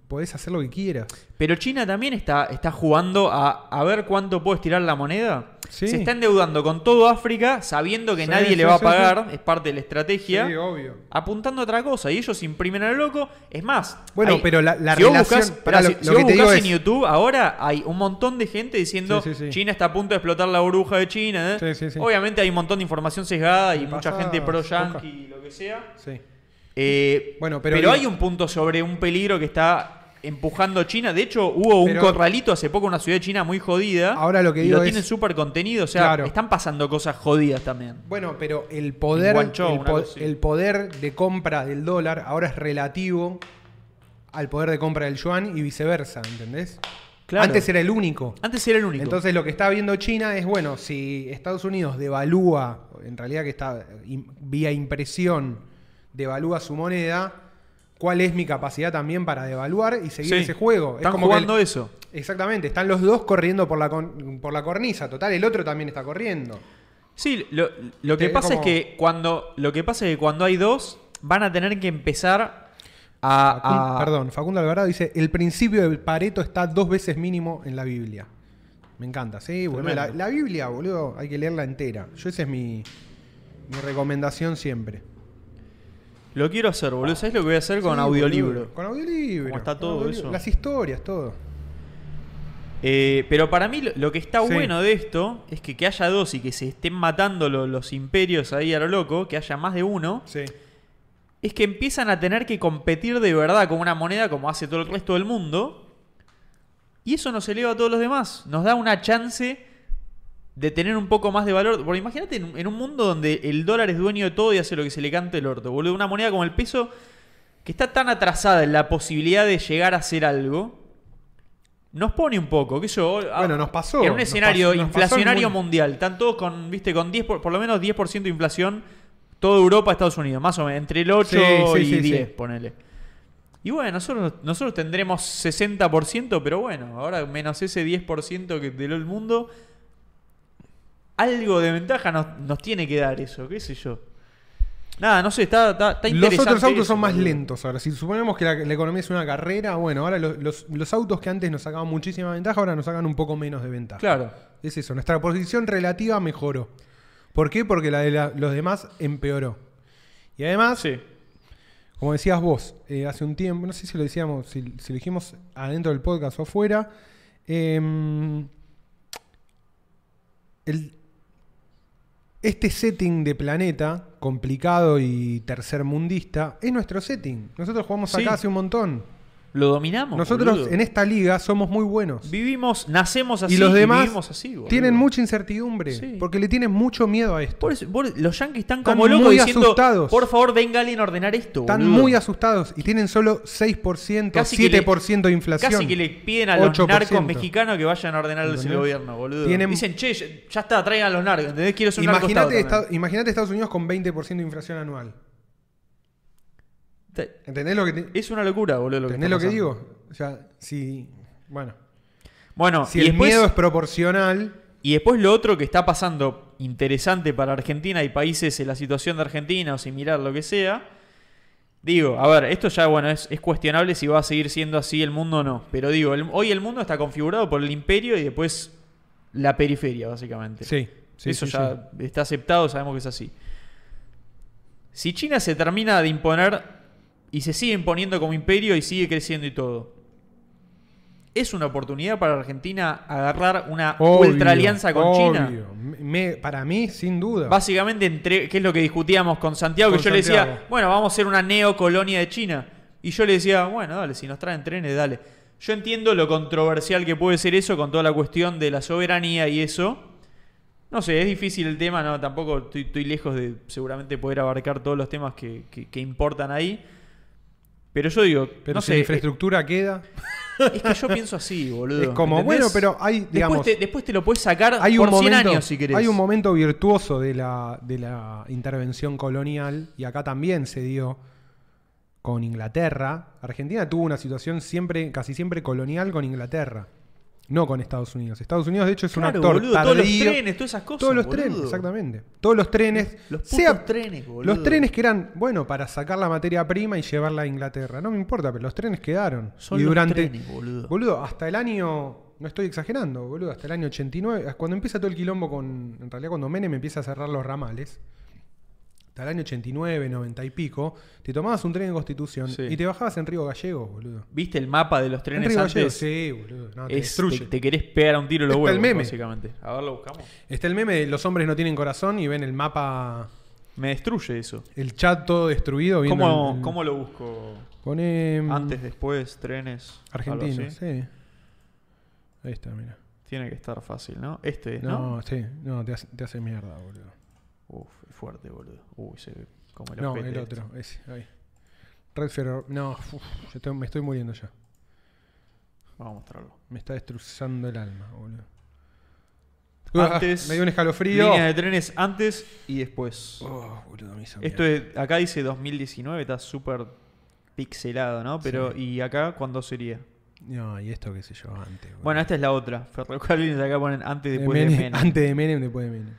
Speaker 1: podés hacer lo que quieras.
Speaker 2: Pero China también está, está jugando a, a ver cuánto puedo estirar la moneda.
Speaker 1: Sí.
Speaker 2: Se está endeudando con todo África, sabiendo que
Speaker 1: Sí,
Speaker 2: nadie
Speaker 1: sí,
Speaker 2: le va a
Speaker 1: sí,
Speaker 2: pagar, es parte de la estrategia,
Speaker 1: Sí, obvio.
Speaker 2: apuntando a otra cosa. Y ellos imprimen al loco. Es más,
Speaker 1: Bueno,
Speaker 2: hay-
Speaker 1: pero la- la
Speaker 2: si vos
Speaker 1: relación-
Speaker 2: buscás-
Speaker 1: pará,
Speaker 2: pará,
Speaker 1: lo-
Speaker 2: si-
Speaker 1: lo que
Speaker 2: si vos
Speaker 1: te digo
Speaker 2: buscás en
Speaker 1: es-
Speaker 2: YouTube, ahora hay un montón de gente diciendo
Speaker 1: Sí, sí, sí.
Speaker 2: China está a punto de explotar la burbuja de China. ¿eh?".
Speaker 1: Sí, sí, sí.
Speaker 2: Obviamente hay un montón de información sesgada y
Speaker 1: Me
Speaker 2: mucha
Speaker 1: pasás,
Speaker 2: gente pro-yankee
Speaker 1: Coca.
Speaker 2: y lo que sea.
Speaker 1: Sí.
Speaker 2: Eh,
Speaker 1: Bueno,
Speaker 2: pero
Speaker 1: pero digo-
Speaker 2: hay un punto sobre un peligro que está empujando China. De hecho, hubo
Speaker 1: Pero-
Speaker 2: un corralito hace poco, en una ciudad de China muy jodida.
Speaker 1: Ahora lo que
Speaker 2: y
Speaker 1: digo
Speaker 2: lo
Speaker 1: es-
Speaker 2: tienen súper contenido. O sea,
Speaker 1: Claro.
Speaker 2: están pasando cosas jodidas también.
Speaker 1: Bueno, pero el poder,
Speaker 2: En Guangzhou,
Speaker 1: el,
Speaker 2: una
Speaker 1: po-
Speaker 2: cosa así.
Speaker 1: el poder de compra del dólar ahora es relativo al poder de compra del yuan y viceversa, ¿entendés?
Speaker 2: Claro.
Speaker 1: Antes era el único.
Speaker 2: Antes era el único.
Speaker 1: Entonces lo que está viendo China es, bueno, si Estados Unidos devalúa, en realidad que está im- vía impresión, devalúa su moneda, ¿cuál es mi capacidad también para devaluar y seguir
Speaker 2: Sí.
Speaker 1: ese juego?
Speaker 2: Están
Speaker 1: es como que
Speaker 2: jugando
Speaker 1: el-
Speaker 2: eso.
Speaker 1: Exactamente, están los dos corriendo por la, con- por la cornisa, total, el otro también está corriendo.
Speaker 2: Sí, lo, lo que
Speaker 1: Es
Speaker 2: pasa
Speaker 1: como-
Speaker 2: es que cuando. Lo que pasa es que cuando hay dos, van a tener que empezar a.
Speaker 1: Facun-
Speaker 2: a-
Speaker 1: Perdón, Facundo Alvarado dice, el principio del Pareto está dos veces mínimo en la Biblia. Me encanta, sí, boludo. La,
Speaker 2: Tremendo.
Speaker 1: la Biblia, boludo, hay que leerla entera. Yo esa es mi, mi recomendación siempre.
Speaker 2: Lo quiero hacer, boludo. ¿Sabes lo que voy a hacer con
Speaker 1: Sí,
Speaker 2: audiolibro?
Speaker 1: boludo, Con audiolibro.
Speaker 2: Como está
Speaker 1: con
Speaker 2: todo
Speaker 1: audiolibro.
Speaker 2: eso.
Speaker 1: Las historias, todo.
Speaker 2: Eh, pero para mí lo, lo que está
Speaker 1: Sí.
Speaker 2: bueno de esto es que, que haya dos y que se estén matando lo- los imperios ahí a lo loco, que haya más de uno,
Speaker 1: Sí.
Speaker 2: es que empiezan a tener que competir de verdad con una moneda como hace todo el resto del mundo. Y eso nos eleva a todos los demás. Nos da una chance de tener un poco más de valor. Porque imagínate en, en un mundo donde el dólar es dueño de todo y hace lo que se le cante el orto, boludo. Una moneda como el peso que está tan atrasada en la posibilidad de llegar a hacer algo. Nos pone un poco, que yo.
Speaker 1: Bueno, nos pasó,
Speaker 2: En un
Speaker 1: nos
Speaker 2: escenario
Speaker 1: pasó- nos pasó en
Speaker 2: inflacionario
Speaker 1: un-
Speaker 2: mundial. Están todos con, viste, con 10 por, por lo menos 10% de inflación. Toda Europa, Estados Unidos, más o menos. Entre el 8
Speaker 1: Sí, sí,
Speaker 2: y
Speaker 1: sí, sí.
Speaker 2: 10, ponele. Y bueno, nosotros, nosotros tendremos 60%, pero bueno, ahora menos ese 10% que del el mundo, algo de ventaja nos, nos tiene que dar eso, qué sé yo. Nada, no sé, está, está, está
Speaker 1: Los
Speaker 2: interesante.
Speaker 1: otros autos
Speaker 2: eso,
Speaker 1: son más
Speaker 2: boludo.
Speaker 1: lentos ahora. Si suponemos que la, la economía es una carrera, bueno, ahora los, los- los autos que antes nos sacaban muchísima ventaja, ahora nos sacan un poco menos de ventaja.
Speaker 2: Claro.
Speaker 1: Es eso, nuestra posición relativa mejoró. ¿Por qué? Porque la de la- los demás empeoró. Y además,
Speaker 2: Sí.
Speaker 1: como decías vos, eh, hace un tiempo, no sé si lo decíamos, si, si lo dijimos adentro del podcast o afuera, em, el- este setting de planeta complicado y tercermundista es nuestro setting. Nosotros jugamos
Speaker 2: Sí.
Speaker 1: acá hace un montón.
Speaker 2: Lo dominamos.
Speaker 1: Nosotros
Speaker 2: boludo.
Speaker 1: en esta liga somos muy buenos.
Speaker 2: vivimos, nacemos así
Speaker 1: Y los demás
Speaker 2: vivimos así, boludo.
Speaker 1: tienen mucha incertidumbre
Speaker 2: Sí.
Speaker 1: porque le tienen mucho miedo a esto.
Speaker 2: Por eso- por- los yankees están
Speaker 1: Están
Speaker 2: como locos
Speaker 1: muy
Speaker 2: diciendo,
Speaker 1: asustados.
Speaker 2: por favor, venga alguien a ordenar esto.
Speaker 1: Están
Speaker 2: boludo".
Speaker 1: muy asustados y tienen solo 6%,
Speaker 2: Casi que le-
Speaker 1: 7% de inflación.
Speaker 2: Casi que le piden a los
Speaker 1: 8%.
Speaker 2: narcos mexicanos que vayan a ordenar el
Speaker 1: ¿Entendés?
Speaker 2: gobierno, boludo.
Speaker 1: Tienen-
Speaker 2: Dicen, che, ya- ya está, traigan a los narcos, ¿entendés? Quiero ser un narco
Speaker 1: Imagínate
Speaker 2: Estado
Speaker 1: Esta- imagínate Estados Unidos con 20% de inflación anual.
Speaker 2: también".
Speaker 1: ¿Entendés lo que, te-
Speaker 2: Es una locura, boludo. Lo que
Speaker 1: ¿entendés
Speaker 2: está
Speaker 1: lo que
Speaker 2: pasando.
Speaker 1: digo? O sea, si. Bueno.
Speaker 2: Bueno,
Speaker 1: si
Speaker 2: y,
Speaker 1: el
Speaker 2: después,
Speaker 1: miedo es proporcional.
Speaker 2: y después lo otro que está pasando interesante para Argentina y países en la situación de Argentina o similar, lo que sea. Digo, a ver, esto ya, bueno, es, es cuestionable si va a seguir siendo así el mundo o no. Pero digo, el- hoy el mundo está configurado por el imperio y después la periferia, básicamente.
Speaker 1: Sí. sí,
Speaker 2: Eso
Speaker 1: sí, sí.
Speaker 2: ya está aceptado, sabemos que es así. Si China se termina de imponer y se sigue imponiendo como imperio y sigue creciendo y todo, ¿es una oportunidad para Argentina agarrar una
Speaker 1: Obvio,
Speaker 2: ultra alianza con China?
Speaker 1: obvio. Me- me- para mí, sin duda.
Speaker 2: Básicamente, entre, que es lo que discutíamos con Santiago, que
Speaker 1: Con
Speaker 2: yo le decía,
Speaker 1: Santiago.
Speaker 2: bueno, vamos a ser una neocolonia de China. Y yo le decía, bueno, dale, si nos traen trenes, dale. Yo entiendo lo controversial que puede ser eso con toda la cuestión de la soberanía y eso. No sé, es difícil el tema, no, tampoco estoy, estoy lejos de seguramente poder abarcar todos los temas que, que- que importan ahí. Pero yo digo,
Speaker 1: pero
Speaker 2: no
Speaker 1: si
Speaker 2: sé, eh,
Speaker 1: la
Speaker 2: es,
Speaker 1: infraestructura queda.
Speaker 2: es que yo pienso así, boludo.
Speaker 1: Es como, bueno, pero hay, digamos,
Speaker 2: después, te, después te lo puedes sacar
Speaker 1: hay
Speaker 2: por
Speaker 1: un
Speaker 2: 100
Speaker 1: momento,
Speaker 2: años si querés.
Speaker 1: Hay un momento virtuoso de la, de la intervención colonial, y acá también se dio con Inglaterra. Argentina tuvo una situación siempre, casi siempre colonial con Inglaterra. No con Estados Unidos. Estados Unidos, de hecho, es un
Speaker 2: Claro,
Speaker 1: actor
Speaker 2: boludo, todos los
Speaker 1: tardío.
Speaker 2: trenes, todas esas cosas,
Speaker 1: Todos los
Speaker 2: boludo.
Speaker 1: trenes, exactamente. Todos los trenes.
Speaker 2: Los putos trenes, boludo.
Speaker 1: Los trenes que eran, bueno, para sacar la materia prima y llevarla a Inglaterra. No me importa, pero los trenes quedaron.
Speaker 2: Son
Speaker 1: y
Speaker 2: los
Speaker 1: durante,
Speaker 2: trenes, boludo.
Speaker 1: hasta el año. No estoy exagerando, boludo. Hasta el año 89, ah, cuando empieza todo el quilombo con. En realidad, cuando Menem empieza a cerrar los ramales. Hasta el año 89, 90 y pico, te tomabas un tren en Constitución
Speaker 2: Sí.
Speaker 1: y te bajabas en Río Gallegos, boludo.
Speaker 2: ¿Viste el mapa de los
Speaker 1: En
Speaker 2: trenes
Speaker 1: Río
Speaker 2: antes?
Speaker 1: Gallegos, sí, boludo. No, te
Speaker 2: Es-
Speaker 1: destruye.
Speaker 2: te, te querés pegar a un tiro en los
Speaker 1: Está
Speaker 2: huevos,
Speaker 1: el meme.
Speaker 2: básicamente. A ver, lo buscamos.
Speaker 1: Está el meme de los hombres no tienen corazón y ven el mapa,
Speaker 2: Me destruye eso.
Speaker 1: el chat todo destruido. viendo
Speaker 2: ¿Cómo,
Speaker 1: el- el-
Speaker 2: cómo lo busco?
Speaker 1: Pone, mm,
Speaker 2: Antes, después, trenes. algo
Speaker 1: Argentina,
Speaker 2: así.
Speaker 1: sí. Ahí está, mira.
Speaker 2: Tiene que estar fácil, ¿no? Este, ¿no?
Speaker 1: No, sí, no, te hace, te hace mierda, boludo.
Speaker 2: Uf, es fuerte, boludo. Uy, se ve como el
Speaker 1: no,
Speaker 2: ojete
Speaker 1: el
Speaker 2: este.
Speaker 1: otro, ese, ahí. Red Ferro, no, uf, yo estoy- me estoy muriendo ya.
Speaker 2: Vamos a mostrarlo.
Speaker 1: Me está destrozando el alma, boludo.
Speaker 2: Antes,
Speaker 1: Ah, me dio un escalofrío.
Speaker 2: Línea de trenes antes y después.
Speaker 1: Oh, boludo, me hizo
Speaker 2: Esto
Speaker 1: mierda.
Speaker 2: es, acá dice 2019, está súper pixelado, ¿no? Pero, ¿y acá cuándo sería?
Speaker 1: No, y esto qué sé yo, antes. boludo.
Speaker 2: Bueno, esta es la otra. Ferrocarriles acá ponen antes, después de
Speaker 1: Menem-
Speaker 2: Menem.
Speaker 1: Antes de Menem, después de Menem.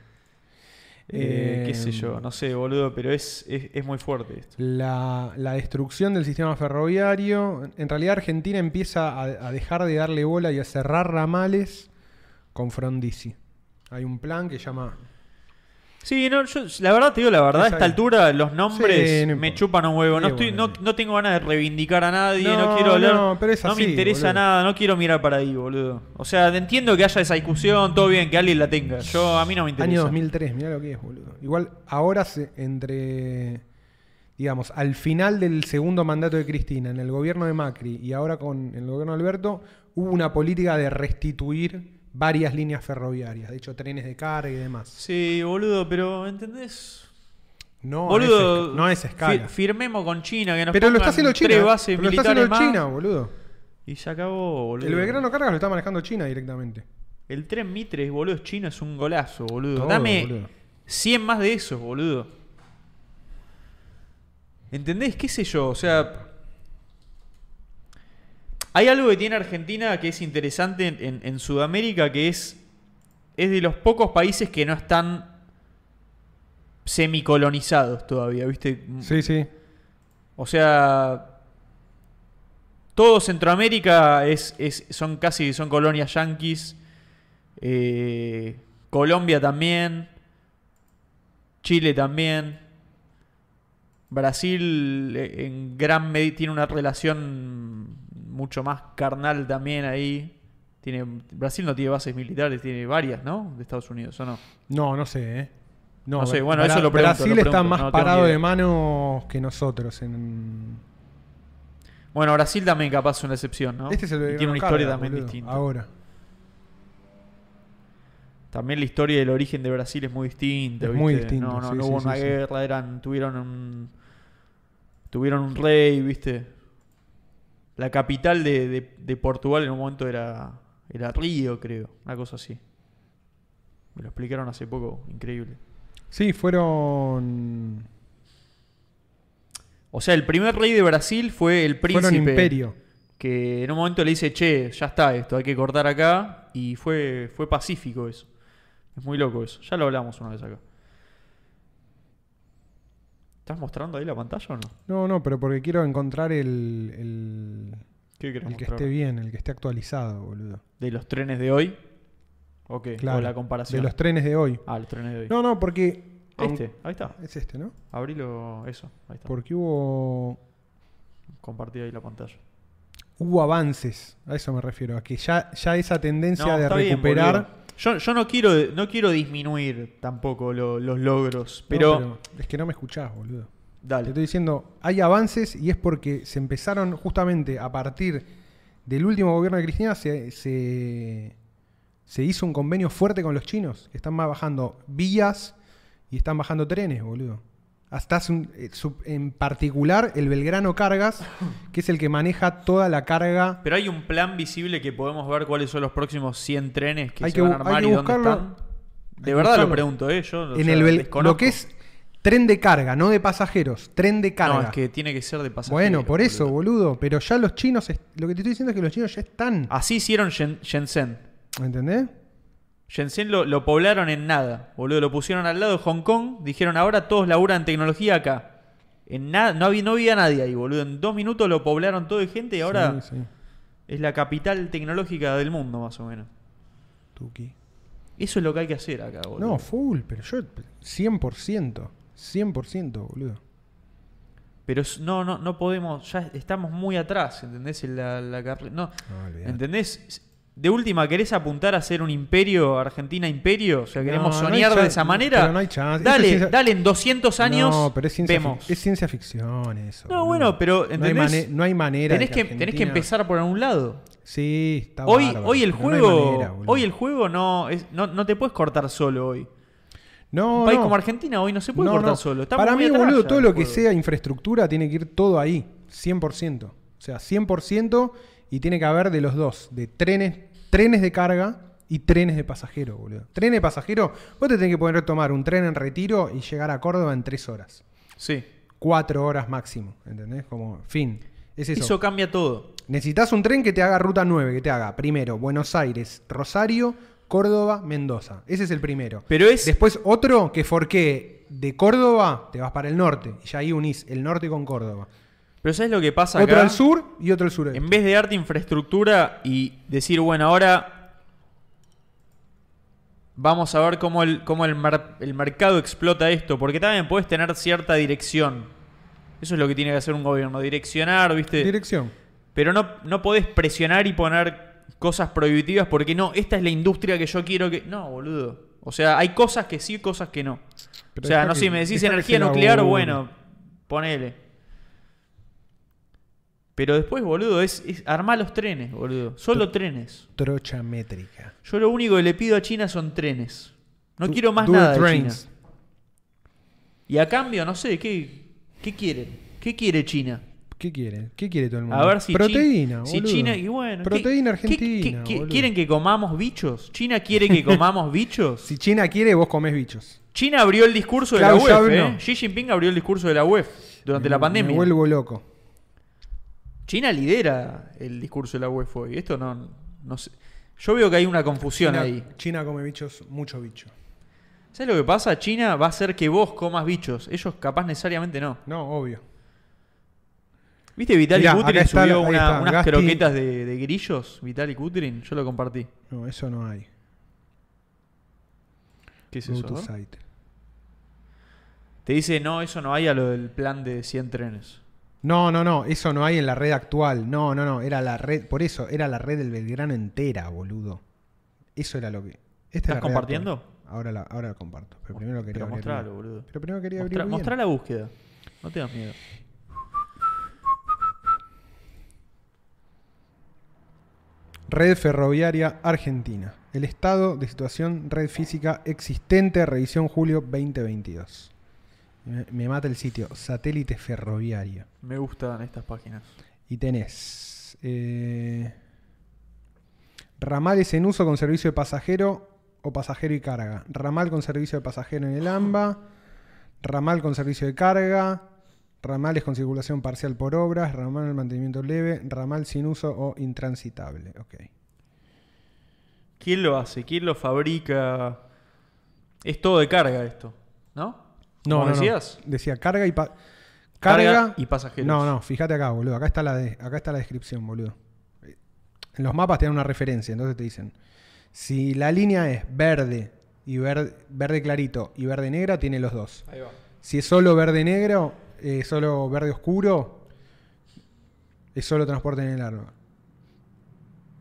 Speaker 2: Eh, qué sé
Speaker 1: Em,
Speaker 2: yo, no sé, boludo, pero es, es, es muy fuerte esto.
Speaker 1: La, la destrucción del sistema ferroviario. En realidad Argentina empieza a, a dejar de darle bola y a cerrar ramales con Frondizi. Hay un plan que llama...
Speaker 2: Sí, no, yo, la verdad te digo la verdad, a esta
Speaker 1: Está bien.
Speaker 2: altura los nombres
Speaker 1: Sí, no
Speaker 2: me
Speaker 1: importa.
Speaker 2: chupan un huevo. No,
Speaker 1: Sí,
Speaker 2: estoy,
Speaker 1: bueno,
Speaker 2: no,
Speaker 1: sí.
Speaker 2: no tengo ganas de reivindicar a nadie, no,
Speaker 1: No,
Speaker 2: quiero hablar.
Speaker 1: no, pero es
Speaker 2: no
Speaker 1: así,
Speaker 2: me interesa
Speaker 1: boludo.
Speaker 2: nada, no quiero mirar para ahí, boludo. O sea, entiendo que haya esa discusión, todo bien, que alguien la tenga. Yo a mí no me interesa.
Speaker 1: Año 2003, mirá lo que es, boludo. Igual ahora se- entre... Digamos, al final del segundo mandato de Cristina, en el gobierno de Macri y ahora con el gobierno de Alberto, hubo una política de restituir varias líneas ferroviarias, de hecho trenes de carga y demás.
Speaker 2: Sí, boludo, pero ¿entendés?
Speaker 1: No, a
Speaker 2: boludo,
Speaker 1: esa esca- no a esa escala.
Speaker 2: fir- firmemos con China que nos
Speaker 1: Pero lo
Speaker 2: pongan
Speaker 1: está haciendo China.
Speaker 2: tres bases
Speaker 1: pero lo está
Speaker 2: militares
Speaker 1: haciendo
Speaker 2: más
Speaker 1: China, boludo.
Speaker 2: y se acabó, boludo.
Speaker 1: El Belgrano Cargas lo está manejando China directamente.
Speaker 2: El tren Mitre, boludo, es chino, es un golazo, boludo.
Speaker 1: Todo,
Speaker 2: Dame
Speaker 1: boludo.
Speaker 2: 100 más de esos, boludo. ¿Entendés? ¿Qué sé yo? O sea. Hay algo que tiene Argentina que es interesante en, en- en Sudamérica, que es. Es de los pocos países que no están semicolonizados todavía, ¿viste?
Speaker 1: Sí, sí.
Speaker 2: O sea. Todo Centroamérica es, es- son casi son colonias yanquis. Eh, Colombia también. Chile también. Brasil eh, en gran medida tiene una relación mucho más carnal también ahí. Tiene, Brasil no tiene bases militares, tiene varias, ¿no? De Estados Unidos, ¿o no?
Speaker 1: No, no sé, ¿eh?
Speaker 2: No sé,
Speaker 1: Bra-
Speaker 2: bueno, eso lo pregunto,
Speaker 1: Brasil
Speaker 2: lo pregunto,
Speaker 1: está más
Speaker 2: no tengo
Speaker 1: parado
Speaker 2: ni
Speaker 1: de
Speaker 2: idea.
Speaker 1: manos que nosotros. En...
Speaker 2: Bueno, Brasil también capaz es una excepción, ¿no?
Speaker 1: Este es el
Speaker 2: Y
Speaker 1: Belgrano
Speaker 2: tiene una historia
Speaker 1: Cargas,
Speaker 2: también
Speaker 1: boludo, Ah,
Speaker 2: distinta.
Speaker 1: Ahora.
Speaker 2: También la historia del origen de Brasil es muy distinta.
Speaker 1: Es
Speaker 2: ¿viste?
Speaker 1: muy distinto,
Speaker 2: No, no,
Speaker 1: sí,
Speaker 2: no
Speaker 1: sí,
Speaker 2: hubo
Speaker 1: sí,
Speaker 2: una
Speaker 1: sí.
Speaker 2: guerra, eran, tuvieron un. Tuvieron un rey, ¿viste? La capital de, de- de Portugal en un momento era, era Río, creo. Una cosa así. Me lo explicaron hace poco, increíble.
Speaker 1: Sí, fueron.
Speaker 2: O sea, el primer rey de Brasil fue el príncipe.
Speaker 1: Fueron imperio.
Speaker 2: Que en un momento le dice, che, ya está esto, hay que cortar acá. Y fue, fue pacífico eso. Es muy loco eso. Ya lo hablamos una vez acá. ¿Estás mostrando ahí la pantalla o no?
Speaker 1: No, no, pero porque quiero encontrar el. el...
Speaker 2: ¿Qué querés
Speaker 1: el que
Speaker 2: mostrar?
Speaker 1: esté bien, el que esté actualizado, boludo.
Speaker 2: ¿De los trenes de hoy? ¿O qué?
Speaker 1: Claro.
Speaker 2: ¿O la
Speaker 1: De
Speaker 2: comparación?
Speaker 1: los trenes de hoy.
Speaker 2: ah, los trenes de hoy.
Speaker 1: No, no, porque.
Speaker 2: este, ahí está.
Speaker 1: Es este, ¿no?
Speaker 2: Abrilo, eso. Ahí está.
Speaker 1: Porque hubo.
Speaker 2: Compartí ahí la pantalla.
Speaker 1: hubo avances, a eso me refiero, a que ya, ya esa tendencia
Speaker 2: No,
Speaker 1: de
Speaker 2: está bien,
Speaker 1: recuperar.
Speaker 2: boludo. yo yo no, quiero, no quiero disminuir tampoco lo- los logros,
Speaker 1: No,
Speaker 2: pero,
Speaker 1: es que no me escuchás, boludo. Te
Speaker 2: dale.
Speaker 1: estoy diciendo, hay avances y es porque se empezaron justamente a partir del último gobierno de Cristina, se, se, se hizo un convenio fuerte con los chinos, que están bajando vías y están bajando trenes, boludo. Hasta hace un- eh, su- en particular el Belgrano Cargas, que es el que maneja toda la carga
Speaker 2: Pero hay un plan visible que podemos ver cuáles son los próximos 100 trenes que
Speaker 1: Hay
Speaker 2: se
Speaker 1: que
Speaker 2: van a
Speaker 1: bu- hay
Speaker 2: armar
Speaker 1: que
Speaker 2: y dónde
Speaker 1: buscarlo.
Speaker 2: están.
Speaker 1: Hay
Speaker 2: De
Speaker 1: que
Speaker 2: verdad lo
Speaker 1: buscarlo.
Speaker 2: pregunto, ¿eh? Yo o
Speaker 1: en
Speaker 2: sea,
Speaker 1: el Bel-
Speaker 2: desconozco.
Speaker 1: lo que es Tren de carga, no de pasajeros. Tren de carga.
Speaker 2: No, es que tiene que ser de pasajeros.
Speaker 1: bueno, por eso,
Speaker 2: boludo.
Speaker 1: boludo. Pero ya los chinos, es- lo que te estoy diciendo es que los chinos ya están.
Speaker 2: Así hicieron Shen- Shenzhen.
Speaker 1: ¿Entendés?
Speaker 2: Shenzhen lo, lo poblaron en nada, boludo. Lo pusieron al lado de Hong Kong. Dijeron, ahora todos laburan tecnología acá. En nada, no había, no había nadie ahí, boludo. En dos minutos lo poblaron todo de gente y ahora
Speaker 1: Sí, sí.
Speaker 2: es la capital tecnológica del mundo, más o menos.
Speaker 1: Tuki.
Speaker 2: Eso es lo que hay que hacer acá, boludo.
Speaker 1: No, full, pero yo 100%. 100%, boludo.
Speaker 2: Pero es- no, no, no podemos, ya estamos muy atrás, ¿entendés? En la, la carre- No,
Speaker 1: No, olvidate.
Speaker 2: ¿entendés? De última, ¿querés apuntar a ser un imperio, Argentina imperio? O sea,
Speaker 1: No,
Speaker 2: ¿queremos
Speaker 1: no hay
Speaker 2: soñar de
Speaker 1: chance,
Speaker 2: esa manera?
Speaker 1: pero no hay chance. Eso
Speaker 2: Dale,
Speaker 1: es ciencia-
Speaker 2: dale, en 200 años
Speaker 1: No, pero es ciencia, fic-
Speaker 2: vemos.
Speaker 1: es ciencia ficción eso.
Speaker 2: No,
Speaker 1: boludo.
Speaker 2: bueno, pero,
Speaker 1: No hay,
Speaker 2: ¿entendés?
Speaker 1: mane- no hay manera. de
Speaker 2: tenés, que, tenés que
Speaker 1: Argentina-
Speaker 2: empezar por algún lado.
Speaker 1: Sí, está
Speaker 2: Hoy,
Speaker 1: bárbaro,
Speaker 2: hoy el
Speaker 1: pero no hay
Speaker 2: juego,
Speaker 1: manera, boludo.
Speaker 2: hoy el juego no, es- no, no te puedes cortar solo hoy.
Speaker 1: No,
Speaker 2: un país
Speaker 1: no.
Speaker 2: como Argentina hoy no se puede
Speaker 1: No,
Speaker 2: cortar
Speaker 1: no.
Speaker 2: solo. Estamos
Speaker 1: Para
Speaker 2: muy
Speaker 1: mí,
Speaker 2: atrás
Speaker 1: boludo,
Speaker 2: ya
Speaker 1: todo
Speaker 2: del
Speaker 1: lo que
Speaker 2: juego.
Speaker 1: sea infraestructura tiene que ir todo ahí, 100%. O sea, 100% y tiene que haber de los dos, de trenes, trenes de carga y trenes de pasajero, boludo. Tren de pasajero, vos te tenés que poder tomar un tren en retiro y llegar a Córdoba en tres horas.
Speaker 2: Sí.
Speaker 1: Cuatro horas máximo, ¿entendés? Como, fin. Es eso.
Speaker 2: Eso cambia todo.
Speaker 1: Necesitas un tren que te haga ruta 9, que te haga primero Buenos Aires, Rosario, Córdoba, Mendoza. Ese es el primero.
Speaker 2: Pero es-
Speaker 1: Después otro que forquee de Córdoba, te vas para el norte. Y ya ahí unís el norte con Córdoba.
Speaker 2: Pero ¿sabes lo que pasa
Speaker 1: Otro
Speaker 2: acá?
Speaker 1: al sur y otro al sureste.
Speaker 2: En vez de darte infraestructura y decir, bueno, ahora vamos a ver cómo el, cómo el, mar- el mercado explota esto, porque también puedes tener cierta dirección. Eso es lo que tiene que hacer un gobierno, direccionar, ¿viste?
Speaker 1: Dirección.
Speaker 2: Pero no, no podés presionar y poner cosas prohibitivas porque no, esta es la industria que yo quiero que... No, boludo. O sea, hay cosas que sí, cosas que no.
Speaker 1: Pero
Speaker 2: o sea,
Speaker 1: deja
Speaker 2: no
Speaker 1: que-
Speaker 2: sé, me decís
Speaker 1: deja que
Speaker 2: energía
Speaker 1: se
Speaker 2: nuclear,
Speaker 1: labure.
Speaker 2: bueno, ponele. Pero después, boludo, es, es armar los trenes, boludo. Solo trenes.
Speaker 1: Trocha métrica.
Speaker 2: Yo lo único que le pido a China son trenes. No
Speaker 1: Du-
Speaker 2: quiero más
Speaker 1: dual
Speaker 2: nada de
Speaker 1: trains.
Speaker 2: China. Y a cambio, no sé, ¿qué, qué quiere? ¿Qué quiere China?
Speaker 1: ¿Qué quiere? ¿Qué quiere todo el mundo?
Speaker 2: A ver si Chi-
Speaker 1: Proteína,
Speaker 2: si
Speaker 1: boludo.
Speaker 2: China y bueno, ¿qué-
Speaker 1: Proteína
Speaker 2: qué- qué-
Speaker 1: argentina,
Speaker 2: qué-
Speaker 1: boludo.
Speaker 2: ¿Quieren que comamos bichos? ¿China quiere que comamos bichos?
Speaker 1: Si China quiere, vos comés bichos.
Speaker 2: China abrió el discurso de
Speaker 1: Claro, ya
Speaker 2: la UEF.
Speaker 1: abrió.
Speaker 2: ¿eh? Xi Jinping abrió el discurso de la UEF durante la
Speaker 1: Me-
Speaker 2: pandemia.
Speaker 1: Me vuelvo loco.
Speaker 2: China lidera el discurso de la UEFA hoy. Esto no, no sé. Yo veo que hay una confusión
Speaker 1: China,
Speaker 2: ahí.
Speaker 1: China come bichos, mucho bicho.
Speaker 2: ¿Sabes lo que pasa? China va a hacer que vos comas bichos. Ellos capaz necesariamente no.
Speaker 1: No, obvio.
Speaker 2: ¿Viste Vitali
Speaker 1: Mirá,
Speaker 2: Kutrin
Speaker 1: acá está,
Speaker 2: subió
Speaker 1: ahí
Speaker 2: una-
Speaker 1: está,
Speaker 2: unas
Speaker 1: Gasti-
Speaker 2: croquetas de, de grillos? Vitali Kutrin, yo lo compartí.
Speaker 1: No, eso no hay.
Speaker 2: ¿Qué es
Speaker 1: Go
Speaker 2: eso?
Speaker 1: to
Speaker 2: no?
Speaker 1: site.
Speaker 2: Te dice, no, eso no hay a lo del plan de 100 trenes.
Speaker 1: No, no, no, eso no hay en la red actual. No, no, no, era la red, por eso, era la red del Belgrano entera, boludo. Eso era lo que. Esta es
Speaker 2: ¿Estás
Speaker 1: la red
Speaker 2: compartiendo?
Speaker 1: actual. Ahora la, ahora la comparto. Pero primero quería
Speaker 2: Pero
Speaker 1: abrir
Speaker 2: mostralo,
Speaker 1: bien.
Speaker 2: boludo.
Speaker 1: Pero primero quería abrir
Speaker 2: Mostra,
Speaker 1: bien.
Speaker 2: mostrá la búsqueda. No te das miedo.
Speaker 1: Red Ferroviaria Argentina. El estado de situación red física existente, revisión julio 2022. Me, me mata el sitio, satélite ferroviaria.
Speaker 2: Me gustan estas páginas.
Speaker 1: Y tenés eh, ramales en uso con servicio de pasajero o pasajero y carga. Ramal con servicio de pasajero en el AMBA. Ramal con servicio de carga. Ramales con circulación parcial por obras. Ramal de mantenimiento leve. Ramal sin uso o intransitable. Ok.
Speaker 2: ¿Quién lo hace? ¿Quién lo fabrica? Es todo de carga esto, ¿no? Como decías?
Speaker 1: Decía carga y pa-
Speaker 2: Carga
Speaker 1: carga,
Speaker 2: y pasajeros.
Speaker 1: No, no, fíjate acá, boludo. Acá está la de- acá está la descripción, boludo. En los mapas te dan una referencia, entonces te dicen si la línea es verde y verde, verde clarito y verde negra tiene los dos.
Speaker 2: Ahí va.
Speaker 1: Si es solo verde negro, eh, solo verde oscuro, es solo transporte en el arma.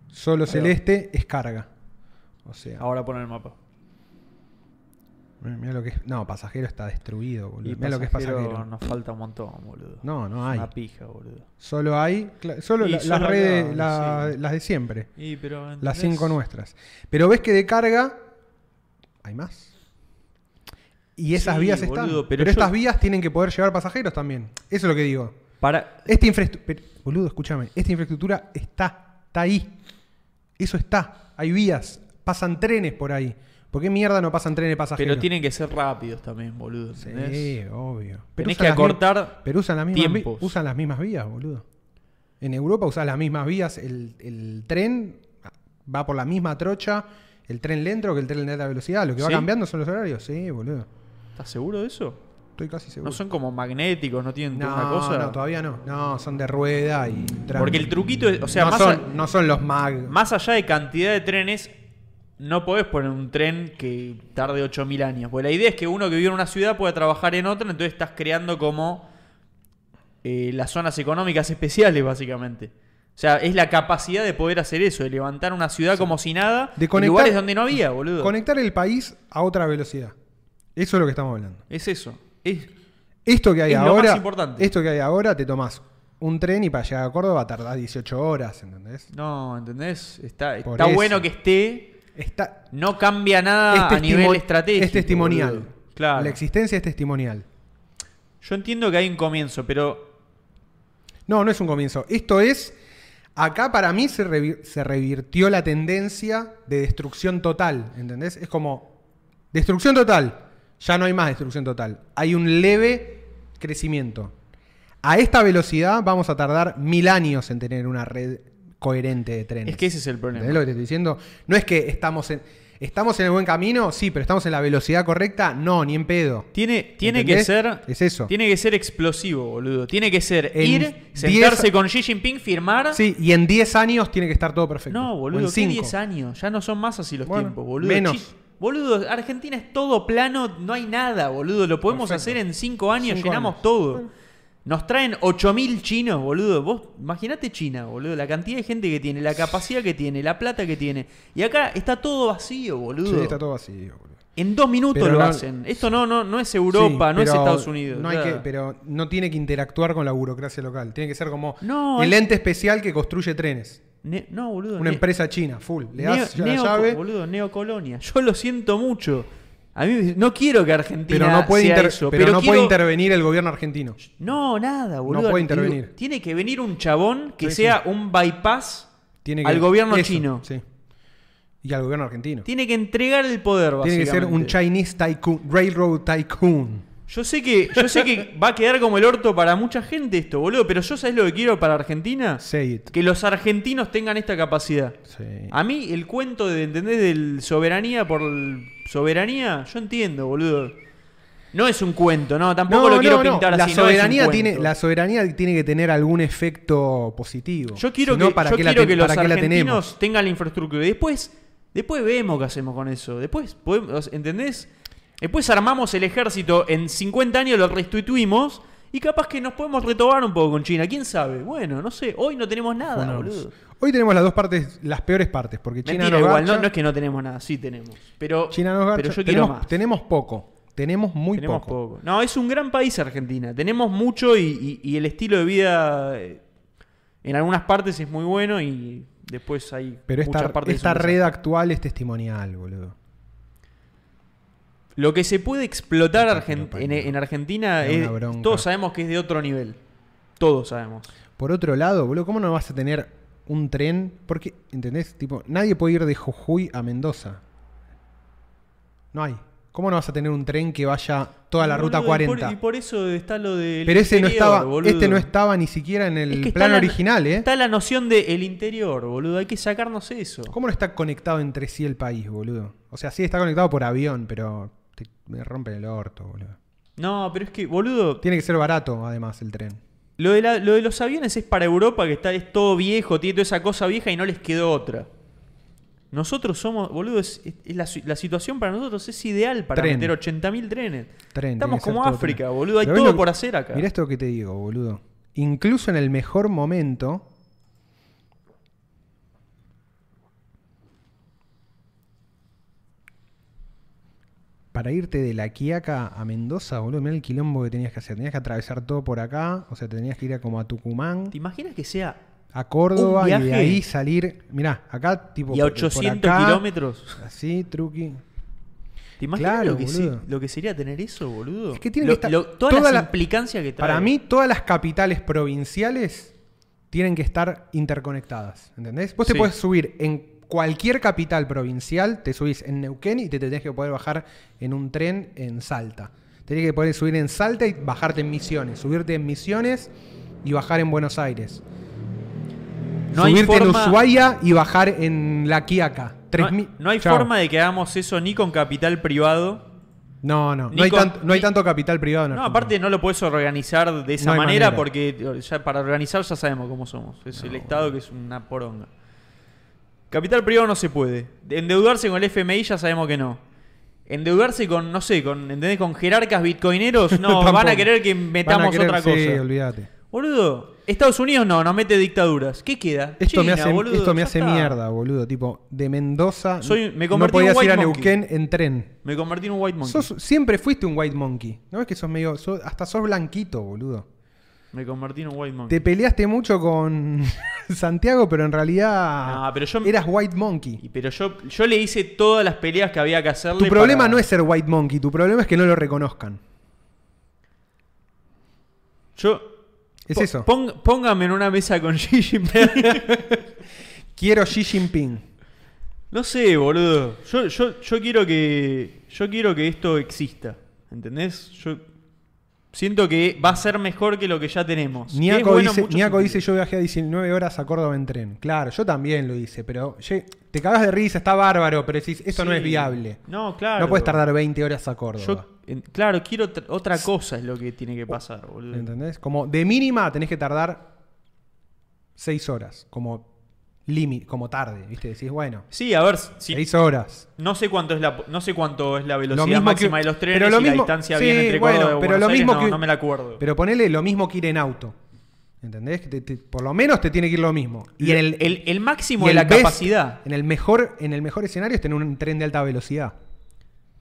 Speaker 1: Solo
Speaker 2: va. Ah.
Speaker 1: celeste es carga. O sea,
Speaker 2: Ahora pon el mapa.
Speaker 1: mira lo que es. No, pasajero está destruido, boludo.
Speaker 2: Y
Speaker 1: Mira lo que es
Speaker 2: pasajero Ah,
Speaker 1: pasajero.
Speaker 2: Nos falta un montón, boludo.
Speaker 1: No, no hay.
Speaker 2: Una pija, boludo.
Speaker 1: Solo hay. cla- Solo
Speaker 2: Y
Speaker 1: la-
Speaker 2: solo
Speaker 1: las redes,
Speaker 2: acá,
Speaker 1: la-
Speaker 2: sí.
Speaker 1: las de siempre.
Speaker 2: Y pero
Speaker 1: Las
Speaker 2: ¿entendés?
Speaker 1: cinco nuestras. Pero ves que de carga hay más. Y esas
Speaker 2: Sí,
Speaker 1: vías están.
Speaker 2: boludo, pero
Speaker 1: pero
Speaker 2: yo-
Speaker 1: estas vías tienen que poder llevar pasajeros también. Eso es lo que digo.
Speaker 2: Para
Speaker 1: Esta infraestructura. Boludo, escúchame. Esta infraestructura está. Está ahí. Eso está. Hay vías. Pasan trenes por ahí. ¿Por qué mierda no pasan trenes pasajeros?
Speaker 2: Pero tienen que ser rápidos también, boludo.
Speaker 1: Sí,
Speaker 2: ¿entendés?
Speaker 1: obvio. Pero
Speaker 2: Tenés
Speaker 1: usan
Speaker 2: que
Speaker 1: las mi-
Speaker 2: acortar
Speaker 1: Pero usan las, mismas vi-
Speaker 2: tiempos.
Speaker 1: usan las mismas vías, boludo. En Europa usas las mismas vías. El, el tren va por la misma trocha. El tren lento que el tren de alta velocidad. Lo que va
Speaker 2: ¿Sí?
Speaker 1: cambiando son los horarios. Sí, boludo.
Speaker 2: ¿Estás seguro de eso?
Speaker 1: Estoy casi seguro.
Speaker 2: No son como magnéticos, no tienen
Speaker 1: no,
Speaker 2: una cosa.
Speaker 1: no, todavía no. No, son de rueda y tram.
Speaker 2: Porque el truquito es, o sea,
Speaker 1: no,
Speaker 2: más,
Speaker 1: son,
Speaker 2: a-
Speaker 1: no son los mag.
Speaker 2: más allá de cantidad de trenes, no podés poner un tren que tarde 8.000 años. Porque la idea es que uno que vive en una ciudad pueda trabajar en otra, entonces estás creando como eh, las zonas económicas especiales, básicamente. O sea, es la capacidad de poder hacer eso, de levantar una ciudad como si nada,
Speaker 1: De
Speaker 2: en
Speaker 1: conectar-
Speaker 2: lugares donde no había, boludo.
Speaker 1: Conectar el país a otra velocidad. Eso es lo que estamos hablando.
Speaker 2: Es eso. Es,
Speaker 1: Esto que hay
Speaker 2: Es lo
Speaker 1: ahora.
Speaker 2: más importante.
Speaker 1: Esto que hay ahora, te tomás un tren y para llegar a Córdoba tardás 18 horas, ¿entendés?
Speaker 2: no, ¿entendés? Está,
Speaker 1: Por
Speaker 2: está
Speaker 1: eso.
Speaker 2: bueno que esté,
Speaker 1: Está.
Speaker 2: no cambia nada
Speaker 1: es
Speaker 2: Ah, a nivel
Speaker 1: testimo-
Speaker 2: estratégico.
Speaker 1: Es testimonial.
Speaker 2: boludo. Claro.
Speaker 1: La existencia es testimonial.
Speaker 2: Yo entiendo que hay un comienzo, pero
Speaker 1: No, no es un comienzo. Esto es. Acá para mí se, revi- se revirtió la tendencia de destrucción total. ¿Entendés? Es como. Destrucción total. Ya no hay más destrucción total. Hay un leve crecimiento. A esta velocidad vamos a tardar mil años en tener una red coherente de trenes.
Speaker 2: es que ese es el problema.
Speaker 1: ¿Entendés lo que te estoy diciendo? No es que estamos en. ¿Estamos en el buen camino? Sí, pero ¿estamos en la velocidad correcta? No, ni en pedo.
Speaker 2: Tiene, tiene que
Speaker 1: ¿Entendés?
Speaker 2: ser.
Speaker 1: Es eso.
Speaker 2: Tiene que ser explosivo, boludo. Tiene que ser
Speaker 1: En
Speaker 2: ir, sentarse
Speaker 1: diez-
Speaker 2: con Xi Jinping, firmar.
Speaker 1: Sí, y en 10 años tiene que estar todo perfecto.
Speaker 2: No,
Speaker 1: O
Speaker 2: boludo,
Speaker 1: en
Speaker 2: ¿qué
Speaker 1: cinco.
Speaker 2: 10 años? Ya no son más así los
Speaker 1: Bueno,
Speaker 2: tiempos, boludo.
Speaker 1: menos.
Speaker 2: Chi- boludo, Argentina es todo plano, no hay nada, boludo. Lo podemos
Speaker 1: Perfecto.
Speaker 2: hacer en 5 años,
Speaker 1: Cinco
Speaker 2: llenamos
Speaker 1: años.
Speaker 2: todo. Nos traen 8000 chinos, boludo. Vos imaginate China, boludo. La cantidad de gente que tiene, la capacidad que tiene, la plata que tiene. Y acá está todo vacío, boludo.
Speaker 1: Sí, está todo vacío, boludo.
Speaker 2: En dos minutos
Speaker 1: Pero
Speaker 2: lo
Speaker 1: no-
Speaker 2: hacen. Esto no, no, no es Europa,
Speaker 1: Sí,
Speaker 2: no es
Speaker 1: pero
Speaker 2: Estados Unidos.
Speaker 1: No hay
Speaker 2: ya.
Speaker 1: que, pero no tiene que interactuar con la burocracia local. Tiene que ser como
Speaker 2: No,
Speaker 1: el
Speaker 2: hay-
Speaker 1: ente especial que construye trenes.
Speaker 2: Ne- no, boludo.
Speaker 1: Una
Speaker 2: ne-
Speaker 1: empresa china, full. Le
Speaker 2: neo-
Speaker 1: das ya la
Speaker 2: neo-
Speaker 1: llave,
Speaker 2: Boludo, neocolonia. Yo lo siento mucho. A mí me- no quiero que Argentina
Speaker 1: pero no puede,
Speaker 2: sea
Speaker 1: inter-
Speaker 2: eso,
Speaker 1: pero no
Speaker 2: quiero-
Speaker 1: puede intervenir el gobierno argentino.
Speaker 2: No, nada, boludo.
Speaker 1: puede
Speaker 2: Digo,
Speaker 1: intervenir.
Speaker 2: Tiene que venir un chabón que
Speaker 1: Sí,
Speaker 2: sea un bypass
Speaker 1: Tiene que-
Speaker 2: al gobierno
Speaker 1: eso,
Speaker 2: chino.
Speaker 1: Sí. Y al gobierno argentino.
Speaker 2: Tiene que entregar el poder,
Speaker 1: Tiene que ser un
Speaker 2: básicamente.
Speaker 1: Chinese tycoon, railroad tycoon.
Speaker 2: Yo sé que, yo sé que va a quedar como el orto para mucha gente esto, boludo, pero yo sabés lo que quiero para Argentina.
Speaker 1: Say it.
Speaker 2: Que Ah, los argentinos tengan esta capacidad.
Speaker 1: Sí.
Speaker 2: A mí el cuento de entender del soberanía por el- soberanía, yo entiendo, boludo. No es un cuento, no, tampoco lo quiero pintar
Speaker 1: la
Speaker 2: así. no es un
Speaker 1: Soberanía tiene,
Speaker 2: cuento.
Speaker 1: la soberanía tiene que tener algún efecto positivo.
Speaker 2: Yo quiero
Speaker 1: Si no,
Speaker 2: que,
Speaker 1: ¿para
Speaker 2: yo
Speaker 1: qué la
Speaker 2: quiero
Speaker 1: ten-
Speaker 2: que los
Speaker 1: para qué la tenemos?
Speaker 2: argentinos tengan la infraestructura. Y después, después vemos qué hacemos con eso. Después, podemos, ¿entendés? Después armamos el ejército, en 50 años lo restituimos y capaz que nos podemos retobar un poco con China. ¿Quién sabe? Bueno, no sé. Hoy no tenemos nada,
Speaker 1: Bueno,
Speaker 2: Ah, boludo.
Speaker 1: Hoy tenemos las dos partes, las peores partes, porque China
Speaker 2: Mentira,
Speaker 1: nos
Speaker 2: igual. No,
Speaker 1: garcha,
Speaker 2: no es que no tenemos nada. Sí tenemos. Pero,
Speaker 1: China nos garcha.
Speaker 2: pero yo quiero
Speaker 1: tenemos,
Speaker 2: más.
Speaker 1: tenemos poco, tenemos muy
Speaker 2: Tenemos
Speaker 1: poco.
Speaker 2: poco. No, es un gran país Argentina. Tenemos mucho y, y- y el estilo de vida eh, en algunas partes es muy bueno y después hay
Speaker 1: Pero
Speaker 2: muchas
Speaker 1: esta,
Speaker 2: partes que
Speaker 1: esta
Speaker 2: son
Speaker 1: red actual es testimonial, boludo.
Speaker 2: desastres. Lo que se puede explotar
Speaker 1: Esta
Speaker 2: Argen-
Speaker 1: puta
Speaker 2: en,
Speaker 1: mierda.
Speaker 2: en Argentina
Speaker 1: Es
Speaker 2: es,
Speaker 1: una bronca.
Speaker 2: todos sabemos que es de otro nivel. Todos sabemos.
Speaker 1: Por otro lado, boludo, ¿cómo no vas a tener un tren? Porque, ¿entendés? Tipo, nadie puede ir de Jujuy a Mendoza. No hay. ¿Cómo no vas a tener un tren que vaya toda la ruta
Speaker 2: Boludo, y
Speaker 1: 40?
Speaker 2: por- Y por, eso está lo del
Speaker 1: Pero ese no
Speaker 2: interior,
Speaker 1: estaba,
Speaker 2: boludo.
Speaker 1: este no estaba ni siquiera en el
Speaker 2: Es que está
Speaker 1: plan
Speaker 2: la-
Speaker 1: original, ¿eh?
Speaker 2: Está la noción del interior, boludo. Hay que sacarnos eso.
Speaker 1: ¿Cómo no está conectado entre sí el país, boludo? O sea, sí está conectado por avión, pero te- me rompen el orto, boludo.
Speaker 2: No, pero es que, boludo,
Speaker 1: Tiene que ser barato, además, el tren.
Speaker 2: Lo de, la- lo de los aviones es para Europa, que está, es todo viejo, tiene toda esa cosa vieja y no les quedó otra. Nosotros somos, boludo, es, es- es la, si- la situación para nosotros es ideal para
Speaker 1: Tren.
Speaker 2: meter 80.000 trenes.
Speaker 1: Tren, tiene
Speaker 2: Estamos
Speaker 1: que ser
Speaker 2: como
Speaker 1: todo
Speaker 2: África,
Speaker 1: tren.
Speaker 2: boludo, hay
Speaker 1: Pero ves
Speaker 2: todo
Speaker 1: lo que-
Speaker 2: por hacer acá.
Speaker 1: Mirá esto que te digo, boludo. Incluso en el mejor momento. Para irte de La Quiaca a Mendoza, boludo, mirá el quilombo que tenías que hacer. Tenías que atravesar todo por acá, o sea, tenías que ir a como a Tucumán.
Speaker 2: ¿Te imaginas que sea
Speaker 1: a Córdoba
Speaker 2: Un
Speaker 1: y de
Speaker 2: viaje.
Speaker 1: ahí salir. Mirá, acá tipo.
Speaker 2: y a
Speaker 1: por- por
Speaker 2: 800
Speaker 1: acá,
Speaker 2: kilómetros?
Speaker 1: Así, truqui.
Speaker 2: ¿Te imaginas
Speaker 1: Claro,
Speaker 2: lo, que se-
Speaker 1: boludo.
Speaker 2: lo que sería tener eso, boludo?
Speaker 1: Es que tiene
Speaker 2: Lo-
Speaker 1: que estar-
Speaker 2: lo- todas
Speaker 1: toda
Speaker 2: las
Speaker 1: la-
Speaker 2: implicancias que trae.
Speaker 1: Para mí, todas las capitales provinciales tienen que estar interconectadas. ¿Entendés? Vos
Speaker 2: Sí.
Speaker 1: te puedes subir en cualquier capital provincial, te subís en Neuquén y te tenés que poder bajar en un tren en Salta. Tenés que poder subir en Salta y bajarte en Misiones, subirte en Misiones y bajar en Buenos Aires.
Speaker 2: No hay
Speaker 1: subirte
Speaker 2: forma-
Speaker 1: en Ushuaia y bajar en La Quiaca. Tres
Speaker 2: No,
Speaker 1: mil-
Speaker 2: no hay
Speaker 1: Chao.
Speaker 2: forma de que hagamos eso ni con capital privado.
Speaker 1: No, no, no,
Speaker 2: Ni
Speaker 1: hay,
Speaker 2: con-
Speaker 1: tanto, no hay
Speaker 2: ni-
Speaker 1: tanto capital privado. en
Speaker 2: No,
Speaker 1: Argentina.
Speaker 2: aparte no lo puedes organizar de esa
Speaker 1: No hay
Speaker 2: manera,
Speaker 1: manera.
Speaker 2: porque ya para organizar ya sabemos cómo somos. Es el Estado que es una poronga. Capital privado no se puede. De- Endeudarse con el FMI ya sabemos que no. Endeudarse con, no sé, con, ¿entendés? Con jerarcas bitcoineros, no, van a
Speaker 1: Tampoco.
Speaker 2: querer que
Speaker 1: Van a
Speaker 2: metamos
Speaker 1: querer-
Speaker 2: otra
Speaker 1: Sí,
Speaker 2: cosa.
Speaker 1: olvídate.
Speaker 2: Boludo, Estados Unidos no, nos mete dictaduras. ¿Qué queda?
Speaker 1: Esto me
Speaker 2: China,
Speaker 1: hace,
Speaker 2: boludo,
Speaker 1: esto me
Speaker 2: ya
Speaker 1: hace
Speaker 2: está.
Speaker 1: mierda, boludo. Tipo, de Mendoza
Speaker 2: Soy- me
Speaker 1: no
Speaker 2: convertí en
Speaker 1: podías
Speaker 2: white
Speaker 1: ir a
Speaker 2: monkey.
Speaker 1: Neuquén en tren.
Speaker 2: Me convertí en un white monkey.
Speaker 1: Sos- siempre fuiste un white monkey. ¿No es que sos medio... sos- hasta sos blanquito, boludo.
Speaker 2: Me convertí en un white monkey.
Speaker 1: Te peleaste mucho con Santiago, pero en realidad
Speaker 2: No, pero yo-
Speaker 1: eras white monkey.
Speaker 2: Y- Pero yo, yo le hice todas las peleas que había que hacerle.
Speaker 1: Tu problema
Speaker 2: para-
Speaker 1: no es ser white monkey, tu problema es que no lo reconozcan.
Speaker 2: Yo.
Speaker 1: Es
Speaker 2: Po-
Speaker 1: eso.
Speaker 2: pong- póngame en una mesa con Xi Jinping.
Speaker 1: Quiero Xi Jinping.
Speaker 2: no sé, boludo. Yo, yo, yo quiero que. Yo quiero que esto exista. ¿Entendés? Yo siento que va a ser mejor que lo que ya tenemos. Que es
Speaker 1: Niaco,
Speaker 2: bueno en
Speaker 1: dice,
Speaker 2: muchos
Speaker 1: Niaco dice,
Speaker 2: sentidos.
Speaker 1: yo viajé a 19 horas a Córdoba en tren. Claro, yo también lo hice, pero ye- te cagas de risa, está bárbaro, pero decís, esto no
Speaker 2: Sí.
Speaker 1: es viable.
Speaker 2: No, claro.
Speaker 1: No puedes tardar 20 horas a Córdoba.
Speaker 2: Yo, en- claro, quiero tr- otra cosa es lo que tiene
Speaker 1: Oh,
Speaker 2: que pasar, boludo.
Speaker 1: ¿Entendés? Como de mínima tenés que tardar 6 horas, como límite, como tarde, ¿viste? Decís, bueno,
Speaker 2: Sí, a ver si.
Speaker 1: 6 horas.
Speaker 2: No sé cuánto es la no sé cuánto es la
Speaker 1: Lo
Speaker 2: velocidad
Speaker 1: mismo
Speaker 2: máxima
Speaker 1: que-
Speaker 2: de los trenes
Speaker 1: pero lo
Speaker 2: y la
Speaker 1: mismo-
Speaker 2: distancia
Speaker 1: sí,
Speaker 2: bien entre
Speaker 1: bueno,
Speaker 2: Córdoba y
Speaker 1: pero
Speaker 2: Buenos
Speaker 1: lo
Speaker 2: Aires,
Speaker 1: mismo
Speaker 2: no,
Speaker 1: que-
Speaker 2: no me la acuerdo.
Speaker 1: Pero ponele lo mismo que ir en auto. ¿Entendés? Que te- te- por lo menos te tiene que ir lo mismo. Y en el,
Speaker 2: el, el máximo
Speaker 1: y
Speaker 2: de
Speaker 1: el
Speaker 2: la
Speaker 1: best-
Speaker 2: capacidad.
Speaker 1: En el, mejor, en el mejor escenario es tener un tren de alta velocidad.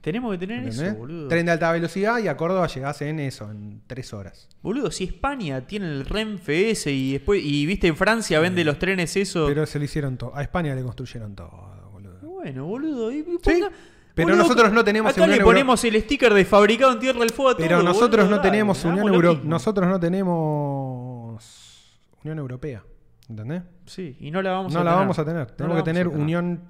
Speaker 2: Tenemos que tener eso,
Speaker 1: ¿Entendés?
Speaker 2: boludo.
Speaker 1: Tren de alta velocidad y a Córdoba llegás en eso, en tres horas.
Speaker 2: Boludo, si España tiene el Renfe ese y después y viste en Francia vende los trenes eso.
Speaker 1: Pero se lo hicieron todo. A España le construyeron todo, boludo.
Speaker 2: Bueno, boludo, y- y
Speaker 1: Sí,
Speaker 2: ponga-
Speaker 1: pero
Speaker 2: boludo,
Speaker 1: nosotros no tenemos
Speaker 2: acá
Speaker 1: Unión
Speaker 2: le
Speaker 1: Euro-
Speaker 2: ponemos el sticker de fabricado en Tierra del Fuego a
Speaker 1: Pero
Speaker 2: todo,
Speaker 1: nosotros
Speaker 2: boludo,
Speaker 1: no
Speaker 2: dale,
Speaker 1: tenemos
Speaker 2: hagamos
Speaker 1: Unión
Speaker 2: lo
Speaker 1: Europea.
Speaker 2: mismo.
Speaker 1: Nosotros no tenemos Unión Europea. ¿Entendés?
Speaker 2: Sí, y no la vamos
Speaker 1: no
Speaker 2: a
Speaker 1: la
Speaker 2: tener.
Speaker 1: vamos a tener.
Speaker 2: No
Speaker 1: Tenemos
Speaker 2: la
Speaker 1: que tener
Speaker 2: vamos a
Speaker 1: Unión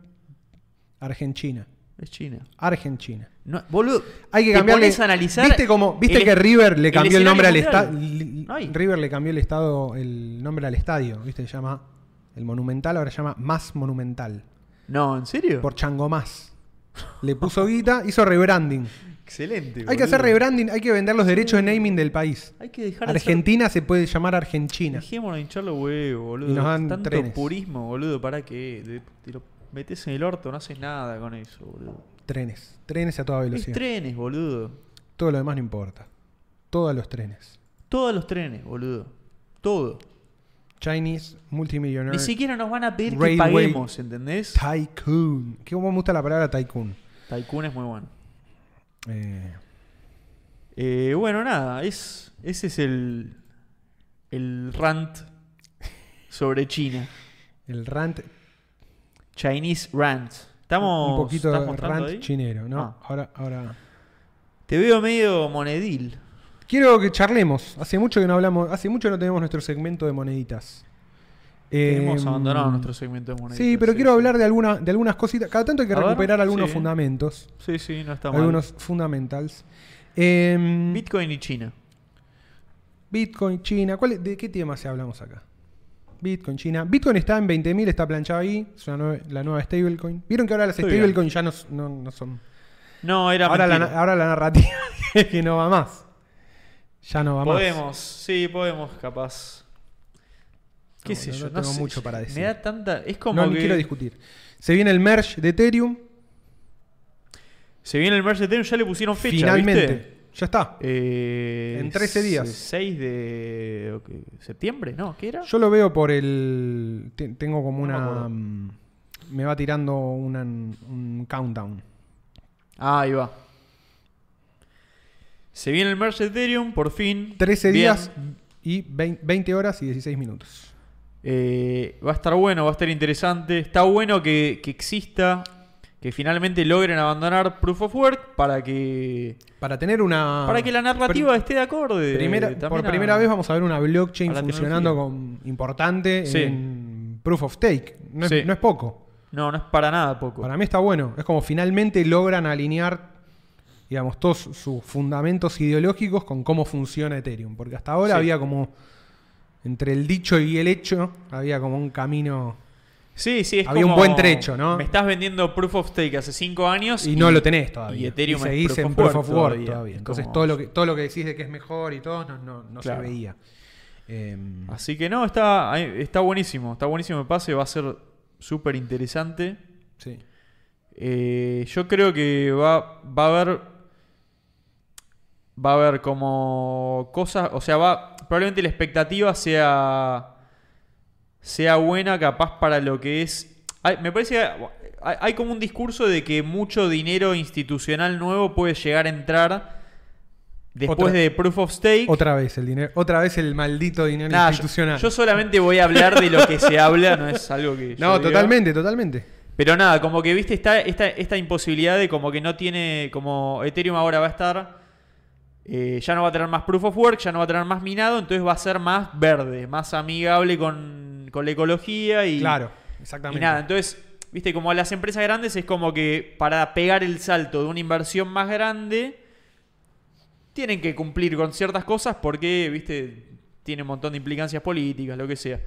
Speaker 1: Argentina.
Speaker 2: Es China.
Speaker 1: Argentina.
Speaker 2: No, boludo,
Speaker 1: Hay que
Speaker 2: te
Speaker 1: cambiarle.
Speaker 2: pones a analizar
Speaker 1: ¿Viste, cómo, viste
Speaker 2: el-
Speaker 1: que River le cambió el, nombre al
Speaker 2: escenario
Speaker 1: estadio?
Speaker 2: mundial? No hay.
Speaker 1: River le cambió el estado, el nombre al estadio, ¿viste? Se llama el Monumental, ahora se llama Más Monumental.
Speaker 2: No, ¿en serio?
Speaker 1: Por Chango Más. Le puso guita, hizo rebranding.
Speaker 2: Excelente.
Speaker 1: Hay que
Speaker 2: boludo.
Speaker 1: hacer rebranding, hay que vender los derechos de naming del país.
Speaker 2: Hay que dejar de hacer-
Speaker 1: Argentina se puede llamar Argentina.
Speaker 2: Dejémonos de hinchar los huevos, boludo.
Speaker 1: Y nos dan
Speaker 2: Tanto
Speaker 1: trenes.
Speaker 2: purismo, boludo, ¿para qué? De- te lo metes en el orto, no haces nada con eso, boludo.
Speaker 1: Trenes. Trenes a toda
Speaker 2: Hay
Speaker 1: velocidad.
Speaker 2: trenes, boludo.
Speaker 1: Todo lo demás no importa. Todos los trenes.
Speaker 2: Todos los trenes, boludo. Todo.
Speaker 1: Chinese
Speaker 2: Ni
Speaker 1: Multimillionaire
Speaker 2: siquiera nos van a pedir que
Speaker 1: Railway.
Speaker 2: paguemos, ¿entendés?
Speaker 1: Tycoon. ¿Qué cómo me gusta la palabra tycoon?
Speaker 2: Tycoon es muy bueno.
Speaker 1: Eh,
Speaker 2: Eh, bueno, nada, es, ese es el, el rant sobre China.
Speaker 1: el rant
Speaker 2: Chinese rant. Estamos
Speaker 1: un poquito
Speaker 2: ¿estás
Speaker 1: de
Speaker 2: mostrando
Speaker 1: rant
Speaker 2: ahí?
Speaker 1: chinero, ¿no?
Speaker 2: Ah.
Speaker 1: Ahora, ahora.
Speaker 2: Te veo medio monedil.
Speaker 1: Quiero que charlemos. Hace mucho que no hablamos, hace mucho no tenemos nuestro segmento de moneditas.
Speaker 2: Hemos
Speaker 1: Em,
Speaker 2: abandonado nuestro segmento de moneditas.
Speaker 1: Sí, pero quiero hablar de alguna, de algunas cositas. Cada tanto hay que
Speaker 2: A ver,
Speaker 1: recuperar algunos
Speaker 2: sí.
Speaker 1: fundamentos.
Speaker 2: Sí, sí, no está mal.
Speaker 1: Algunos fundamentals. Em,
Speaker 2: Bitcoin y China.
Speaker 1: Bitcoin, China. ¿cuál es- ¿De qué tema se hablamos acá? Bitcoin, China. Bitcoin está en 20.000, está planchado ahí. Es una nue- la nueva stablecoin. Vieron que ahora las
Speaker 2: Estoy bien.
Speaker 1: stablecoin ya no, s- no- no son.
Speaker 2: No, era
Speaker 1: Ahora la,
Speaker 2: mentira.
Speaker 1: na- ahora la narrativa es que no va más. Ya no va más.
Speaker 2: Podemos, sí, podemos, capaz. ¿Qué
Speaker 1: No,
Speaker 2: sé
Speaker 1: no,
Speaker 2: yo?
Speaker 1: no tengo
Speaker 2: sé,
Speaker 1: mucho para decir.
Speaker 2: Me da tanta. Es como
Speaker 1: No, ni
Speaker 2: que.
Speaker 1: quiero discutir. Se viene el merge de Ethereum.
Speaker 2: Se viene el Merge Ethereum, ya le pusieron fecha.
Speaker 1: Finalmente.
Speaker 2: ¿viste?
Speaker 1: Ya está.
Speaker 2: Eh,
Speaker 1: En 13 días.
Speaker 2: 6 de ok, septiembre, ¿no? ¿Qué era?
Speaker 1: Yo lo veo por el. te- Tengo como
Speaker 2: No me
Speaker 1: una.
Speaker 2: acuerdo.
Speaker 1: mm, Me va tirando una- un countdown.
Speaker 2: Ah, ahí va. Se viene el Merge Ethereum, por fin.
Speaker 1: 13
Speaker 2: Bien.
Speaker 1: días y vein- 20 horas y 16 minutos.
Speaker 2: Eh, va a estar bueno, va a estar interesante. Está bueno que, que exista, que finalmente logren abandonar Proof of Work para que,
Speaker 1: Para tener una.
Speaker 2: para que la narrativa esté de acorde. Eh,
Speaker 1: pri- Ah. primera-
Speaker 2: También
Speaker 1: por
Speaker 2: a-
Speaker 1: primera vez vamos a ver una blockchain
Speaker 2: a la
Speaker 1: funcionando con, importante
Speaker 2: Sí.
Speaker 1: en Proof of Stake. No es,
Speaker 2: Sí.
Speaker 1: no es poco.
Speaker 2: No, no es para nada poco.
Speaker 1: Para mí está bueno. Es como finalmente logran alinear, digamos, todos sus fundamentos ideológicos con cómo funciona Ethereum. Porque hasta ahora
Speaker 2: Sí.
Speaker 1: había como, entre el dicho y el hecho, había como un camino
Speaker 2: Sí, sí, es
Speaker 1: Había un
Speaker 2: como,
Speaker 1: buen trecho, ¿no?
Speaker 2: Me estás vendiendo Proof of Stake hace 5 años.
Speaker 1: y, no lo tenés todavía.
Speaker 2: y Ethereum es
Speaker 1: seguís
Speaker 2: proof
Speaker 1: en
Speaker 2: of
Speaker 1: Proof
Speaker 2: work
Speaker 1: of Work
Speaker 2: todavía.
Speaker 1: todavía.
Speaker 2: Es
Speaker 1: Entonces
Speaker 2: como-
Speaker 1: todo lo, que, todo lo que decís de que es mejor y todo no, no- no
Speaker 2: Claro. Ah,
Speaker 1: se veía. Em,
Speaker 2: Así que no, está, está buenísimo. Está buenísimo el pase, va a ser súper interesante.
Speaker 1: sí.
Speaker 2: Eh, yo creo que va, va a haber. Va a haber como cosas. O sea, va. Probablemente la expectativa sea. Sea buena, capaz para lo que es. hay- me parece que hay, hay como un discurso de que mucho dinero institucional nuevo puede llegar a entrar después
Speaker 1: Otra-
Speaker 2: de Proof of Stake.
Speaker 1: Otra vez el dinero, otra vez el maldito dinero
Speaker 2: Nada, yo-
Speaker 1: institucional.
Speaker 2: Yo, solamente voy a hablar de lo que se habla, no es algo que. yo
Speaker 1: no,
Speaker 2: diga.
Speaker 1: totalmente, totalmente.
Speaker 2: Pero nada, como que viste está esta, esta imposibilidad de como que no tiene, como Ethereum ahora va a estar, eh, ya no va a tener más proof of work, ya no va a tener más minado, entonces va a ser más verde, más amigable con, con la ecología y,
Speaker 1: claro,
Speaker 2: y
Speaker 1: exactamente.
Speaker 2: nada. Entonces, viste, como a las empresas grandes es como que para pegar el salto de una inversión más grande, tienen que cumplir con ciertas cosas porque, viste, tiene un montón de implicancias políticas, lo que sea.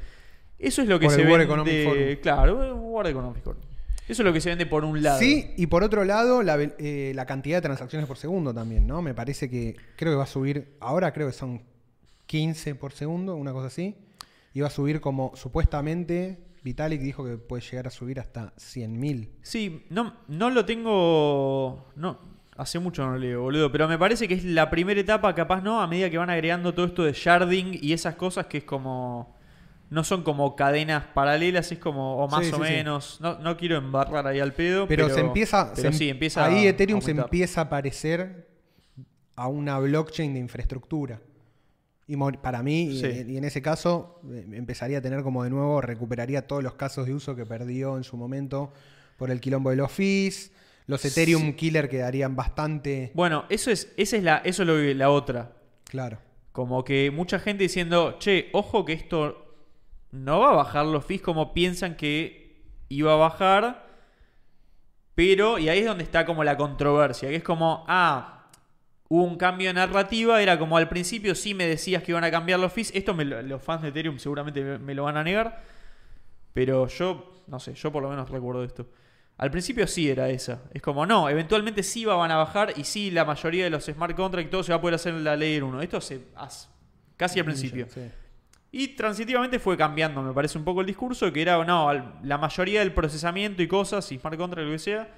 Speaker 2: Eso es lo que
Speaker 1: Por
Speaker 2: se
Speaker 1: el
Speaker 2: vende.
Speaker 1: World Economic Forum.
Speaker 2: Claro, World Economic Forum. Eso es lo que se vende por un lado.
Speaker 1: Sí, y por otro lado, la, ve- eh, la cantidad de transacciones por segundo también, ¿no? Me parece que creo que va a subir, ahora creo que son 15 por segundo, una cosa así. Y va a subir como supuestamente, Vitalik dijo que puede llegar a subir hasta 100.000.
Speaker 2: Sí, no, no lo tengo. No, hace mucho no leo, boludo. Pero me parece que es la primera etapa, capaz no, a medida que van agregando todo esto de sharding y esas cosas que es como. No son como cadenas paralelas, es como. O más
Speaker 1: Sí,
Speaker 2: o
Speaker 1: sí, sí.
Speaker 2: menos. No, no quiero embarrar ahí al pedo. Pero,
Speaker 1: Pero, se empieza,
Speaker 2: pero
Speaker 1: se- em
Speaker 2: sí, empieza
Speaker 1: ahí
Speaker 2: a
Speaker 1: Ethereum se
Speaker 2: aumentar.
Speaker 1: empieza a parecer a una blockchain de infraestructura. Y mo- para mí, y-
Speaker 2: Sí.
Speaker 1: y, en ese caso, eh, empezaría a tener como de nuevo, recuperaría todos los casos de uso que perdió en su momento por el quilombo de los fees. Los Ethereum Killer quedarían bastante.
Speaker 2: Bueno, eso es, esa es la, eso es lo que- la otra.
Speaker 1: Claro.
Speaker 2: Como que mucha gente diciendo, che, ojo que esto no va a bajar los fees como piensan que iba a bajar. Pero, y ahí es donde está como la controversia, que es como, ah, hubo un cambio de narrativa, era como al principio sí me decías que iban a cambiar los fees, esto me lo- los fans de Ethereum seguramente me- me lo van a negar, pero yo, no sé, yo por lo menos recuerdo esto. Al principio sí era esa, es como, no, eventualmente sí va- van a bajar y sí la mayoría de los smart contracts, todo se va a poder hacer en la Layer 1, esto se hace
Speaker 1: Mm,
Speaker 2: casi al principio.
Speaker 1: Sí.
Speaker 2: Y transitivamente fue cambiando, me parece un poco el discurso, que era, no, al- la mayoría del procesamiento y cosas, y smart contract, lo que sea,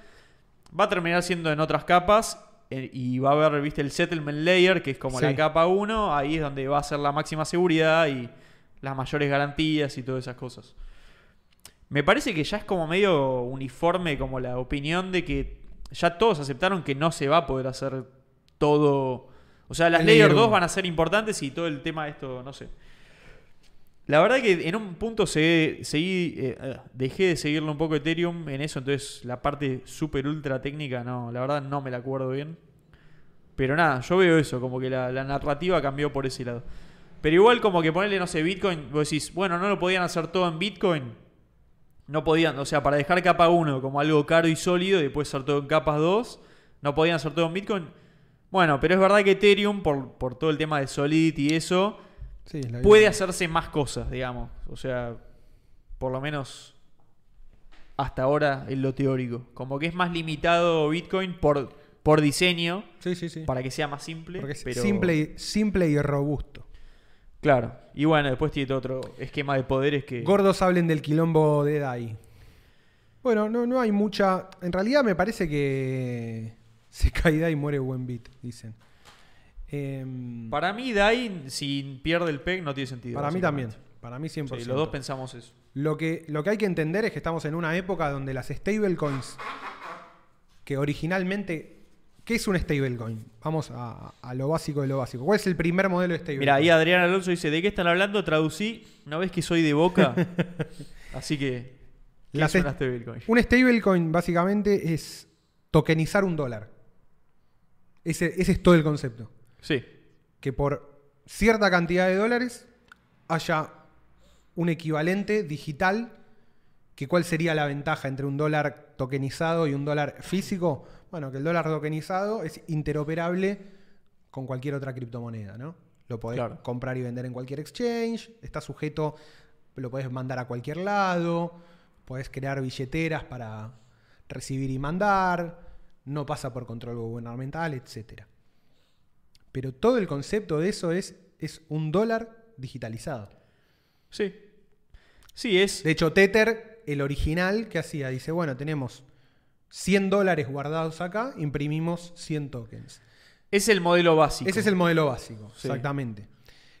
Speaker 2: va a terminar siendo en otras capas eh, y va a haber, viste, el settlement layer, que es como
Speaker 1: Sí.
Speaker 2: la capa 1, ahí es donde va a ser la máxima seguridad y las mayores garantías y todas esas cosas. Me parece que ya es como medio uniforme como la opinión de que ya todos aceptaron que no se va a poder hacer todo. O sea, las
Speaker 1: El
Speaker 2: Layer
Speaker 1: layer
Speaker 2: 2
Speaker 1: uno.
Speaker 2: van a ser importantes y todo el tema de esto, no sé. La verdad que en un punto se, seguí, eh, eh, dejé de seguirlo un poco Ethereum en eso, entonces la parte super ultra técnica, no, la verdad no me la acuerdo bien. Pero nada, yo veo eso, como que la, la narrativa cambió por ese lado. Pero igual como que ponerle, no sé, Bitcoin, vos decís, bueno, no lo podían hacer todo en Bitcoin. No podían, o sea, para dejar capa 1 como algo caro y sólido y después hacer todo en capas 2, no podían hacer todo en Bitcoin. Bueno, pero es verdad que Ethereum, por, por todo el tema de Solidity y eso,
Speaker 1: Sí, la
Speaker 2: puede
Speaker 1: vida.
Speaker 2: hacerse más cosas, digamos. O sea, por lo menos hasta ahora en lo teórico. Como que es más limitado Bitcoin por, por diseño,
Speaker 1: Sí, sí, sí.
Speaker 2: para que sea más simple.
Speaker 1: Porque es
Speaker 2: pero-
Speaker 1: simple, y, simple y robusto.
Speaker 2: Claro. Y bueno, después tiene todo otro esquema de poderes que...
Speaker 1: Gordos hablen del quilombo de Dai. Bueno, no, no hay mucha. En realidad me parece que se cae Dai y muere buen beat, dicen. Em, para
Speaker 2: Para mí, Dai, si pierde el PEG, no tiene sentido.
Speaker 1: mí también.
Speaker 2: básicamente.
Speaker 1: Para mí 100%.
Speaker 2: Sí, los dos pensamos eso.
Speaker 1: lo, que, lo que hay que entender es que estamos en una época donde las stablecoins, que originalmente. ¿Qué es un stablecoin? Vamos a, a lo básico de lo básico. ¿Cuál es el primer modelo de stablecoin?
Speaker 2: Mira, ahí Adrián Alonso dice, ¿de qué están hablando? Traducí, ¿no ves que soy de Boca? Así que... ¿qué
Speaker 1: Las
Speaker 2: es un
Speaker 1: est-
Speaker 2: stablecoin?
Speaker 1: Un stablecoin básicamente es tokenizar un dólar. Ese, ese es todo el concepto.
Speaker 2: Sí.
Speaker 1: Que por cierta cantidad de dólares haya un equivalente digital que cuál sería la ventaja entre un dólar tokenizado y un dólar físico. Bueno, que el dólar tokenizado es interoperable con cualquier otra criptomoneda, ¿no? Lo podés
Speaker 2: Claro.
Speaker 1: comprar y vender en cualquier exchange, está sujeto, lo podés mandar a cualquier lado, podés crear billeteras para recibir y mandar, no pasa por control gubernamental, etc. Pero todo el concepto de eso es, es un dólar digitalizado.
Speaker 2: Sí. Sí, es.
Speaker 1: De hecho, Tether, el original, ¿qué hacía? Dice, bueno, tenemos 100 dólares guardados acá, imprimimos 100 tokens.
Speaker 2: Es el modelo básico.
Speaker 1: Ese es el modelo básico,
Speaker 2: Sí.
Speaker 1: exactamente.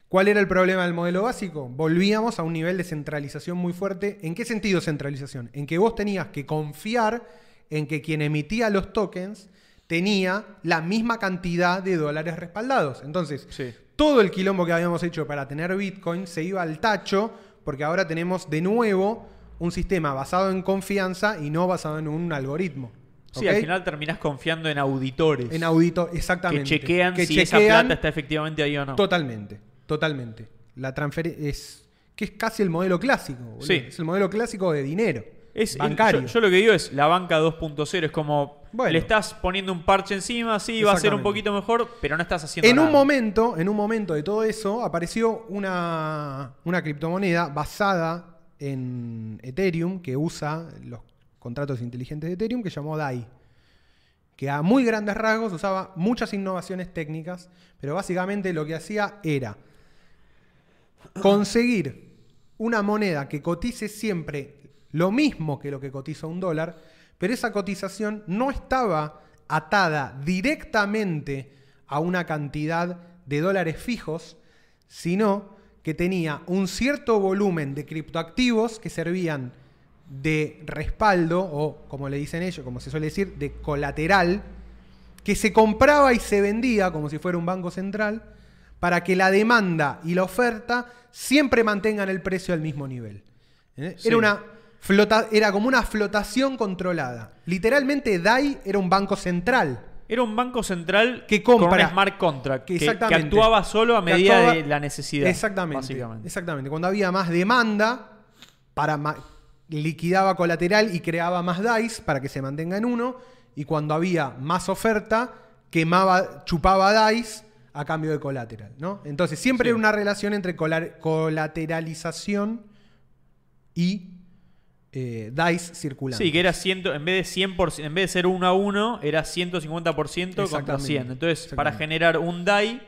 Speaker 1: ¿Cuál era el problema del modelo básico? Volvíamos a un nivel de centralización muy fuerte. ¿En qué sentido centralización? En que vos tenías que confiar en que quien emitía los tokens tenía la misma cantidad de dólares respaldados. Entonces,
Speaker 2: Sí.
Speaker 1: todo el quilombo que habíamos hecho para tener Bitcoin se iba al tacho porque ahora tenemos de nuevo un sistema basado en confianza y no basado en un algoritmo.
Speaker 2: Sí,
Speaker 1: ¿Ok?
Speaker 2: al final terminás confiando en auditores.
Speaker 1: En audito,
Speaker 2: que
Speaker 1: exactamente.
Speaker 2: chequean
Speaker 1: Que
Speaker 2: si esa
Speaker 1: chequean
Speaker 2: plata está efectivamente ahí o no.
Speaker 1: Totalmente, totalmente. La transferencia es que es casi el modelo clásico. boludo.
Speaker 2: Sí.
Speaker 1: Es el modelo clásico de dinero.
Speaker 2: Es el-
Speaker 1: bancario.
Speaker 2: yo, yo lo que digo es la banca 2.0. Es como
Speaker 1: Bueno.
Speaker 2: le estás poniendo un parche encima, sí, va a ser un
Speaker 1: Exactamente.
Speaker 2: poquito mejor, pero no estás haciendo
Speaker 1: en un
Speaker 2: nada.
Speaker 1: momento, en un momento de todo eso, apareció una, una criptomoneda basada en Ethereum que usa los contratos inteligentes de Ethereum que llamó DAI. Que a muy grandes rasgos usaba muchas innovaciones técnicas, pero básicamente lo que hacía era conseguir una moneda que cotice siempre lo mismo que lo que cotiza un dólar, pero esa cotización no estaba atada directamente a una cantidad de dólares fijos, sino que tenía un cierto volumen de criptoactivos que servían de respaldo o, como le dicen ellos, como se suele decir, de colateral, que se compraba y se vendía como si fuera un banco central para que la demanda y la oferta siempre mantengan el precio al mismo nivel. ¿Eh?
Speaker 2: Sí.
Speaker 1: Era una flota, era como una flotación controlada. Literalmente DAI era un banco central
Speaker 2: Era un banco central
Speaker 1: Que
Speaker 2: con
Speaker 1: compra.
Speaker 2: un smart contract que, que
Speaker 1: Exactamente.
Speaker 2: actuaba solo a
Speaker 1: Que
Speaker 2: medida
Speaker 1: actuaba-
Speaker 2: de la necesidad.
Speaker 1: Exactamente.
Speaker 2: básicamente.
Speaker 1: Exactamente. Cuando había más demanda, para ma- liquidaba colateral y creaba más DICE para que se mantenga en uno. Y cuando había más oferta, quemaba, chupaba DICE a cambio de colateral. ¿no? Entonces siempre
Speaker 2: Sí.
Speaker 1: era una relación entre colar- colateralización y eh, DICE circulante.
Speaker 2: Sí, que era 100, en vez de 100%, en vez de ser 1 a 1, era 150% contra
Speaker 1: Exactamente.
Speaker 2: 100. Entonces, para
Speaker 1: Exactamente.
Speaker 2: generar un DAI,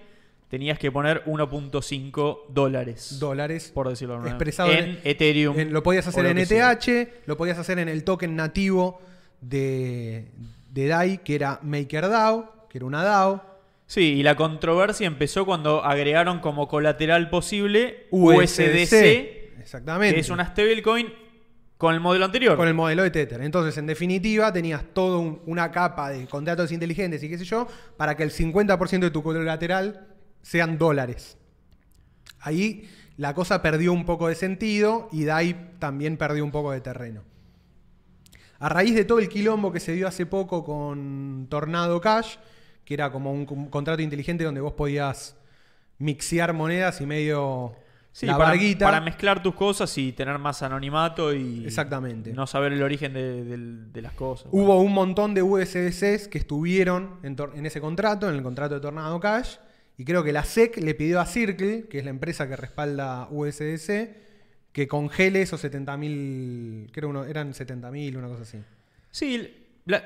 Speaker 2: tenías que poner 1.5 dólares.
Speaker 1: dólares
Speaker 2: por decirlo de alguna manera.
Speaker 1: expresado
Speaker 2: en, Ethereum.
Speaker 1: en- lo podías
Speaker 2: o
Speaker 1: hacer
Speaker 2: lo
Speaker 1: en
Speaker 2: que sea.
Speaker 1: ETH, lo podías hacer en el token nativo de, de DAI, que era MakerDAO, que era una DAO.
Speaker 2: Sí, y la controversia empezó cuando agregaron como colateral posible USDC,
Speaker 1: USDC.
Speaker 2: que
Speaker 1: Exactamente.
Speaker 2: es una stablecoin con el modelo anterior.
Speaker 1: Con el modelo de Tether. Entonces, en definitiva, tenías toda una capa de contratos inteligentes y qué sé yo, para que el 50% de tu colateral sean dólares. Ahí la cosa perdió un poco de sentido y DAI también perdió un poco de terreno. A raíz de todo el quilombo que se dio hace poco con Tornado Cash, que era como un, un contrato inteligente donde vos podías mixear monedas y medio
Speaker 2: Sí,
Speaker 1: la
Speaker 2: para,
Speaker 1: varguita.
Speaker 2: para mezclar tus cosas y tener más anonimato y
Speaker 1: Exactamente.
Speaker 2: no saber el origen de, del- de las cosas.
Speaker 1: Hubo un montón de USDCs que estuvieron en, tor- en ese contrato, en el contrato de Tornado Cash, y creo que la SEC le pidió a Circle, que es la empresa que respalda USDC, que congele esos 70.000, creo uno, eran 70.000, una cosa así.
Speaker 2: Sí, la-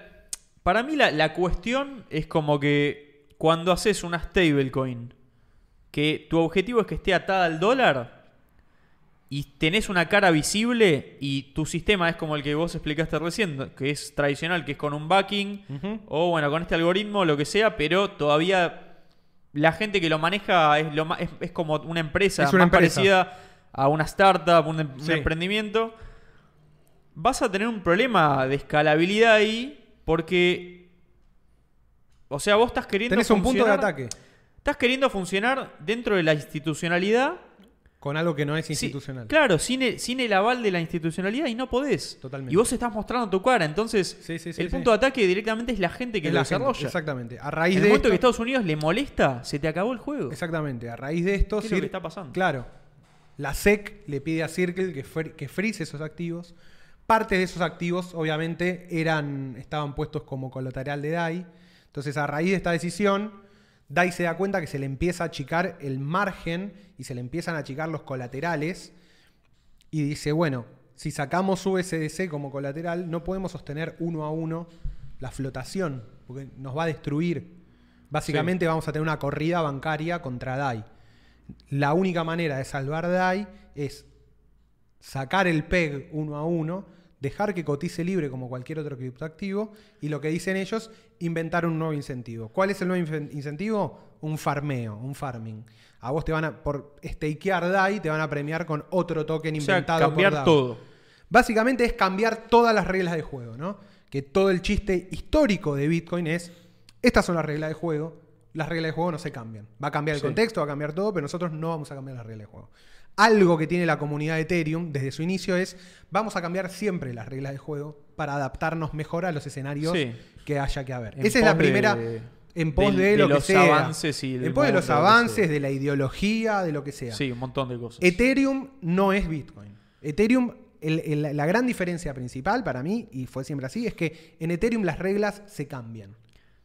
Speaker 2: para mí la, la cuestión es como que cuando haces una stablecoin, que tu objetivo es que esté atada al dólar y tenés una cara visible y tu sistema es como el que vos explicaste recién, que es tradicional, que es con un
Speaker 1: Mm.
Speaker 2: backing o bueno, con este algoritmo, lo que sea, pero todavía la gente que lo maneja es, lo ma- es, es como una empresa
Speaker 1: Es una
Speaker 2: más
Speaker 1: empresa.
Speaker 2: parecida a una startup, un, em- un
Speaker 1: Sí.
Speaker 2: emprendimiento vas a tener un problema de escalabilidad ahí porque, o sea, vos estás queriendo
Speaker 1: Tenés un punto de
Speaker 2: funcionar-
Speaker 1: ataque
Speaker 2: Estás queriendo funcionar dentro de la institucionalidad.
Speaker 1: con algo que no es
Speaker 2: Sí,
Speaker 1: institucional.
Speaker 2: claro, sin el, sin el aval de la institucionalidad y no podés.
Speaker 1: Totalmente.
Speaker 2: Y vos estás mostrando tu cara, entonces
Speaker 1: Sí, sí, sí,
Speaker 2: el
Speaker 1: sí.
Speaker 2: punto de ataque directamente es la gente que
Speaker 1: Es
Speaker 2: lo
Speaker 1: la gente,
Speaker 2: desarrolla.
Speaker 1: exactamente. A
Speaker 2: En
Speaker 1: raíz
Speaker 2: el
Speaker 1: de
Speaker 2: momento que
Speaker 1: esto-
Speaker 2: Estados Unidos le molesta, se te acabó el juego.
Speaker 1: Exactamente, a raíz de esto...
Speaker 2: ¿Qué es lo que
Speaker 1: Cir-
Speaker 2: está pasando?
Speaker 1: Claro. La SEC le pide a Circle que, fre- que freeze esos activos Parte de esos activos, obviamente, eran, estaban puestos como colateral de DAI. Entonces, a raíz de esta decisión, DAI se da cuenta que se le empieza a achicar el margen y se le empiezan a achicar los colaterales. Y dice, bueno, si sacamos USDC como colateral, no podemos sostener uno a uno la flotación, porque nos va a destruir. Básicamente vamos a tener una corrida bancaria contra DAI. La única manera de salvar DAI es sacar el PEG uno a uno, dejar que cotice libre como cualquier otro criptoactivo y lo que dicen ellos, inventar un nuevo incentivo. ¿Cuál es el nuevo infe- incentivo? Un farmeo, un farming. A vos te van a, por stakear DAI, te van a premiar con otro token
Speaker 2: O sea,
Speaker 1: inventado. por
Speaker 2: cambiar
Speaker 1: DAO.
Speaker 2: todo.
Speaker 1: Básicamente es cambiar todas las reglas de juego, ¿no? Que todo el chiste histórico de Bitcoin es, estas son las reglas de juego, las reglas de juego no se cambian. Va a cambiar el
Speaker 2: Sí.
Speaker 1: contexto, va a cambiar todo, pero nosotros no vamos a cambiar las reglas de juego. Algo que tiene la comunidad de Ethereum desde su inicio es, vamos a cambiar siempre las reglas de juego para adaptarnos mejor a los escenarios
Speaker 2: Sí.
Speaker 1: que haya que haber.
Speaker 2: En
Speaker 1: Esa es la
Speaker 2: pos de-
Speaker 1: primera... en pos
Speaker 2: del-
Speaker 1: de,
Speaker 2: de
Speaker 1: lo que
Speaker 2: los
Speaker 1: sea.
Speaker 2: avances y del
Speaker 1: En pos de los
Speaker 2: mundo, de lo que
Speaker 1: avances,
Speaker 2: sea.
Speaker 1: de E la ideología, de lo que sea.
Speaker 2: Sí, un montón de cosas.
Speaker 1: Ethereum no es Bitcoin. Ethereum, el- el- la gran diferencia principal para mí, y fue siempre así, es que en Ethereum las reglas se cambian.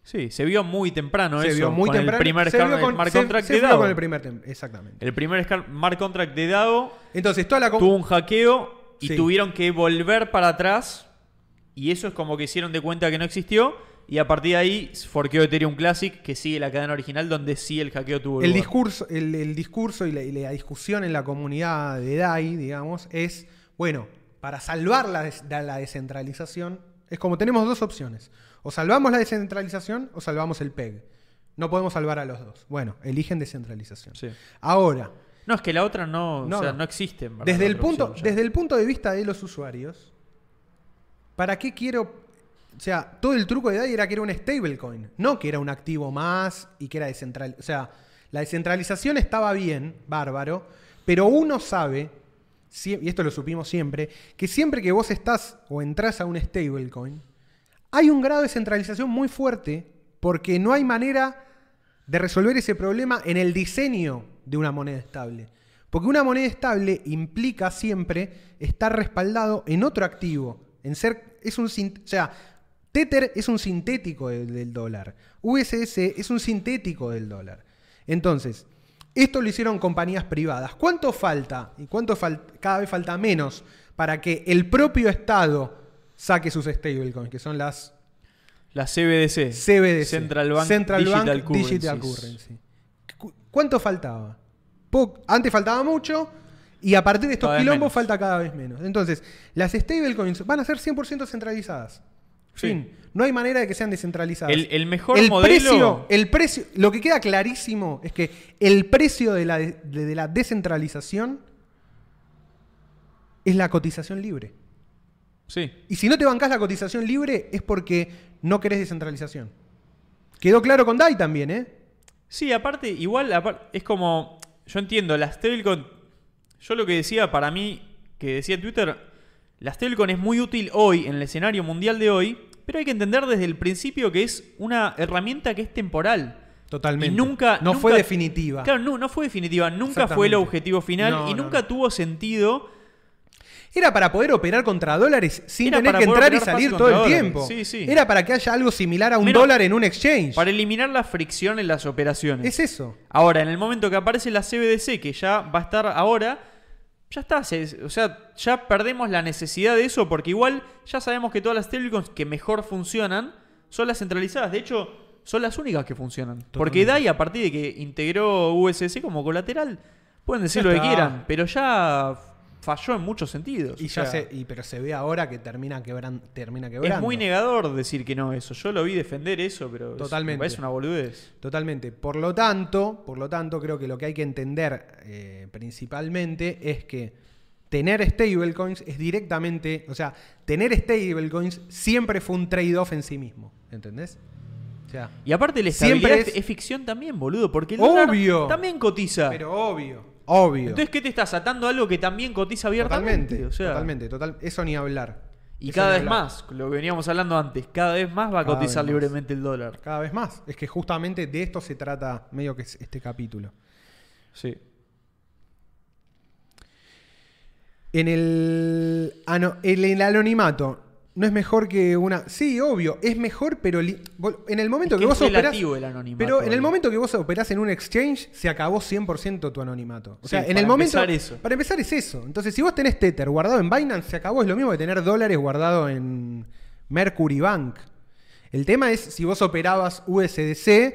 Speaker 2: Sí, se vio muy temprano
Speaker 1: se
Speaker 2: eso.
Speaker 1: vio muy
Speaker 2: con
Speaker 1: temprano.
Speaker 2: El primer
Speaker 1: se vio
Speaker 2: smart-
Speaker 1: con-
Speaker 2: smart
Speaker 1: se-
Speaker 2: contract
Speaker 1: se
Speaker 2: de
Speaker 1: vio
Speaker 2: DAO.
Speaker 1: con el
Speaker 2: el,
Speaker 1: primer tem- Exactamente.
Speaker 2: primer scar- smart contract de DAO
Speaker 1: Entonces, toda la... com-
Speaker 2: tuvo un hackeo y
Speaker 1: Sí.
Speaker 2: tuvieron que volver para atrás. Y eso es como que hicieron de cuenta que no existió. Y a partir de ahí forqueó Ethereum Classic, que sigue la cadena original donde sí el hackeo tuvo
Speaker 1: el
Speaker 2: lugar.
Speaker 1: discurso, el, el discurso y la, y la discusión en la comunidad de DAI, digamos, es, bueno, para salvar la, des- la- la descentralización, es como tenemos dos opciones. O salvamos la descentralización o salvamos el PEG. No podemos salvar a los dos. Bueno, eligen descentralización.
Speaker 2: Sí.
Speaker 1: Ahora,
Speaker 2: No, es que la otra no,
Speaker 1: No,
Speaker 2: o sea,
Speaker 1: no.
Speaker 2: no existe. en verdad,
Speaker 1: desde
Speaker 2: la
Speaker 1: el,
Speaker 2: otra
Speaker 1: punto,
Speaker 2: opción ya.
Speaker 1: desde el punto de vista de los usuarios, ¿para qué quiero.? O sea, todo el truco de DAI era que era un stablecoin, no que era un activo más y que era descentralizado. O sea, la descentralización estaba bien, bárbaro, pero uno sabe, sie- y esto lo supimos siempre, que siempre que vos estás o entras a un stablecoin, hay un grado de centralización muy fuerte porque no hay manera de resolver ese problema en el diseño de una moneda estable. Porque una moneda estable implica siempre estar respaldado en otro activo, en ser es un sin- o sea, Tether es un sintético del, del dólar, USS es un sintético del dólar. Entonces, esto lo hicieron compañías privadas. ¿Cuánto falta? Y cuánto fal- cada vez falta menos para que el propio Estado saque sus stablecoins, que son las
Speaker 2: La CBDC.
Speaker 1: CBDC.
Speaker 2: Central Bank
Speaker 1: Central
Speaker 2: Digital,
Speaker 1: Bank
Speaker 2: Currencies.
Speaker 1: Digital Currency. Cu- ¿Cuánto faltaba? Po- Antes faltaba mucho y a partir de estos
Speaker 2: Cada vez
Speaker 1: quilombos
Speaker 2: menos.
Speaker 1: falta cada vez menos. Entonces, las stablecoins van a ser 100% centralizadas.
Speaker 2: Sí.
Speaker 1: Fin. No hay manera de que sean descentralizadas.
Speaker 2: El, el mejor
Speaker 1: El
Speaker 2: modelo.
Speaker 1: precio, el precio, lo que queda clarísimo es que el precio de la, de- de la descentralización es la cotización libre.
Speaker 2: Sí.
Speaker 1: Y si no te bancás la cotización libre es porque no querés descentralización. Quedó claro con DAI también, ¿eh?
Speaker 2: Sí, aparte, igual apar- es como. Yo entiendo, las stablecoin. Yo lo que decía para mí, que decía en Twitter, las stablecoin es muy útil hoy, en el escenario mundial de hoy, pero hay que entender desde el principio que es una herramienta que es temporal.
Speaker 1: Totalmente.
Speaker 2: Y nunca.
Speaker 1: No
Speaker 2: nunca-
Speaker 1: fue definitiva.
Speaker 2: Claro, no, no fue definitiva. Nunca fue el
Speaker 1: Exactamente.
Speaker 2: objetivo final
Speaker 1: No,
Speaker 2: y
Speaker 1: no,
Speaker 2: nunca
Speaker 1: no.
Speaker 2: tuvo sentido.
Speaker 1: Era para poder operar contra dólares sin
Speaker 2: Era
Speaker 1: tener
Speaker 2: para
Speaker 1: que
Speaker 2: poder
Speaker 1: entrar y
Speaker 2: operar fácil
Speaker 1: salir todo
Speaker 2: contra
Speaker 1: el tiempo.
Speaker 2: dólares. Sí, sí.
Speaker 1: Era para que haya algo similar a un
Speaker 2: Menos-
Speaker 1: dólar en un exchange.
Speaker 2: Para eliminar la fricción en las operaciones.
Speaker 1: Es eso.
Speaker 2: Ahora, en el momento que aparece la CBDC, que ya va a estar ahora, ya está. se- o sea, ya perdemos la necesidad de eso, porque igual ya sabemos que todas las stablecoins que mejor funcionan son las centralizadas. De hecho, son las únicas que funcionan. Porque DAI, a partir de que integró USS como colateral, pueden decir
Speaker 1: Ya
Speaker 2: lo que
Speaker 1: está.
Speaker 2: quieran, pero ya falló en muchos sentidos.
Speaker 1: Y
Speaker 2: O
Speaker 1: ya
Speaker 2: sea,
Speaker 1: se, y- pero se ve ahora que termina, quebran, termina quebrando.
Speaker 2: Es muy negador decir que no eso. Yo lo vi defender eso, pero es-
Speaker 1: Totalmente.
Speaker 2: me parece una boludez.
Speaker 1: Totalmente. Por lo tanto, por lo tanto, creo que lo que hay que entender eh, principalmente es que tener stablecoins es directamente, o sea, tener stablecoins siempre fue un trade-off en sí mismo, ¿entendés? O sea,
Speaker 2: Y aparte la
Speaker 1: Siempre
Speaker 2: estabilidad
Speaker 1: es-
Speaker 2: es... es ficción también, boludo, porque el dólar
Speaker 1: Obvio.
Speaker 2: también cotiza.
Speaker 1: pero obvio, obvio.
Speaker 2: Entonces, ¿qué te estás atando a algo que también cotiza abiertamente?
Speaker 1: totalmente,
Speaker 2: O sea,
Speaker 1: totalmente, total, eso ni hablar.
Speaker 2: Y
Speaker 1: Eso
Speaker 2: cada
Speaker 1: ni
Speaker 2: vez
Speaker 1: hablar.
Speaker 2: más, lo que veníamos hablando antes, cada vez más va a
Speaker 1: Cada
Speaker 2: cotizar
Speaker 1: vez más.
Speaker 2: libremente el dólar.
Speaker 1: Cada vez más. Es que justamente de esto se trata medio que es este capítulo.
Speaker 2: Sí.
Speaker 1: En el, ano- en el anonimato, ¿no es mejor que una...? Sí, obvio, es mejor, pero... li- vol- En el momento
Speaker 2: Es
Speaker 1: que,
Speaker 2: que
Speaker 1: vos
Speaker 2: es
Speaker 1: operás...
Speaker 2: relativo el anonimato,
Speaker 1: Pero en el
Speaker 2: obvio.
Speaker 1: momento que vos operás en un exchange, se acabó 100% tu anonimato. O
Speaker 2: Sí,
Speaker 1: sea, en
Speaker 2: para
Speaker 1: el momento...
Speaker 2: empezar eso.
Speaker 1: Para empezar es eso. Entonces, si vos tenés Tether guardado en Binance, se acabó. Es lo mismo que tener dólares guardado en Mercury Bank. El tema es si vos operabas USDC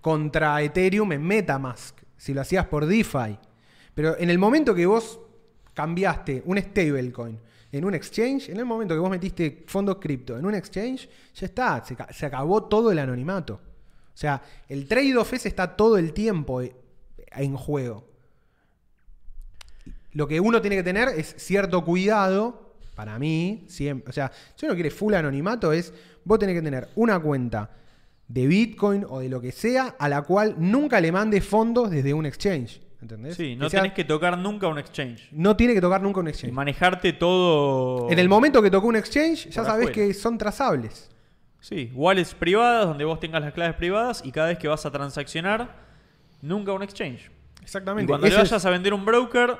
Speaker 1: contra Ethereum en Metamask, si lo hacías por DeFi. Pero en el momento que vos cambiaste un stablecoin en un exchange, en el momento que vos metiste fondos cripto en un exchange, ya está, se, ca- se acabó todo el anonimato. O sea, el trade-off ese está todo el tiempo eh, en juego lo que uno tiene que tener es cierto cuidado, para mí, siempre. O sea, si uno quiere full anonimato, es vos tenés que tener una cuenta de Bitcoin o de lo que sea, a la cual nunca le mandes fondos desde un exchange. ¿Entendés?
Speaker 2: Sí, no
Speaker 1: sea-
Speaker 2: tenés que tocar nunca un exchange.
Speaker 1: No tiene que tocar nunca un
Speaker 2: Y
Speaker 1: exchange.
Speaker 2: manejarte todo.
Speaker 1: En el momento que tocó un exchange, ya
Speaker 2: Por
Speaker 1: sabés
Speaker 2: afuera.
Speaker 1: que son trazables.
Speaker 2: Sí, wallets privadas donde vos tengas las claves privadas y cada vez que vas a transaccionar, nunca un exchange. Y
Speaker 1: Exactamente.
Speaker 2: cuando le
Speaker 1: Ese es
Speaker 2: vayas a vender un broker,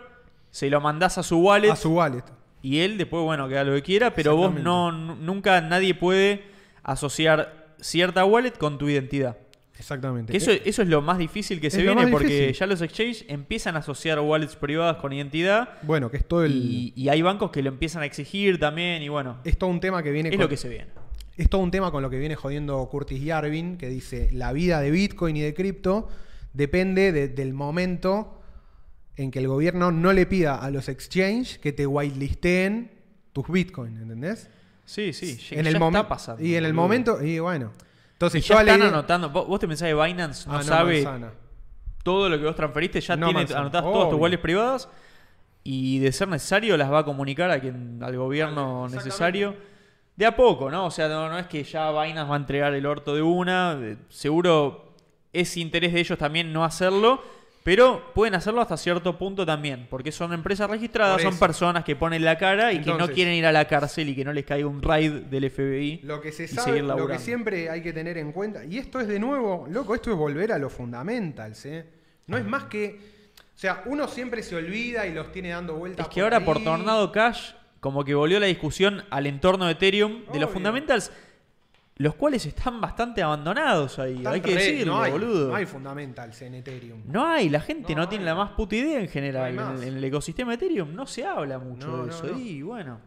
Speaker 2: se lo mandás a su wallet
Speaker 1: a su wallet.
Speaker 2: y él después, bueno, que haga lo que quiera, pero vos
Speaker 1: Exactamente.
Speaker 2: no, n- nunca nadie puede asociar cierta wallet con tu identidad.
Speaker 1: Exactamente.
Speaker 2: Que eso, eso es lo más difícil que se
Speaker 1: Es lo
Speaker 2: viene
Speaker 1: más
Speaker 2: porque
Speaker 1: difícil.
Speaker 2: ya los exchanges empiezan a asociar wallets privadas con identidad
Speaker 1: bueno, que es todo el.
Speaker 2: y, y hay bancos que lo empiezan a exigir también y bueno,
Speaker 1: Es todo un tema que viene
Speaker 2: es
Speaker 1: con-
Speaker 2: lo que se viene.
Speaker 1: Es todo un tema con lo que viene jodiendo Curtis Yarvin, que dice, la vida de Bitcoin y de cripto depende de- del momento en que el gobierno no le pida a los exchange que te whitelisteen tus Bitcoin, ¿entendés?
Speaker 2: Sí, sí, ya,
Speaker 1: en
Speaker 2: ya
Speaker 1: el momen-
Speaker 2: está pasando.
Speaker 1: Y en el
Speaker 2: boludo.
Speaker 1: momento, y bueno.
Speaker 2: Y
Speaker 1: Entonces,
Speaker 2: ya
Speaker 1: toda la
Speaker 2: están
Speaker 1: idea-
Speaker 2: anotando. ¿Vos, vos te pensás que Binance no,
Speaker 1: Ah, no,
Speaker 2: sabe
Speaker 1: manzana.
Speaker 2: todo lo que vos transferiste? Ya
Speaker 1: No,
Speaker 2: tiene
Speaker 1: manzana.
Speaker 2: anotadas todas tus
Speaker 1: Obvio.
Speaker 2: wallets privadas y de ser necesario las va a comunicar a quien, al gobierno
Speaker 1: Exactamente.
Speaker 2: necesario. De a poco, ¿no? O sea, no, no es que ya Binance va a entregar el orto de una. de- Seguro es interés de ellos también no hacerlo. Pero pueden hacerlo hasta cierto punto también, porque son empresas registradas,
Speaker 1: Por
Speaker 2: son
Speaker 1: eso.
Speaker 2: personas que ponen la cara y que no
Speaker 1: Entonces.
Speaker 2: quieren ir a la cárcel y que no les caiga un raid del FBI.
Speaker 1: Lo que se
Speaker 2: y
Speaker 1: sabe,
Speaker 2: seguir
Speaker 1: lo que
Speaker 2: laburando.
Speaker 1: siempre hay que tener en cuenta, y esto es de nuevo, loco, esto es volver a los fundamentals, ¿eh? No es más que... O sea, uno siempre se olvida y los tiene dando vueltas.
Speaker 2: Es que ahora por
Speaker 1: ahí.
Speaker 2: Tornado Cash, como que volvió la discusión al entorno de Ethereum de los
Speaker 1: Obvio.
Speaker 2: fundamentals, los cuales están bastante abandonados ahí.
Speaker 1: Están
Speaker 2: hay que
Speaker 1: re-
Speaker 2: decirlo,
Speaker 1: no hay,
Speaker 2: boludo.
Speaker 1: No hay fundamentals en Ethereum.
Speaker 2: No hay, la gente no,
Speaker 1: No hay.
Speaker 2: tiene la más puta idea en
Speaker 1: No
Speaker 2: general.
Speaker 1: hay
Speaker 2: En el-
Speaker 1: más.
Speaker 2: en, el ecosistema de Ethereum no se habla mucho
Speaker 1: No,
Speaker 2: de
Speaker 1: no,
Speaker 2: eso.
Speaker 1: no.
Speaker 2: Y bueno,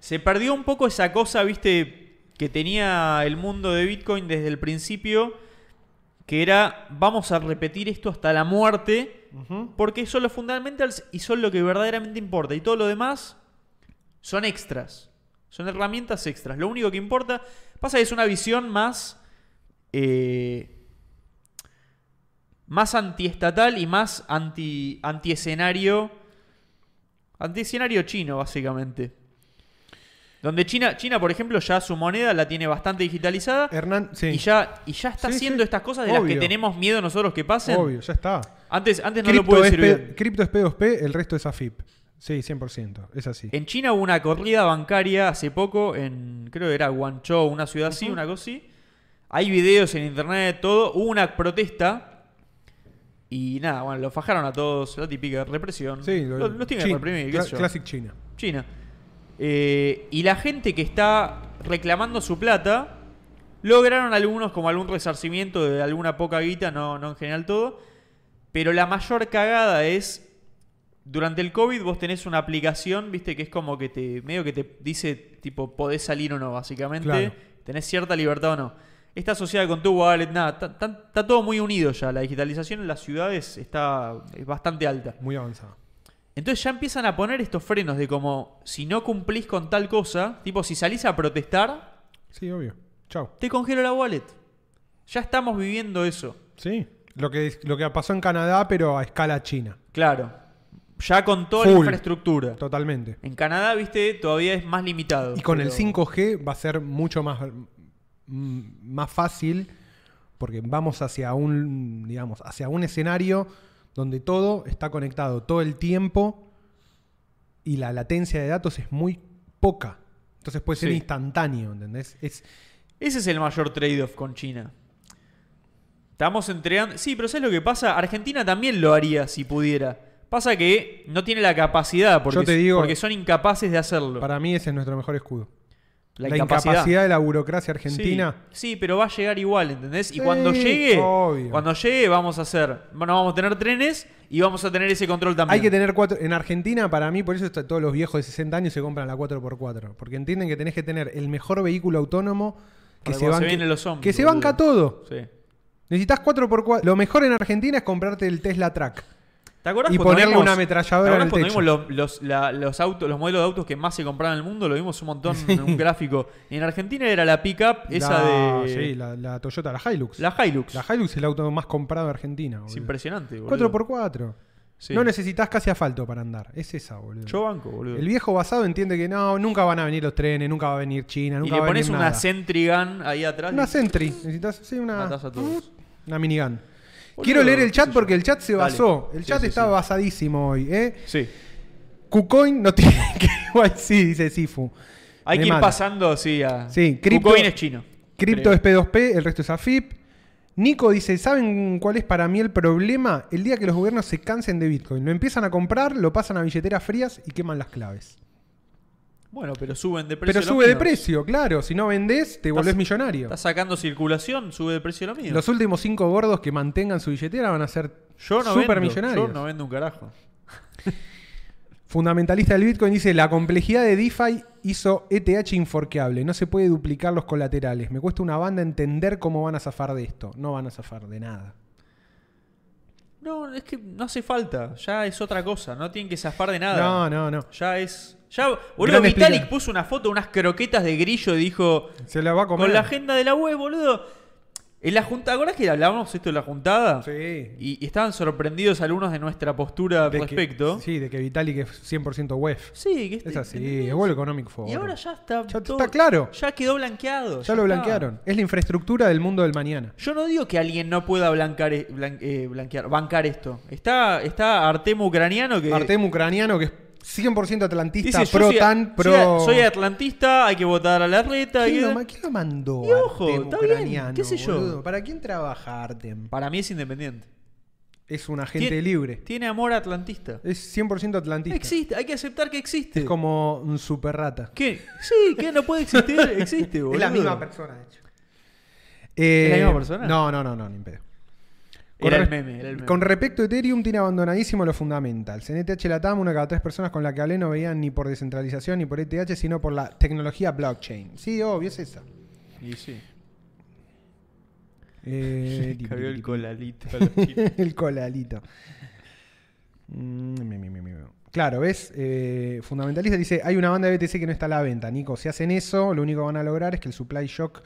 Speaker 2: se perdió un poco esa cosa, viste, que tenía el mundo de Bitcoin desde el principio, que era vamos a repetir esto hasta la muerte.
Speaker 1: Ujú.
Speaker 2: Porque son los fundamentals y son lo que verdaderamente importa. Y todo lo demás son extras. Son herramientas extras. Lo único que importa. Pasa que es una visión más. eh, más antiestatal y más anti. antiescenario. Antiescenario chino, básicamente. Donde China, China, por ejemplo, ya su moneda la tiene bastante digitalizada.
Speaker 1: Hernán, Eh, sí.
Speaker 2: Y ya, y ya está
Speaker 1: Sí,
Speaker 2: haciendo
Speaker 1: sí.
Speaker 2: estas cosas de las que
Speaker 1: Obvio.
Speaker 2: tenemos miedo nosotros que pasen.
Speaker 1: Obvio, ya está.
Speaker 2: Antes, antes no lo
Speaker 1: cripto,
Speaker 2: puedo
Speaker 1: es
Speaker 2: decir
Speaker 1: P,
Speaker 2: bien.
Speaker 1: cripto es P2P, el resto es AFIP. Sí, 100%. Es así.
Speaker 2: En China hubo una corrida bancaria hace poco, en creo que era Guangzhou, una ciudad así, una cosa así. Hay videos en internet, todo. Hubo una protesta y nada, bueno, los fajaron a todos, la típica represión.
Speaker 1: sí, lo-
Speaker 2: los, los tienen que
Speaker 1: China,
Speaker 2: reprimir, qué
Speaker 1: cla-
Speaker 2: sé yo.
Speaker 1: Classic China.
Speaker 2: China. Eh, y la gente que está reclamando su plata, lograron algunos como algún resarcimiento de alguna poca guita, no, no en general todo. Pero la mayor cagada es, durante el COVID vos tenés una aplicación, viste, que es como que te, medio que te dice, tipo, podés salir o no, básicamente.
Speaker 1: Claro.
Speaker 2: Tenés cierta libertad o no. Está asociada con tu wallet, nada, está- está está todo muy unido ya. La digitalización en las ciudades está es bastante alta.
Speaker 1: Muy avanzada.
Speaker 2: Entonces ya empiezan a poner estos frenos de como, si no cumplís con tal cosa, tipo, si salís a protestar,
Speaker 1: Sí, obvio. Chao.
Speaker 2: te congelo la wallet. Ya estamos viviendo eso.
Speaker 1: Sí. Lo que, lo que pasó en Canadá, pero a escala china.
Speaker 2: Claro. Ya con toda la
Speaker 1: Full.
Speaker 2: infraestructura.
Speaker 1: Totalmente.
Speaker 2: En Canadá, viste, todavía es más limitado.
Speaker 1: Y con el
Speaker 2: pero-
Speaker 1: 5G va a ser mucho más, mm, más fácil porque vamos hacia un, digamos, hacia un escenario donde todo está conectado todo el tiempo y la latencia de datos es muy poca. Entonces puede ser
Speaker 2: Sí.
Speaker 1: instantáneo, ¿entendés? Es,
Speaker 2: Ese es el mayor trade-off con China. Estamos entregando... Sí, pero ¿sabes lo que pasa? Argentina también lo haría si pudiera. Pasa que no tiene la capacidad, porque,
Speaker 1: Yo te digo-
Speaker 2: porque son incapaces de hacerlo.
Speaker 1: Para mí ese es nuestro mejor escudo.
Speaker 2: la,
Speaker 1: La,
Speaker 2: incapacidad.
Speaker 1: incapacidad. de la burocracia argentina.
Speaker 2: Sí, sí, pero va a llegar igual, ¿entendés? Y
Speaker 1: Sí,
Speaker 2: cuando llegue,
Speaker 1: obvio.
Speaker 2: cuando llegue vamos a hacer, bueno, vamos a tener trenes y vamos a tener ese control también.
Speaker 1: Hay que tener cuatro. En Argentina, para mí, por eso está- todos los viejos de 60 años se compran la 4x4. Porque entienden que tenés que tener el mejor vehículo autónomo que
Speaker 2: Para
Speaker 1: se,
Speaker 2: cuando se
Speaker 1: banque-
Speaker 2: vienen los zombies,
Speaker 1: que se
Speaker 2: boludo.
Speaker 1: banca todo.
Speaker 2: Sí.
Speaker 1: Necesitas 4x4. Lo mejor en Argentina es comprarte el Tesla Track.
Speaker 2: ¿Te acuerdas
Speaker 1: Y
Speaker 2: cuando
Speaker 1: ponerle
Speaker 2: vimos-
Speaker 1: una ametralladora
Speaker 2: ¿te acuerdas
Speaker 1: en el
Speaker 2: cuando
Speaker 1: techo?
Speaker 2: vimos los, los- la- los autos, los modelos de autos que más se compraban en el mundo? Lo vimos un montón en un gráfico. En Argentina era la pickup esa
Speaker 1: La-
Speaker 2: de
Speaker 1: Sí, la, la Toyota, la Hilux.
Speaker 2: la Hilux.
Speaker 1: La Hilux es el auto más comprado de Argentina.
Speaker 2: es
Speaker 1: boludo.
Speaker 2: impresionante, boludo.
Speaker 1: 4x4.
Speaker 2: Sí.
Speaker 1: No necesitas casi asfalto para andar. Es esa, boludo.
Speaker 2: Yo banco, boludo.
Speaker 1: El viejo basado entiende que no, nunca van a venir los trenes, nunca va a venir China,
Speaker 2: y
Speaker 1: nunca
Speaker 2: le
Speaker 1: va a venir
Speaker 2: pones una
Speaker 1: nada.
Speaker 2: Sentry Gun ahí atrás.
Speaker 1: Una Mm.
Speaker 2: y
Speaker 1: Sentry. Necesitas sí, una,
Speaker 2: matás a todos.
Speaker 1: una minigun. Quiero leer el
Speaker 2: qué sé
Speaker 1: chat
Speaker 2: yo.
Speaker 1: porque el chat se
Speaker 2: Dale.
Speaker 1: basó. El
Speaker 2: Sí,
Speaker 1: chat
Speaker 2: sí,
Speaker 1: está
Speaker 2: sí.
Speaker 1: basadísimo hoy. ¿eh?
Speaker 2: Sí.
Speaker 1: KuCoin no tiene KYC, dice Sifu.
Speaker 2: Hay
Speaker 1: Me
Speaker 2: que ir
Speaker 1: mata.
Speaker 2: pasando así a.
Speaker 1: Sí, cripto-
Speaker 2: KuCoin es chino.
Speaker 1: Cripto
Speaker 2: creo.
Speaker 1: es P2P, el resto es AFIP. Nico dice, ¿saben cuál es para mí el problema? El día que los gobiernos se cansen de Bitcoin. Lo empiezan a comprar, lo pasan a billeteras frías y queman las claves.
Speaker 2: Bueno, pero suben de
Speaker 1: Pero
Speaker 2: precio. los
Speaker 1: sube de
Speaker 2: míos.
Speaker 1: precio, claro. Si no vendés, te volvés millonario.
Speaker 2: Está sacando circulación, sube de precio lo mío.
Speaker 1: Los últimos cinco gordos que mantengan su billetera van a ser
Speaker 2: yo no vendo.
Speaker 1: supermillonarios.
Speaker 2: Yo no vendo un carajo.
Speaker 1: Fundamentalista del Bitcoin dice, la complejidad de DeFi hizo ETH inforqueable. No se puede duplicar los colaterales. Me cuesta una banda entender cómo van a zafar de esto. No van a zafar de nada.
Speaker 2: No, es que no hace falta. Ya es otra cosa. No tienen que zafar de nada.
Speaker 1: No, no, no.
Speaker 2: Ya es. Ya, boludo,
Speaker 1: Gran
Speaker 2: Vitalik
Speaker 1: explica-
Speaker 2: puso una foto, unas croquetas de grillo y dijo.
Speaker 1: Se la va a comer.
Speaker 2: Con la agenda de la web, boludo. En la junta, ¿te acordás que hablábamos esto en la juntada?
Speaker 1: Sí.
Speaker 2: Y, y estaban sorprendidos algunos de nuestra postura al
Speaker 1: De que-
Speaker 2: respecto. sí.
Speaker 1: sí, de que Vitalik es 100% WEF.
Speaker 2: que este-
Speaker 1: E Es así,
Speaker 2: ¿entendés?
Speaker 1: es World Economic Forum.
Speaker 2: Y ahora ya está.
Speaker 1: Ya está claro.
Speaker 2: Ya quedó blanqueado.
Speaker 1: Ya lo
Speaker 2: está.
Speaker 1: blanquearon. Es la infraestructura del mundo del mañana.
Speaker 2: Yo no digo que alguien no pueda blancar, eh, blan- eh, blanquear, bancar esto. Está, está Artem ucraniano que.
Speaker 1: Artem ucraniano que es 100% atlantista,
Speaker 2: dice, yo
Speaker 1: pro
Speaker 2: soy a-
Speaker 1: tan,
Speaker 2: soy a-
Speaker 1: pro...
Speaker 2: Soy atlantista, hay que votar a la reta. hay
Speaker 1: ¿Quién
Speaker 2: que-
Speaker 1: lo, ma- quién lo mandó?
Speaker 2: Y ojo,
Speaker 1: Artem
Speaker 2: está bien,
Speaker 1: ucraniano,
Speaker 2: qué sé yo.
Speaker 1: boludo? ¿Para quién trabaja Artem?
Speaker 2: Para mí es independiente.
Speaker 1: Es un agente
Speaker 2: Tien-
Speaker 1: libre.
Speaker 2: Tiene amor atlantista.
Speaker 1: Es 100% atlantista.
Speaker 2: Existe, hay que aceptar que existe.
Speaker 1: Es como un super rata.
Speaker 2: ¿Qué? Sí, que no puede existir, existe, boludo.
Speaker 1: Es la misma persona, de hecho. Eh,
Speaker 2: ¿Es la misma persona?
Speaker 1: No, no, no, no, ni en pedo.
Speaker 2: Era el
Speaker 1: res-
Speaker 2: meme, era el meme.
Speaker 1: Con respecto a Ethereum, tiene abandonadísimo lo fundamental. En E ETH Latam, una de cada tres personas con la que hablé no veían ni por descentralización ni por ETH, sino por la tecnología blockchain. Sí, obvio, es esa.
Speaker 2: Y sí.
Speaker 1: Eh,
Speaker 2: Cargó el
Speaker 1: el,
Speaker 2: colalito. a los chinos.
Speaker 1: colalito. Mm, mi, mi, mi, mi. Claro, ¿ves? Eh, fundamentalista dice, hay una banda de BTC que no está a la venta, Nico. Si hacen eso, lo único que van a lograr es que el supply shock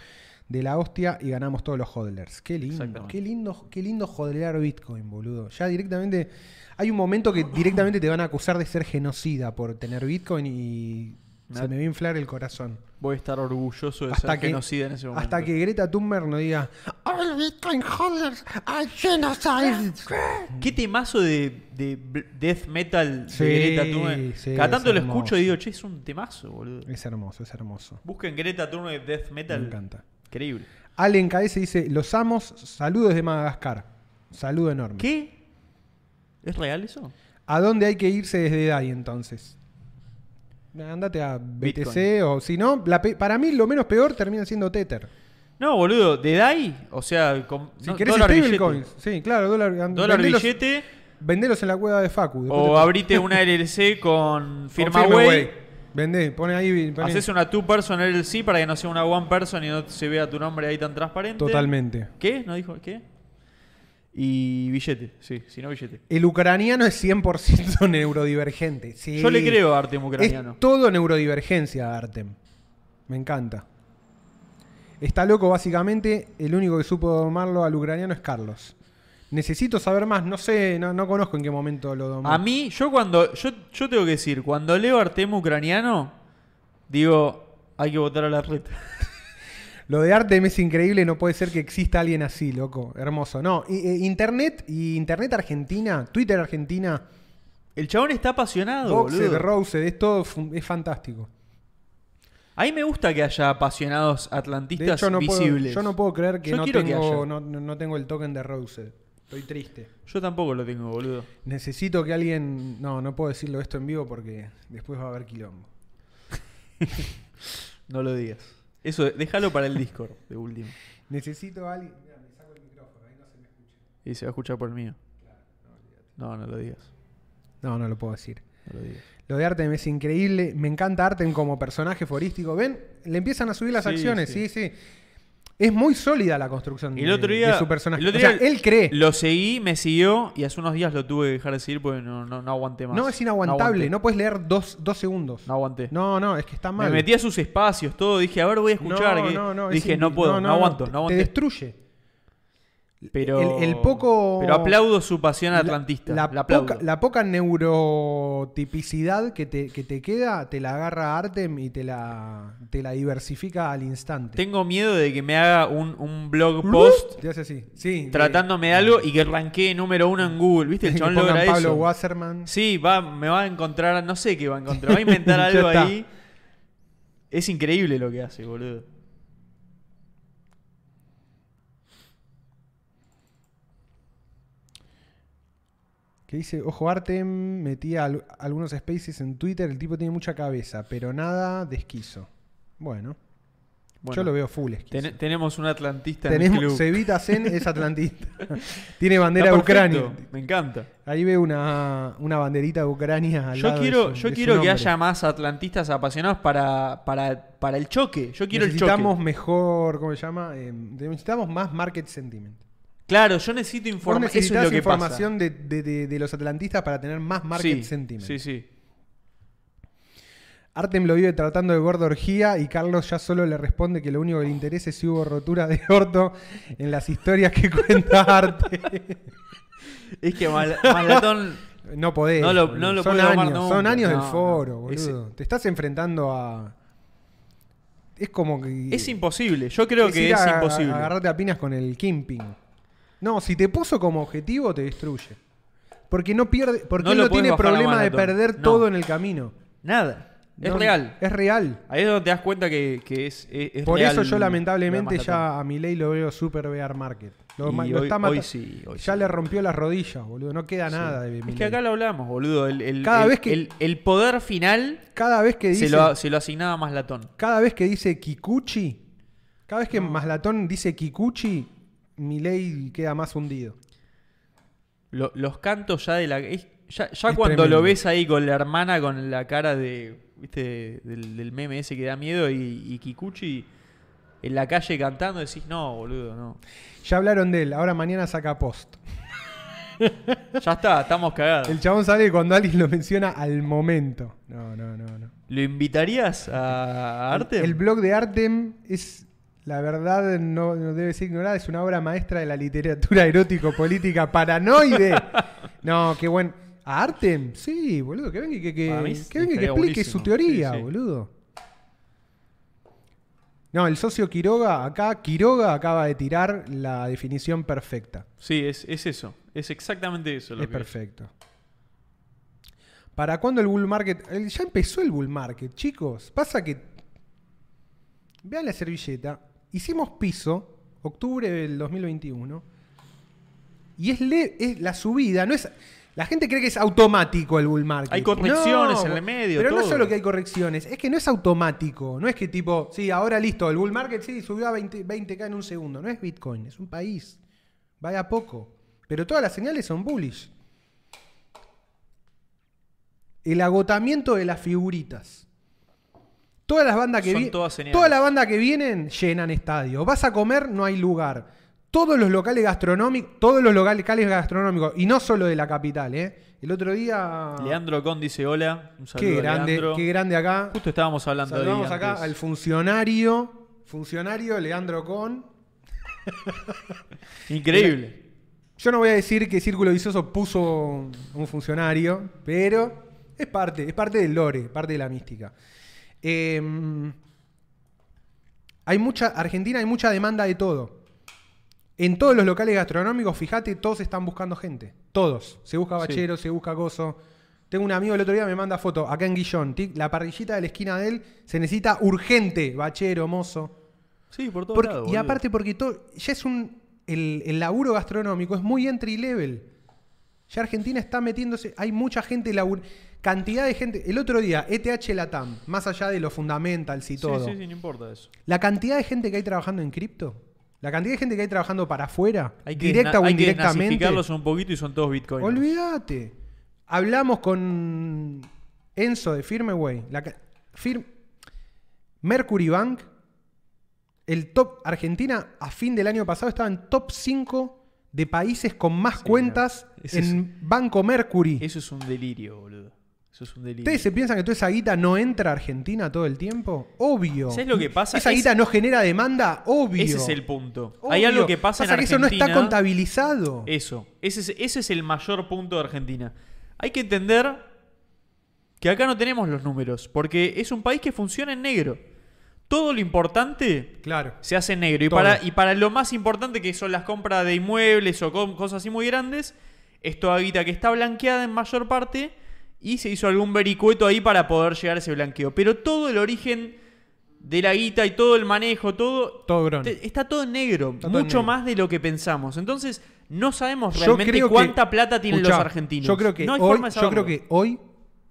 Speaker 1: de la hostia y ganamos todos los hodlers. Qué lindo,
Speaker 2: Exactamente.
Speaker 1: qué lindo, qué lindo hodlear Bitcoin, boludo. Ya directamente, hay un momento que directamente te van a acusar de ser genocida por tener Bitcoin y se
Speaker 2: Nah.
Speaker 1: me va a inflar el corazón.
Speaker 2: Voy a estar orgulloso de
Speaker 1: Hasta
Speaker 2: ser
Speaker 1: que,
Speaker 2: genocida en ese momento.
Speaker 1: hasta que Greta Thunberg no diga, ¡All Bitcoin hodlers are genocide!
Speaker 2: ¿Qué temazo de, de bl- death metal
Speaker 1: Sí,
Speaker 2: de Greta Thunberg?
Speaker 1: sí,
Speaker 2: Cada tanto
Speaker 1: es
Speaker 2: lo escucho
Speaker 1: hermoso.
Speaker 2: y digo, che, es un temazo, boludo.
Speaker 1: Es hermoso, es hermoso.
Speaker 2: Busquen Greta Thunberg death
Speaker 1: Me
Speaker 2: metal.
Speaker 1: encanta.
Speaker 2: Increíble.
Speaker 1: Allen KS dice, los amos, saludos de Madagascar. Saludo enorme.
Speaker 2: ¿Qué? ¿Es real eso?
Speaker 1: ¿A dónde hay que irse desde DAI entonces? Andate a BTC
Speaker 2: Bitcoin.
Speaker 1: o si no, la pe- para mí lo menos peor termina siendo Tether.
Speaker 2: No, boludo, de DAI, o sea, con,
Speaker 1: Si
Speaker 2: no,
Speaker 1: querés
Speaker 2: dólar billete.
Speaker 1: stablecoins. Sí, claro, dólar, an-
Speaker 2: Dólar
Speaker 1: vendelos-
Speaker 2: billete
Speaker 1: vendelos en la cueva de Facu. después
Speaker 2: o
Speaker 1: te-
Speaker 2: abrite una LLC con
Speaker 1: con
Speaker 2: Firmaway.
Speaker 1: Vendé, pone ahí. pone-
Speaker 2: Haces una two person LLC para que no sea una one person y no se vea tu nombre ahí tan transparente.
Speaker 1: Totalmente.
Speaker 2: ¿Qué? ¿No dijo qué? Y billete, sí, si no billete.
Speaker 1: El ucraniano es 100% neurodivergente. Sí.
Speaker 2: Yo le creo a Artem
Speaker 1: Es
Speaker 2: ucraniano.
Speaker 1: todo neurodivergencia, Artem. Me encanta. Está loco, básicamente. El único que supo domarlo al ucraniano es Carlos. Necesito saber más. No sé, no, no conozco en qué momento lo domó.
Speaker 2: A mí, yo cuando. Yo, yo tengo que decir, cuando leo Artem ucraniano, digo, hay que votar a la reta.
Speaker 1: Lo de Artem es increíble. No puede ser que exista alguien así, loco. Hermoso. No, i- eh, Internet y Internet Argentina, Twitter Argentina,
Speaker 2: El chabón está apasionado,
Speaker 1: Boxer,
Speaker 2: Ah, boludo.
Speaker 1: Rose, es todo fun- es fantástico.
Speaker 2: A mí me gusta que haya apasionados
Speaker 1: De
Speaker 2: atlantistas
Speaker 1: hecho, no puedo,
Speaker 2: visibles.
Speaker 1: yo no puedo creer que,
Speaker 2: Yo
Speaker 1: no
Speaker 2: quiero que
Speaker 1: tengo,
Speaker 2: haya.
Speaker 1: no, no- no tengo el token de Rose. Estoy triste.
Speaker 2: Yo tampoco lo tengo, boludo.
Speaker 1: Necesito que alguien. No, no puedo decirlo esto en vivo porque después va a haber quilombo.
Speaker 2: No lo digas. Eso, déjalo para el Discord, de último.
Speaker 1: Necesito a alguien. Mira, me saco el micrófono, ahí no se me escucha.
Speaker 2: Y se va a escuchar por el mío. No, no lo digas.
Speaker 1: No, no lo puedo decir.
Speaker 2: No lo digas.
Speaker 1: Lo de Artem es increíble. Me encanta Artem como personaje forístico. ¿Ven? Le empiezan a subir las
Speaker 2: Sí,
Speaker 1: acciones.
Speaker 2: sí.
Speaker 1: Sí, sí. Es muy sólida la construcción
Speaker 2: Y
Speaker 1: de-
Speaker 2: el otro
Speaker 1: de,
Speaker 2: día.
Speaker 1: su personaje.
Speaker 2: el otro
Speaker 1: O sea,
Speaker 2: día
Speaker 1: él cree.
Speaker 2: Lo seguí, me siguió y hace unos días lo tuve que dejar de seguir porque no, no, no aguanté más.
Speaker 1: No, es inaguantable.
Speaker 2: aguanté.
Speaker 1: No, puedes leer dos, dos segundos.
Speaker 2: No
Speaker 1: No,
Speaker 2: aguanté.
Speaker 1: no, es que está
Speaker 2: me
Speaker 1: mal.
Speaker 2: metí a sus espacios, todo. Dije, a ver, voy a escuchar. que-
Speaker 1: es
Speaker 2: Dije, no
Speaker 1: invi-
Speaker 2: puedo, no, aguanto,
Speaker 1: te-
Speaker 2: no
Speaker 1: Te
Speaker 2: aguanté.
Speaker 1: destruye.
Speaker 2: Pero,
Speaker 1: el- el poco-
Speaker 2: Pero aplaudo su pasión
Speaker 1: La-
Speaker 2: atlantista.
Speaker 1: La,
Speaker 2: La, aplaudo.
Speaker 1: poca, la poca neurotipicidad que te, que te queda, te la agarra Artem y te la, te la diversifica al instante.
Speaker 2: Tengo miedo de que me haga un, un blog post
Speaker 1: Te hace así. Sí.
Speaker 2: tratándome de algo y que ranquee número uno en Google. ¿Viste?
Speaker 1: que-
Speaker 2: El
Speaker 1: que
Speaker 2: chabón
Speaker 1: pongan
Speaker 2: logra
Speaker 1: Pablo
Speaker 2: eso.
Speaker 1: Wasserman.
Speaker 2: Sí, va, me va a encontrar, no sé qué va a encontrar, va a inventar
Speaker 1: Ya
Speaker 2: algo
Speaker 1: está.
Speaker 2: ahí. Es increíble lo que hace, boludo.
Speaker 1: Que dice, ojo, Artem metía al- algunos spaces en Twitter. El tipo tiene mucha cabeza, pero nada de esquizo. Bueno,
Speaker 2: Bueno,
Speaker 1: yo lo veo full esquizo.
Speaker 2: ten- tenemos un atlantista en el
Speaker 1: Tenemos,
Speaker 2: club.
Speaker 1: Cevita Zen es atlantista. tiene bandera
Speaker 2: Está
Speaker 1: de
Speaker 2: perfecto,
Speaker 1: Ucrania.
Speaker 2: Me encanta.
Speaker 1: Ahí ve una, una banderita de Ucrania al
Speaker 2: Yo
Speaker 1: lado de
Speaker 2: quiero,
Speaker 1: su-
Speaker 2: yo
Speaker 1: de su
Speaker 2: quiero que
Speaker 1: nombre.
Speaker 2: haya más atlantistas apasionados para, para, para el choque. Yo quiero el
Speaker 1: necesitamos
Speaker 2: choque.
Speaker 1: mejor, ¿cómo se llama? Eh, necesitamos más market sentiment.
Speaker 2: Claro, yo necesito
Speaker 1: Vos
Speaker 2: información. Eso es
Speaker 1: necesitas
Speaker 2: lo que
Speaker 1: información de, de- de- de los atlantistas para tener más
Speaker 2: pasa.
Speaker 1: market
Speaker 2: sí,
Speaker 1: sentiment.
Speaker 2: Sí, sí.
Speaker 1: Artem lo vive tratando de gordo orgía y Carlos ya solo le responde que lo único que le interesa es si hubo rotura de orto en las historias que cuenta Arte.
Speaker 2: Es que Mal- Malatón.
Speaker 1: No podés.
Speaker 2: No lo-
Speaker 1: boludo.
Speaker 2: no lo
Speaker 1: son,
Speaker 2: puedo tomar
Speaker 1: años,
Speaker 2: nunca.
Speaker 1: son años
Speaker 2: No,
Speaker 1: del foro,
Speaker 2: no. Es-
Speaker 1: boludo. Te estás enfrentando a. Es como que.
Speaker 2: es imposible. Yo creo
Speaker 1: es
Speaker 2: que
Speaker 1: ir
Speaker 2: es
Speaker 1: a-
Speaker 2: imposible.
Speaker 1: a Agarrarte a pinas con el Kimping. No, si te puso como objetivo, te destruye. Porque no pierde. Porque
Speaker 2: No
Speaker 1: él
Speaker 2: lo
Speaker 1: no
Speaker 2: podés
Speaker 1: tiene
Speaker 2: bajar a
Speaker 1: problema de
Speaker 2: maratón.
Speaker 1: perder
Speaker 2: No.
Speaker 1: todo en el camino.
Speaker 2: Nada. Es
Speaker 1: No,
Speaker 2: real.
Speaker 1: Es real.
Speaker 2: Ahí es donde te das cuenta que, que es, es- es
Speaker 1: Por
Speaker 2: real
Speaker 1: eso yo
Speaker 2: lo
Speaker 1: lamentablemente
Speaker 2: de Matatón.
Speaker 1: ya a Milei lo veo super bear market. Lo,
Speaker 2: Y
Speaker 1: ma- lo
Speaker 2: hoy-
Speaker 1: está mata-
Speaker 2: hoy sí, hoy
Speaker 1: ya
Speaker 2: sí.
Speaker 1: le rompió las rodillas, boludo. No queda nada de
Speaker 2: Es
Speaker 1: Milei.
Speaker 2: que acá lo hablamos, boludo. El, el-
Speaker 1: eh, Cada
Speaker 2: el-
Speaker 1: vez que-
Speaker 2: el- el poder final
Speaker 1: Cada vez que dice.
Speaker 2: se lo, se lo asignaba más latón.
Speaker 1: Cada vez que dice Kikuchi, cada vez que Maslatón dice Kikuchi, Milei queda más hundido.
Speaker 2: Lo- los cantos ya de la. es- ya ya
Speaker 1: Es
Speaker 2: cuando
Speaker 1: tremendo.
Speaker 2: lo ves ahí con la hermana con la cara de. ¿Viste? Del, del meme ese que da miedo y, y Kikuchi en la calle cantando, decís, no, boludo, no.
Speaker 1: Ya hablaron de él, ahora mañana saca post.
Speaker 2: Ya está, estamos cagados.
Speaker 1: El chabón sale cuando alguien lo menciona al momento. No, no, no, no.
Speaker 2: ¿Lo invitarías a, a Artem?
Speaker 1: El blog de Artem es, la verdad, no, no debe ser ignorada, es una obra maestra de la literatura erótico-política paranoide. No, qué buen. ¿A Artem? Sí, boludo, que venga y que, que-
Speaker 2: Para mí sí,
Speaker 1: que venga y que
Speaker 2: estaría
Speaker 1: explique
Speaker 2: buenísimo.
Speaker 1: su teoría,
Speaker 2: Sí, sí.
Speaker 1: boludo. No, el socio Quiroga, acá, Quiroga acaba de tirar la definición perfecta.
Speaker 2: Sí, es, es eso. Es exactamente eso. Lo
Speaker 1: Es
Speaker 2: que
Speaker 1: perfecto. ¿Para cuándo el bull market? El- ya empezó el bull market, chicos. Pasa que. Vean la servilleta. Hicimos piso, octubre del 2021. Y es, le- es la subida, no es. La gente cree que es automático el bull market.
Speaker 2: Hay correcciones
Speaker 1: No,
Speaker 2: en el medio,
Speaker 1: Pero no
Speaker 2: todo.
Speaker 1: solo que hay correcciones, es que no es automático. No es que tipo, sí, ahora listo, el bull market sí subió a 20, 20k en un segundo. No es Bitcoin, es un país. Vaya poco. Pero todas las señales son bullish. El agotamiento de las figuritas. Todas las bandas que
Speaker 2: Son
Speaker 1: vi-
Speaker 2: todas señales.
Speaker 1: toda la banda que vienen llenan estadio. Vas a comer, no hay lugar. Todos los locales gastronómicos, todos los locales gastronómicos, y no solo de la capital, ¿eh? El otro día.
Speaker 2: Leandro Con dice hola. Un saludo
Speaker 1: qué
Speaker 2: a
Speaker 1: grande,
Speaker 2: Leandro.
Speaker 1: qué grande acá.
Speaker 2: Justo estábamos hablando de
Speaker 1: Saludamos acá
Speaker 2: antes.
Speaker 1: al funcionario, funcionario Leandro Con.
Speaker 2: Increíble.
Speaker 1: Yo no voy a decir que Círculo Vicioso puso un funcionario, pero es parte, es parte del lore, parte de la mística. Eh, hay mucha, Argentina hay mucha demanda de todo. En todos los locales gastronómicos, fíjate, todos están buscando gente. Todos. Se busca bachero, se busca gozo. Tengo un amigo el otro día me manda foto, acá en Guillón, tic, la parrillita de la esquina de él se necesita urgente, bachero, mozo.
Speaker 2: Sí, por todos
Speaker 1: Porque-
Speaker 2: lados,
Speaker 1: y
Speaker 2: boludo.
Speaker 1: aparte porque todo ya es un el, el laburo gastronómico es muy entry level. Ya Argentina está metiéndose, hay mucha gente, labur- cantidad de gente. El otro día, ETH Latam, más allá de los fundamentals y todo,
Speaker 2: Sí, sí, sí, no importa eso.
Speaker 1: la cantidad de gente que hay trabajando en cripto, la cantidad de gente que hay trabajando para afuera,
Speaker 2: Hay que
Speaker 1: directa
Speaker 2: desna-
Speaker 1: o
Speaker 2: hay que
Speaker 1: indirectamente.
Speaker 2: desnazificarlos un poquito y son todos bitcoins.
Speaker 1: Olvídate. Hablamos con Enzo de Firmeway. La ca- Fir- Mercury Bank. El top. Argentina a fin del año pasado estaba en top 5 de países con más
Speaker 2: Sí,
Speaker 1: cuentas
Speaker 2: claro. Ese
Speaker 1: en Banco Mercury.
Speaker 2: Eso es un delirio, boludo. Eso es un delirio.
Speaker 1: ¿Ustedes se piensan que toda esa guita no entra a Argentina todo el tiempo? Obvio.
Speaker 2: ¿Sabés lo que pasa?
Speaker 1: ¿Esa
Speaker 2: Es-
Speaker 1: guita no genera demanda? Obvio.
Speaker 2: Ese es el punto. Hay
Speaker 1: Obvio.
Speaker 2: algo que pasa, en
Speaker 1: que eso
Speaker 2: Argentina.
Speaker 1: no está contabilizado.
Speaker 2: Eso. Ese es, ese es el mayor punto de Argentina. Hay que entender que acá no tenemos los números, porque es un país que funciona en negro. Todo lo importante
Speaker 1: Claro.
Speaker 2: se hace en negro. Y
Speaker 1: Todo.
Speaker 2: para, y para lo más importante, que son las compras de inmuebles o com- cosas así muy grandes, es toda guita que está blanqueada en mayor parte y se hizo algún vericueto ahí para poder llegar a ese blanqueo. Pero todo el origen de la guita y todo el manejo, todo...
Speaker 1: Todo grón.
Speaker 2: te- Está todo en negro,
Speaker 1: Está todo en
Speaker 2: mucho
Speaker 1: negro.
Speaker 2: más de lo que pensamos. Entonces, no sabemos
Speaker 1: Yo
Speaker 2: realmente
Speaker 1: creo que-
Speaker 2: cuánta plata tienen
Speaker 1: Escuchá,
Speaker 2: los argentinos.
Speaker 1: Yo creo que,
Speaker 2: no hay
Speaker 1: hoy,
Speaker 2: forma de
Speaker 1: yo creo
Speaker 2: saberlo.
Speaker 1: que hoy,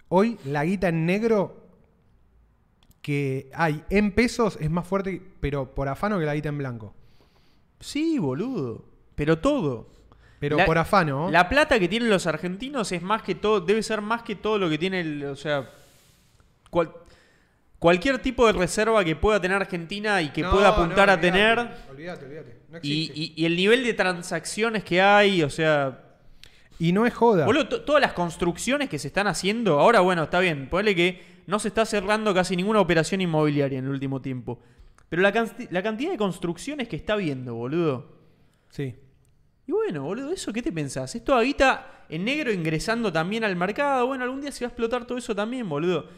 Speaker 1: hoy la guita en negro que hay en pesos es más fuerte, pero por afano que la guita en blanco.
Speaker 2: Sí, boludo. Pero todo.
Speaker 1: Pero
Speaker 2: La-
Speaker 1: por afano, ¿no?
Speaker 2: La plata que tienen los argentinos es más que todo, debe ser más que todo lo que tiene, el, o sea, cual- cualquier tipo de reserva que pueda tener Argentina y que
Speaker 1: No,
Speaker 2: pueda apuntar
Speaker 1: no,
Speaker 2: a tener
Speaker 1: olvídate, Olvídate, olvídate. No
Speaker 2: y,
Speaker 1: existe.
Speaker 2: y- y el nivel de transacciones que hay, o sea,
Speaker 1: Y, no es joda.
Speaker 2: boludo, to- todas las construcciones que se están haciendo, ahora bueno, está bien, ponele que no se está cerrando casi ninguna operación inmobiliaria en el último tiempo, pero la, cansti- la cantidad de construcciones que está viendo, boludo.
Speaker 1: Sí.
Speaker 2: Y bueno, boludo, ¿eso qué te pensás? Es toda guita en negro ingresando también al mercado. Bueno, algún día se va a explotar todo eso también, boludo.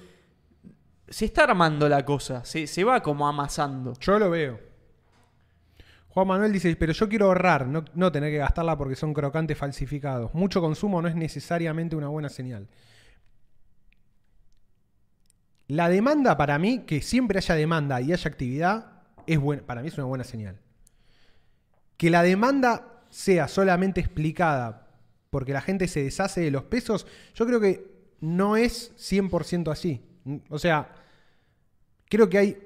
Speaker 2: Se está armando la cosa, se, se va como amasando.
Speaker 1: Yo lo veo. Juan Manuel dice, pero yo quiero ahorrar, no, no tener que gastarla porque son crocantes falsificados. Mucho consumo no es necesariamente una buena señal. La demanda para mí, que siempre haya demanda y haya actividad, es buena, para mí es una buena señal. Que la demanda sea solamente explicada porque la gente se deshace de los pesos, yo creo que no es 100% así. O sea, creo que hay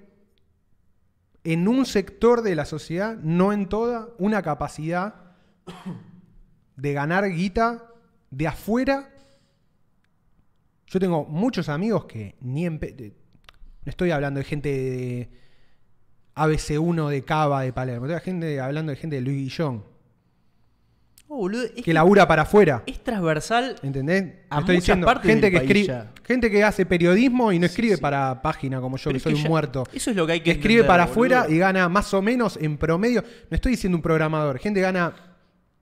Speaker 1: en un sector de la sociedad, no en toda, una capacidad de ganar guita de afuera. Yo tengo muchos amigos que ni en... pe- de- No estoy hablando de gente de ABC1 de Cava de Palermo, estoy gente- hablando de gente de Luis Guillón,
Speaker 2: Oh, boludo, es,
Speaker 1: que labura para afuera.
Speaker 2: es transversal.
Speaker 1: ¿Entendés?
Speaker 2: A
Speaker 1: Estoy
Speaker 2: muchas
Speaker 1: diciendo,
Speaker 2: partes
Speaker 1: gente
Speaker 2: del
Speaker 1: que
Speaker 2: país
Speaker 1: escribe,
Speaker 2: ya.
Speaker 1: gente que hace periodismo y no
Speaker 2: Sí,
Speaker 1: escribe
Speaker 2: sí.
Speaker 1: para página como yo,
Speaker 2: Pero
Speaker 1: que
Speaker 2: es
Speaker 1: soy
Speaker 2: que
Speaker 1: un
Speaker 2: ya-
Speaker 1: muerto.
Speaker 2: Eso es lo que hay que
Speaker 1: que escribe para
Speaker 2: entender,
Speaker 1: afuera y
Speaker 2: boludo.
Speaker 1: gana más o menos en promedio. No estoy diciendo un programador, gente gana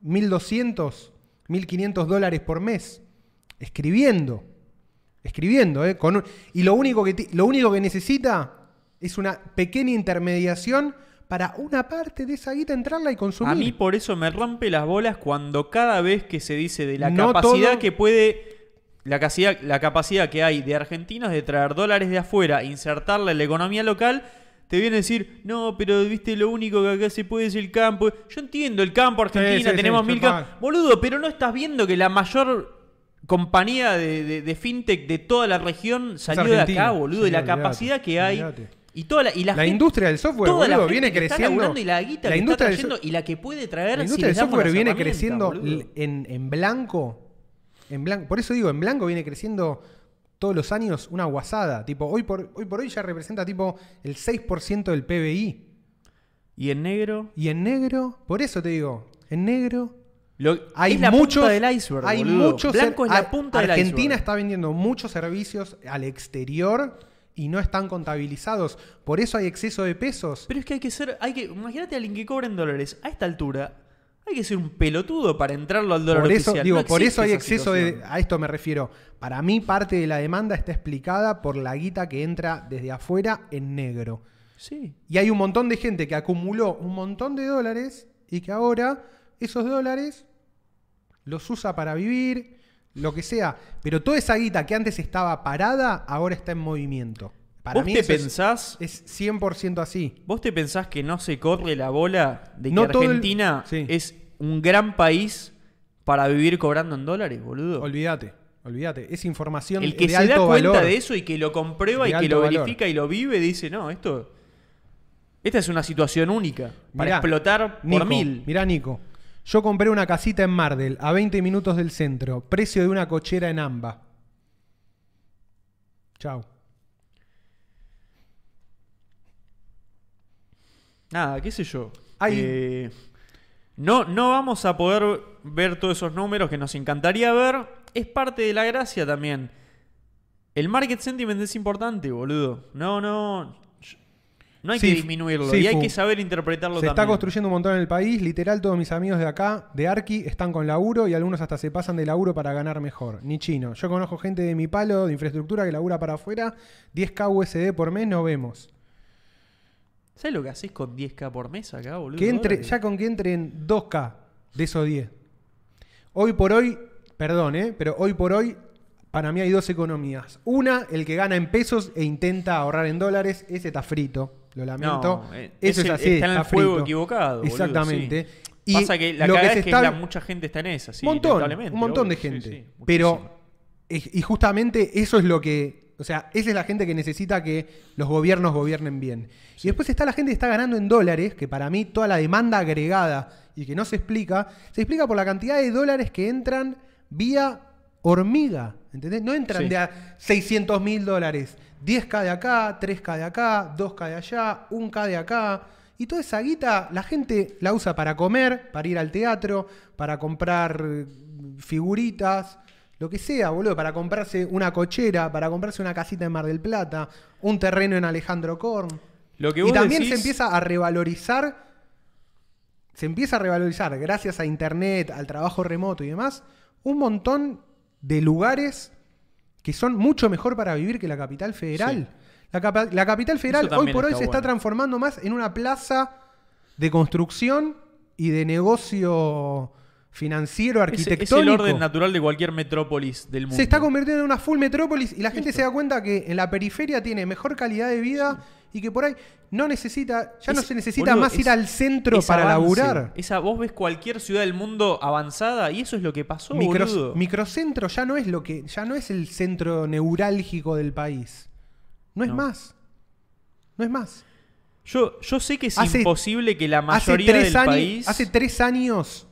Speaker 1: 1200, 1500 dólares por mes escribiendo. Escribiendo, ¿eh? Con un- y lo único, que ti- lo único que necesita es una pequeña intermediación para una parte de esa guita entrarla y consumir.
Speaker 2: A mí por eso me rompe las bolas cuando cada vez que se dice de la
Speaker 1: No
Speaker 2: capacidad
Speaker 1: todo-
Speaker 2: que puede. La capacidad, la capacidad que hay de argentinos de traer dólares de afuera, insertarla en la economía local, te vienen a decir, no, pero viste, lo único que acá se puede es el campo. Yo entiendo el campo, Argentina,
Speaker 1: Sí, sí, sí,
Speaker 2: tenemos
Speaker 1: yo
Speaker 2: mil cam-
Speaker 1: pago.
Speaker 2: Boludo, pero no estás viendo que la mayor compañía de, de- de fintech de toda la región salió de
Speaker 1: Argentina.
Speaker 2: acá, boludo,
Speaker 1: Sí,
Speaker 2: y la
Speaker 1: olvidate,
Speaker 2: capacidad que hay.
Speaker 1: olvidate.
Speaker 2: Y toda la, y la
Speaker 1: La
Speaker 2: gente-
Speaker 1: industria del softwere,
Speaker 2: toda la
Speaker 1: boludo,
Speaker 2: gente
Speaker 1: viene
Speaker 2: que está
Speaker 1: creciendo.
Speaker 2: laburando y la guita
Speaker 1: La
Speaker 2: que
Speaker 1: industria del
Speaker 2: está trayendo y la que puede traer
Speaker 1: La
Speaker 2: si
Speaker 1: industria
Speaker 2: les
Speaker 1: del
Speaker 2: damos
Speaker 1: software
Speaker 2: las
Speaker 1: viene
Speaker 2: herramientas,
Speaker 1: creciendo
Speaker 2: boludo.
Speaker 1: l- en, en blanco. En blanco. Por eso digo, en blanco viene creciendo todos los años una guasada. Tipo, hoy por hoy, por hoy ya representa tipo el 6% del PBI.
Speaker 2: Y en negro
Speaker 1: Y en negro, por eso te digo, en negro
Speaker 2: lo-
Speaker 1: hay
Speaker 2: es la
Speaker 1: muchos,
Speaker 2: punta del iceberg,
Speaker 1: hay
Speaker 2: boludo.
Speaker 1: muchos
Speaker 2: Blanco es la
Speaker 1: a-
Speaker 2: punta del
Speaker 1: Argentina
Speaker 2: iceberg.
Speaker 1: está vendiendo muchos servicios al exterior y no están contabilizados. Por eso hay exceso de pesos.
Speaker 2: Pero es que hay que ser, hay que, imagínate a alguien que cobra en dólares a esta altura, hay que ser un pelotudo para entrarlo al dólar
Speaker 1: Por eso,
Speaker 2: oficial.
Speaker 1: digo,
Speaker 2: No
Speaker 1: por eso
Speaker 2: existe
Speaker 1: hay
Speaker 2: esa
Speaker 1: exceso de.
Speaker 2: situación.
Speaker 1: A esto me refiero. Para mí, parte de la demanda está explicada por la guita que entra desde afuera en negro.
Speaker 2: Sí.
Speaker 1: Y hay un montón de gente que acumuló un montón de dólares y que ahora esos dólares los usa para vivir, lo que sea. Pero toda esa guita que antes estaba parada, ahora está en movimiento. Para
Speaker 2: ¿Vos
Speaker 1: mí
Speaker 2: te
Speaker 1: eso es-
Speaker 2: pensás?
Speaker 1: Es 100% así.
Speaker 2: ¿Vos te pensás que no se corre la bola de que
Speaker 1: No todo el-
Speaker 2: Argentina
Speaker 1: Sí.
Speaker 2: es un gran país para vivir cobrando en dólares, boludo?
Speaker 1: Olvídate, olvídate. Es información
Speaker 2: El que
Speaker 1: de
Speaker 2: se
Speaker 1: alto
Speaker 2: da cuenta
Speaker 1: valor.
Speaker 2: de eso y que lo comprueba
Speaker 1: De
Speaker 2: y que lo
Speaker 1: alto valor.
Speaker 2: verifica y lo vive, dice, no, esto... Esta es una situación única para
Speaker 1: Mirá,
Speaker 2: explotar por
Speaker 1: Nico,
Speaker 2: mil.
Speaker 1: Mirá, Nico. Yo compré una casita en Mardel, a 20 minutos del centro. Precio de una cochera en Amba. Chau.
Speaker 2: Nada, qué sé yo.
Speaker 1: Hay-
Speaker 2: Eh, no, no vamos a poder ver todos esos números que nos encantaría ver. Es parte de la gracia también. El market sentiment es importante, boludo. No, no. No hay
Speaker 1: Sí,
Speaker 2: que disminuirlo.
Speaker 1: sí,
Speaker 2: y hay
Speaker 1: Fu.
Speaker 2: que saber interpretarlo
Speaker 1: Se
Speaker 2: también.
Speaker 1: está construyendo un montón en el país. Literal, todos mis amigos de acá, de Arqui, están con laburo y algunos hasta se pasan de laburo para ganar mejor. Ni chino. Yo conozco gente de mi palo, de infraestructura, que labura para afuera. 10k USD por mes, no vemos.
Speaker 2: ¿Sabes lo que haces con 10k por mes acá, boludo?
Speaker 1: Que entre,
Speaker 2: Dólares.
Speaker 1: ya con que entren 2K de esos 10. Hoy por hoy, perdón, ¿eh? pero hoy por hoy, para mí hay dos economías. Una, el que gana en pesos e intenta ahorrar en dólares, ese está frito, lo lamento.
Speaker 2: No, eh,
Speaker 1: Eso
Speaker 2: ese
Speaker 1: es así.
Speaker 2: Está en el juego
Speaker 1: frito.
Speaker 2: equivocado. boludo,
Speaker 1: Exactamente.
Speaker 2: sí.
Speaker 1: Y
Speaker 2: Pasa que la
Speaker 1: lo
Speaker 2: cagada
Speaker 1: se
Speaker 2: es que
Speaker 1: está-
Speaker 2: la- mucha gente está en esa, sí.
Speaker 1: montón,
Speaker 2: lamentablemente,
Speaker 1: un montón de
Speaker 2: obvio, sí,
Speaker 1: gente.
Speaker 2: sí, muchísima.
Speaker 1: pero, eh, y justamente eso es lo que, o sea, esa es la gente que necesita que los gobiernos gobiernen bien. Y después está la gente que está ganando en dólares, que para mí toda la demanda agregada y que no se explica, se explica por la cantidad de dólares que entran vía hormiga, ¿entendés? No entran
Speaker 2: Sí.
Speaker 1: de a 600 mil dólares, 10k de acá, 3k de acá, 2k de allá, 1k de acá. Y toda esa guita la gente la usa para comer, para ir al teatro, para comprar eh, figuritas, lo que sea, boludo, para comprarse una cochera, para comprarse una casita en Mar del Plata, un terreno en Alejandro Korn.
Speaker 2: Lo que
Speaker 1: Y
Speaker 2: vos
Speaker 1: también se
Speaker 2: decís-
Speaker 1: empieza a revalorizar, se empieza a revalorizar gracias a internet, al trabajo remoto y demás, un montón de lugares que son mucho mejor para vivir que la capital federal. La, capa- la capital federal hoy
Speaker 2: también
Speaker 1: por hoy
Speaker 2: está
Speaker 1: se está
Speaker 2: bueno.
Speaker 1: transformando más en una plaza de construcción y de negocio financiero,
Speaker 2: Ese-
Speaker 1: arquitectónico.
Speaker 2: Es, el orden natural de cualquier metrópolis del mundo.
Speaker 1: Se está convirtiendo en una full metrópolis y la gente se da cuenta que en la periferia tiene mejor calidad de vida y que por ahí no necesita, ya no
Speaker 2: Es-
Speaker 1: se necesita
Speaker 2: boludo,
Speaker 1: más
Speaker 2: es-
Speaker 1: ir al centro
Speaker 2: es
Speaker 1: para
Speaker 2: avance.
Speaker 1: laburar.
Speaker 2: Esa, vos ves cualquier ciudad del mundo avanzada y eso es lo que pasó,
Speaker 1: Micro-
Speaker 2: boludo.
Speaker 1: microcentro ya no es lo que, ya no es el centro neurálgico del país. No es
Speaker 2: No.
Speaker 1: más. No es más.
Speaker 2: Yo, yo sé que es
Speaker 1: Hace-
Speaker 2: imposible que la
Speaker 1: Hace
Speaker 2: mayoría
Speaker 1: tres,
Speaker 2: del
Speaker 1: años,
Speaker 2: país...
Speaker 1: hace tres años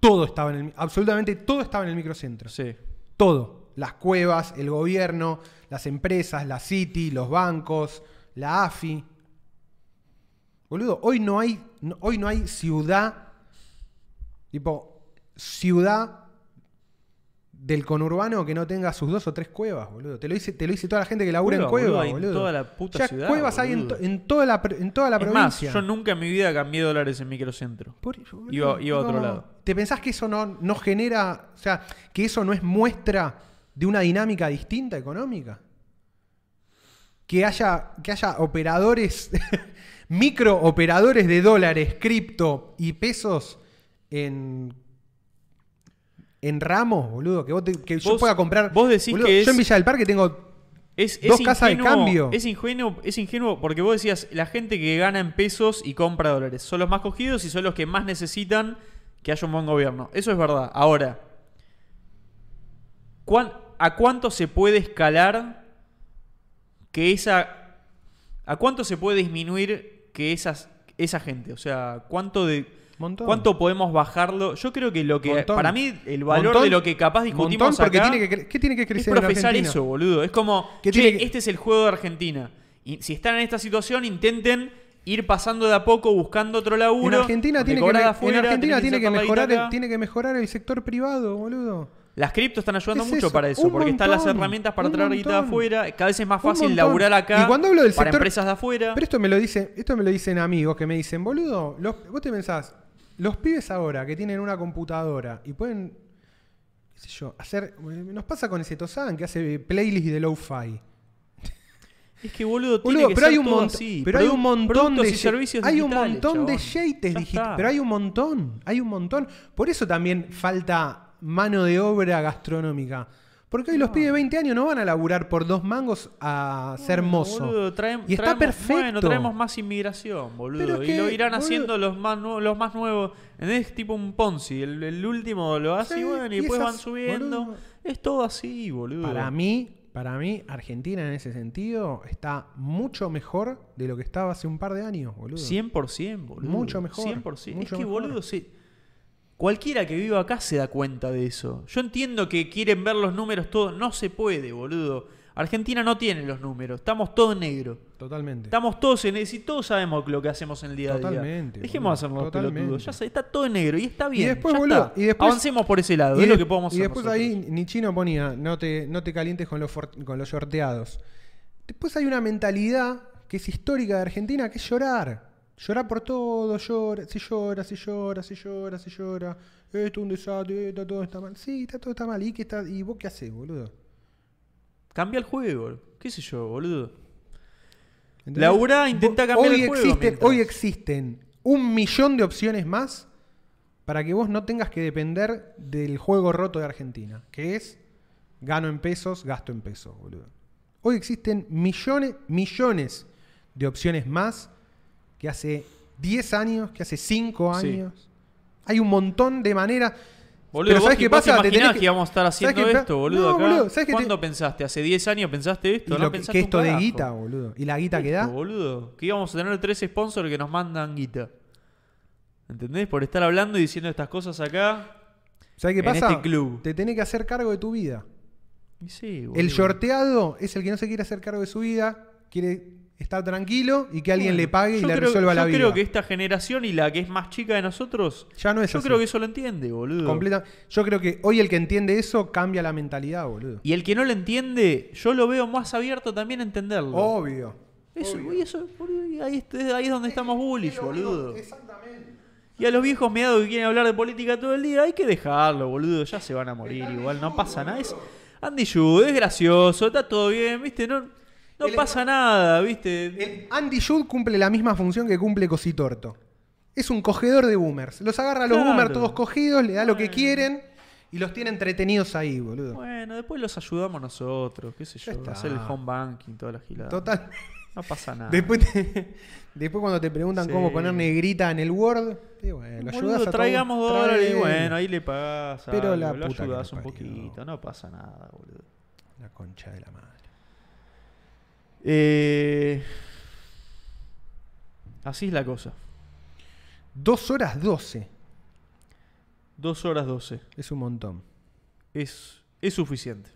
Speaker 1: todo estaba en el, mi- absolutamente todo estaba en el microcentro.
Speaker 2: Sí.
Speaker 1: Todo. Las cuevas, el gobierno, las empresas, la City, los bancos, la AFI. Boludo, hoy no hay, no- hoy no hay ciudad, tipo, ciudad del conurbano que no tenga sus dos o tres cuevas, boludo. Te lo dice, te lo dice toda la gente que labura
Speaker 2: Cueva,
Speaker 1: en cuevas,
Speaker 2: boludo,
Speaker 1: boludo.
Speaker 2: hay en toda la puta
Speaker 1: Ya
Speaker 2: ciudad,
Speaker 1: cuevas hay en,
Speaker 2: boludo.
Speaker 1: to- en toda la, pr- en toda la
Speaker 2: Es más,
Speaker 1: provincia.
Speaker 2: yo nunca en mi vida cambié dólares en microcentro.
Speaker 1: Por eso, boludo,
Speaker 2: Iba- iba a otro
Speaker 1: no.
Speaker 2: lado.
Speaker 1: ¿Te pensás que eso no, no genera, o sea, que eso no es muestra de una dinámica distinta económica? Que haya, que haya operadores, microoperadores de dólares, cripto y pesos en, en ramos, boludo. Que, vos te- que yo
Speaker 2: Vos-
Speaker 1: pueda comprar.
Speaker 2: vos decís
Speaker 1: boludo,
Speaker 2: que
Speaker 1: Yo en
Speaker 2: es-
Speaker 1: Villa del Parque tengo.
Speaker 2: Es,
Speaker 1: Dos
Speaker 2: es
Speaker 1: casas de
Speaker 2: ingenuo-
Speaker 1: cambio.
Speaker 2: Es ingenuo, es ingenuo porque vos decías, la gente que gana en pesos y compra dólares son los más cogidos y son los que más necesitan que haya un buen gobierno. Eso es verdad. Ahora, ¿cuán- ¿a cuánto se puede escalar que esa... ¿A cuánto se puede disminuir que esas, esa gente? O sea, ¿cuánto de...
Speaker 1: Montón.
Speaker 2: ¿Cuánto podemos bajarlo? Yo creo que lo que.
Speaker 1: Montón.
Speaker 2: Para mí, el valor
Speaker 1: Montón.
Speaker 2: de lo que capaz discutimos
Speaker 1: Montón, porque
Speaker 2: acá
Speaker 1: tiene que cre- ¿qué tiene que crecer
Speaker 2: es
Speaker 1: en
Speaker 2: profesar
Speaker 1: Argentina?
Speaker 2: eso, boludo. Es como,
Speaker 1: ¿Qué
Speaker 2: che,
Speaker 1: tiene que-
Speaker 2: este es el juego de Argentina. Y si están en esta situación, intenten ir pasando de a poco, buscando otro laburo.
Speaker 1: En Argentina
Speaker 2: Te
Speaker 1: tiene que,
Speaker 2: cobran
Speaker 1: me-
Speaker 2: afuera,
Speaker 1: en Argentina
Speaker 2: tenés
Speaker 1: tiene que
Speaker 2: sacar la
Speaker 1: mejorar el,
Speaker 2: guita acá.
Speaker 1: tiene que mejorar el sector privado, boludo.
Speaker 2: Las criptos están ayudando
Speaker 1: Es
Speaker 2: mucho
Speaker 1: eso,
Speaker 2: para eso,
Speaker 1: un
Speaker 2: porque están las
Speaker 1: montón,
Speaker 2: herramientas para
Speaker 1: un
Speaker 2: traer guita de
Speaker 1: montón.
Speaker 2: afuera. Cada vez es más
Speaker 1: Un
Speaker 2: fácil
Speaker 1: montón.
Speaker 2: laburar acá.
Speaker 1: Y cuando hablo del
Speaker 2: para
Speaker 1: sector-
Speaker 2: empresas de afuera.
Speaker 1: Pero esto me lo dicen, esto me lo dicen amigos que me dicen, boludo, los- vos te pensás, los pibes ahora que tienen una computadora y pueden, qué sé yo, hacer. Nos pasa con ese Tosan que hace playlist de lo-fi.
Speaker 2: Es que, boludo, tiene
Speaker 1: Boludo,
Speaker 2: que
Speaker 1: pero
Speaker 2: ser
Speaker 1: hay un
Speaker 2: todo
Speaker 1: montón,
Speaker 2: así.
Speaker 1: pero hay
Speaker 2: Produ-
Speaker 1: un montón
Speaker 2: productos
Speaker 1: de
Speaker 2: y
Speaker 1: ye-
Speaker 2: servicios
Speaker 1: hay un
Speaker 2: digitales,
Speaker 1: montón de
Speaker 2: chabón.
Speaker 1: yates
Speaker 2: Ya
Speaker 1: digitales,
Speaker 2: está.
Speaker 1: pero hay un montón, hay un montón. Por eso también falta mano de obra gastronómica, Porque hoy los pibes de 20 años no van a laburar por dos mangos a ser mozo.
Speaker 2: Boludo, traem-
Speaker 1: y está
Speaker 2: traemos-
Speaker 1: perfecto.
Speaker 2: Bueno, traemos más inmigración, boludo.
Speaker 1: Pero
Speaker 2: y
Speaker 1: que,
Speaker 2: lo irán
Speaker 1: boludo-
Speaker 2: haciendo los más, nuevos- los más nuevos. Es tipo un Ponzi. El, el último lo hace
Speaker 1: Sí,
Speaker 2: y bueno, y
Speaker 1: y
Speaker 2: después
Speaker 1: esas-
Speaker 2: van subiendo.
Speaker 1: boludo.
Speaker 2: Es todo así, boludo.
Speaker 1: Para mí, para mí, Argentina en ese sentido está mucho mejor de lo que estaba hace un par de años, boludo.
Speaker 2: 100%, boludo.
Speaker 1: Mucho mejor,
Speaker 2: 100%. es
Speaker 1: mucho
Speaker 2: que,
Speaker 1: mejor.
Speaker 2: boludo, se- cualquiera que viva acá se da cuenta de eso. Yo entiendo que quieren ver los números todos. No se puede, boludo. Argentina no tiene los números. Estamos todos en negro.
Speaker 1: Totalmente.
Speaker 2: Estamos todos en el. Si todos sabemos lo que hacemos en el día a día.
Speaker 1: Totalmente,
Speaker 2: Dejemos de hacernos los
Speaker 1: boludo, totalmente.
Speaker 2: pelotudos. Ya se- está todo en negro y está bien.
Speaker 1: después,
Speaker 2: ya
Speaker 1: boludo,
Speaker 2: está.
Speaker 1: y después-
Speaker 2: Avancemos por ese lado.
Speaker 1: Y
Speaker 2: es lo
Speaker 1: des-
Speaker 2: que podemos
Speaker 1: y
Speaker 2: hacer
Speaker 1: después
Speaker 2: nosotros.
Speaker 1: ahí Nichino ponía, no te, no te calientes con los, for- con los shorteados. Después hay una mentalidad que es histórica de Argentina, que es llorar. Llorar por todo, llora, se llora, se llora, se llora, se llora. Esto es un desastre, esto, todo está mal. Sí, está, todo está mal. ¿Y, qué está, y vos qué haces, boludo?
Speaker 2: Cambia el juego. ¿Qué sé yo, boludo?
Speaker 1: ¿Entendés?
Speaker 2: Laburá, intentá
Speaker 1: Vos-
Speaker 2: cambiar
Speaker 1: hoy
Speaker 2: el juego
Speaker 1: existen,
Speaker 2: mientras.
Speaker 1: Hoy existen un millón de opciones más para que vos no tengas que depender del juego roto de Argentina, que es gano en pesos, gasto en pesos, boludo. Hoy existen millones, millones de opciones más que hace 10 años, que hace 5
Speaker 2: Sí.
Speaker 1: años. Hay un montón de maneras.
Speaker 2: Boludo,
Speaker 1: Pero
Speaker 2: vos,
Speaker 1: ¿sabés qué
Speaker 2: vos te
Speaker 1: pasa? Te
Speaker 2: imaginás
Speaker 1: tenés
Speaker 2: que,
Speaker 1: que-
Speaker 2: íbamos a estar
Speaker 1: ¿sabés
Speaker 2: haciendo
Speaker 1: qué pe-
Speaker 2: esto, boludo?
Speaker 1: No,
Speaker 2: acá?
Speaker 1: boludo, ¿sabés que te-
Speaker 2: ¿Cuándo pensaste? ¿Hace 10 años pensaste
Speaker 1: y
Speaker 2: esto? no
Speaker 1: lo que,
Speaker 2: pensaste
Speaker 1: que
Speaker 2: un
Speaker 1: esto de
Speaker 2: carajo.
Speaker 1: guita, boludo. Y la guita que
Speaker 2: Esto,
Speaker 1: da.
Speaker 2: boludo. Que íbamos a tener tres sponsors que nos mandan guita. ¿Entendés? Por estar hablando y diciendo estas cosas acá.
Speaker 1: ¿Sabes qué
Speaker 2: en
Speaker 1: pasa?
Speaker 2: este club.
Speaker 1: Te tenés que hacer cargo de tu vida.
Speaker 2: Y sí, boludo.
Speaker 1: El shorteado es el que no se quiere hacer cargo de su vida, quiere estar tranquilo y que alguien
Speaker 2: Bueno,
Speaker 1: le pague y
Speaker 2: yo
Speaker 1: le
Speaker 2: creo-
Speaker 1: resuelva la vida.
Speaker 2: Yo creo que esta generación y la que es más chica de nosotros.
Speaker 1: Ya no es
Speaker 2: yo
Speaker 1: así.
Speaker 2: creo que eso lo entiende, boludo.
Speaker 1: Completa- Yo creo que hoy el que entiende eso cambia la mentalidad, boludo.
Speaker 2: Y el que no lo entiende, yo lo veo más abierto también a entenderlo.
Speaker 1: Obvio.
Speaker 2: Eso,
Speaker 1: Oh, obvio.
Speaker 2: y eso, boludo, y ahí, es- ahí es donde estamos bullish, boludo.
Speaker 1: Exactamente.
Speaker 2: Y a los viejos meados que quieren hablar de política todo el día, hay que dejarlo, boludo. Ya se van a morir igual, no pasa nada. Es Andy Yu, es gracioso, está todo bien, viste, no, no
Speaker 1: El-
Speaker 2: pasa nada, viste.
Speaker 1: El Andy Jude cumple la misma función que cumple Cositorto. Es un cogedor de boomers. Los agarra a los
Speaker 2: Claro.
Speaker 1: boomers todos cogidos, le da lo que
Speaker 2: Bueno.
Speaker 1: quieren y los tiene entretenidos ahí, boludo.
Speaker 2: Bueno, después los ayudamos nosotros, qué sé
Speaker 1: Ya
Speaker 2: yo,
Speaker 1: está.
Speaker 2: hacer el home banking, toda la gilada.
Speaker 1: Total.
Speaker 2: No pasa nada.
Speaker 1: Después, te- después cuando te preguntan
Speaker 2: Sí.
Speaker 1: cómo poner negrita en el Word, y bueno, Eh, lo
Speaker 2: Boludo,
Speaker 1: ayudás a
Speaker 2: traigamos
Speaker 1: todo-
Speaker 2: dólares y
Speaker 1: trae-
Speaker 2: bueno, ahí le pagás.
Speaker 1: Pero
Speaker 2: algo,
Speaker 1: la
Speaker 2: lo
Speaker 1: puta que
Speaker 2: ayudás
Speaker 1: lo
Speaker 2: un
Speaker 1: parió.
Speaker 2: poquito, no pasa nada, boludo.
Speaker 1: La concha de la madre.
Speaker 2: Eh, así es la cosa.
Speaker 1: Dos horas 12
Speaker 2: 2 horas 12.
Speaker 1: es un montón.
Speaker 2: Es, es suficiente.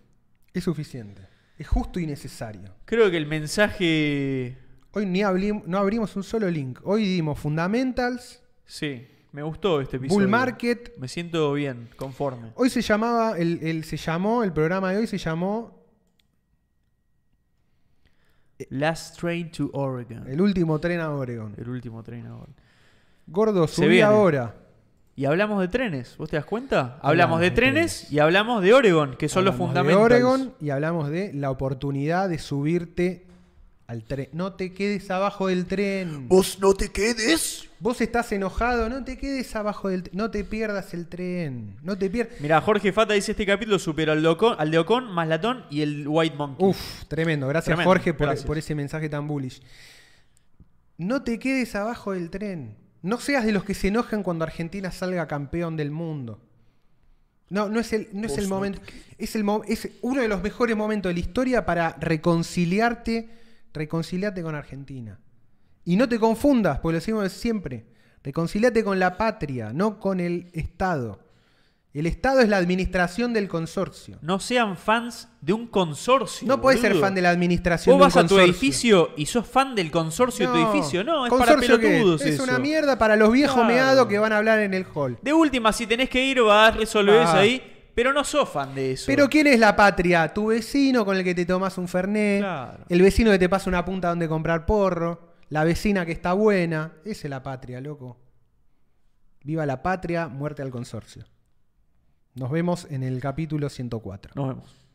Speaker 1: Es suficiente. Es justo y necesario.
Speaker 2: Creo que el mensaje.
Speaker 1: Hoy ni abrim- no abrimos un solo link. Hoy dimos fundamentals,
Speaker 2: Sí, me gustó este episodio.
Speaker 1: bull market.
Speaker 2: Me siento bien, conforme.
Speaker 1: Hoy se llamaba, el, el- se llamó, el programa de hoy se llamó
Speaker 2: Last Train to Oregon.
Speaker 1: El último tren a Oregon.
Speaker 2: Ah. El último tren ahora.
Speaker 1: Gordo,
Speaker 2: Se
Speaker 1: subí
Speaker 2: viene.
Speaker 1: ahora.
Speaker 2: Y hablamos de trenes, ¿vos te das cuenta? Hablamos,
Speaker 1: Hablamos
Speaker 2: de
Speaker 1: de
Speaker 2: trenes, y hablamos de Oregon, que son los
Speaker 1: Hablamos de
Speaker 2: fundamentos.
Speaker 1: Oregon y hablamos de la oportunidad de subirte al tren. No te quedes abajo del tren.
Speaker 3: Vos no te quedes.
Speaker 1: Vos estás enojado, no te quedes abajo del tren. No te pierdas el tren. No te pierdas.
Speaker 2: Mira, Jorge Fata dice este capítulo superó al, Loco- al de Ocon, más Latón y el White Monkey.
Speaker 1: Uf, tremendo. Gracias
Speaker 2: Tremendo,
Speaker 1: Jorge por,
Speaker 2: gracias.
Speaker 1: por ese mensaje tan bullish. No te quedes abajo del tren. No seas de los que se enojan cuando Argentina salga campeón del mundo. No, no es el, no es el momento. Es, el, mo- es uno de los mejores momentos de la historia para reconciliarte, reconciliarte con Argentina. Y no te confundas, porque lo decimos siempre. Reconciliate con la patria, no con el Estado. El Estado es la administración del consorcio.
Speaker 2: No sean fans de un consorcio.
Speaker 1: No puedes ser
Speaker 2: boludo.
Speaker 1: fan de la administración
Speaker 2: Vos
Speaker 1: de un
Speaker 2: vas a tu
Speaker 1: consorcio.
Speaker 2: edificio y sos fan del consorcio de tu edificio. No, es para
Speaker 1: ¿Consorcio qué?
Speaker 2: pelotudos
Speaker 1: Es
Speaker 2: eso.
Speaker 1: una mierda para los viejos
Speaker 2: Claro.
Speaker 1: meados que van a hablar en el hall.
Speaker 2: De última, si tenés que ir, vas, resolvés
Speaker 1: Ah.
Speaker 2: ahí. Pero no sos fan de eso.
Speaker 1: Pero ¿quién es la patria? Tu vecino con el que te tomas un fernet,
Speaker 2: Claro.
Speaker 1: el vecino que te pasa una punta donde comprar porro, la vecina que está buena. Esa es la patria, loco. Viva la patria, muerte al consorcio. Nos vemos en el capítulo 104.
Speaker 2: Nos vemos.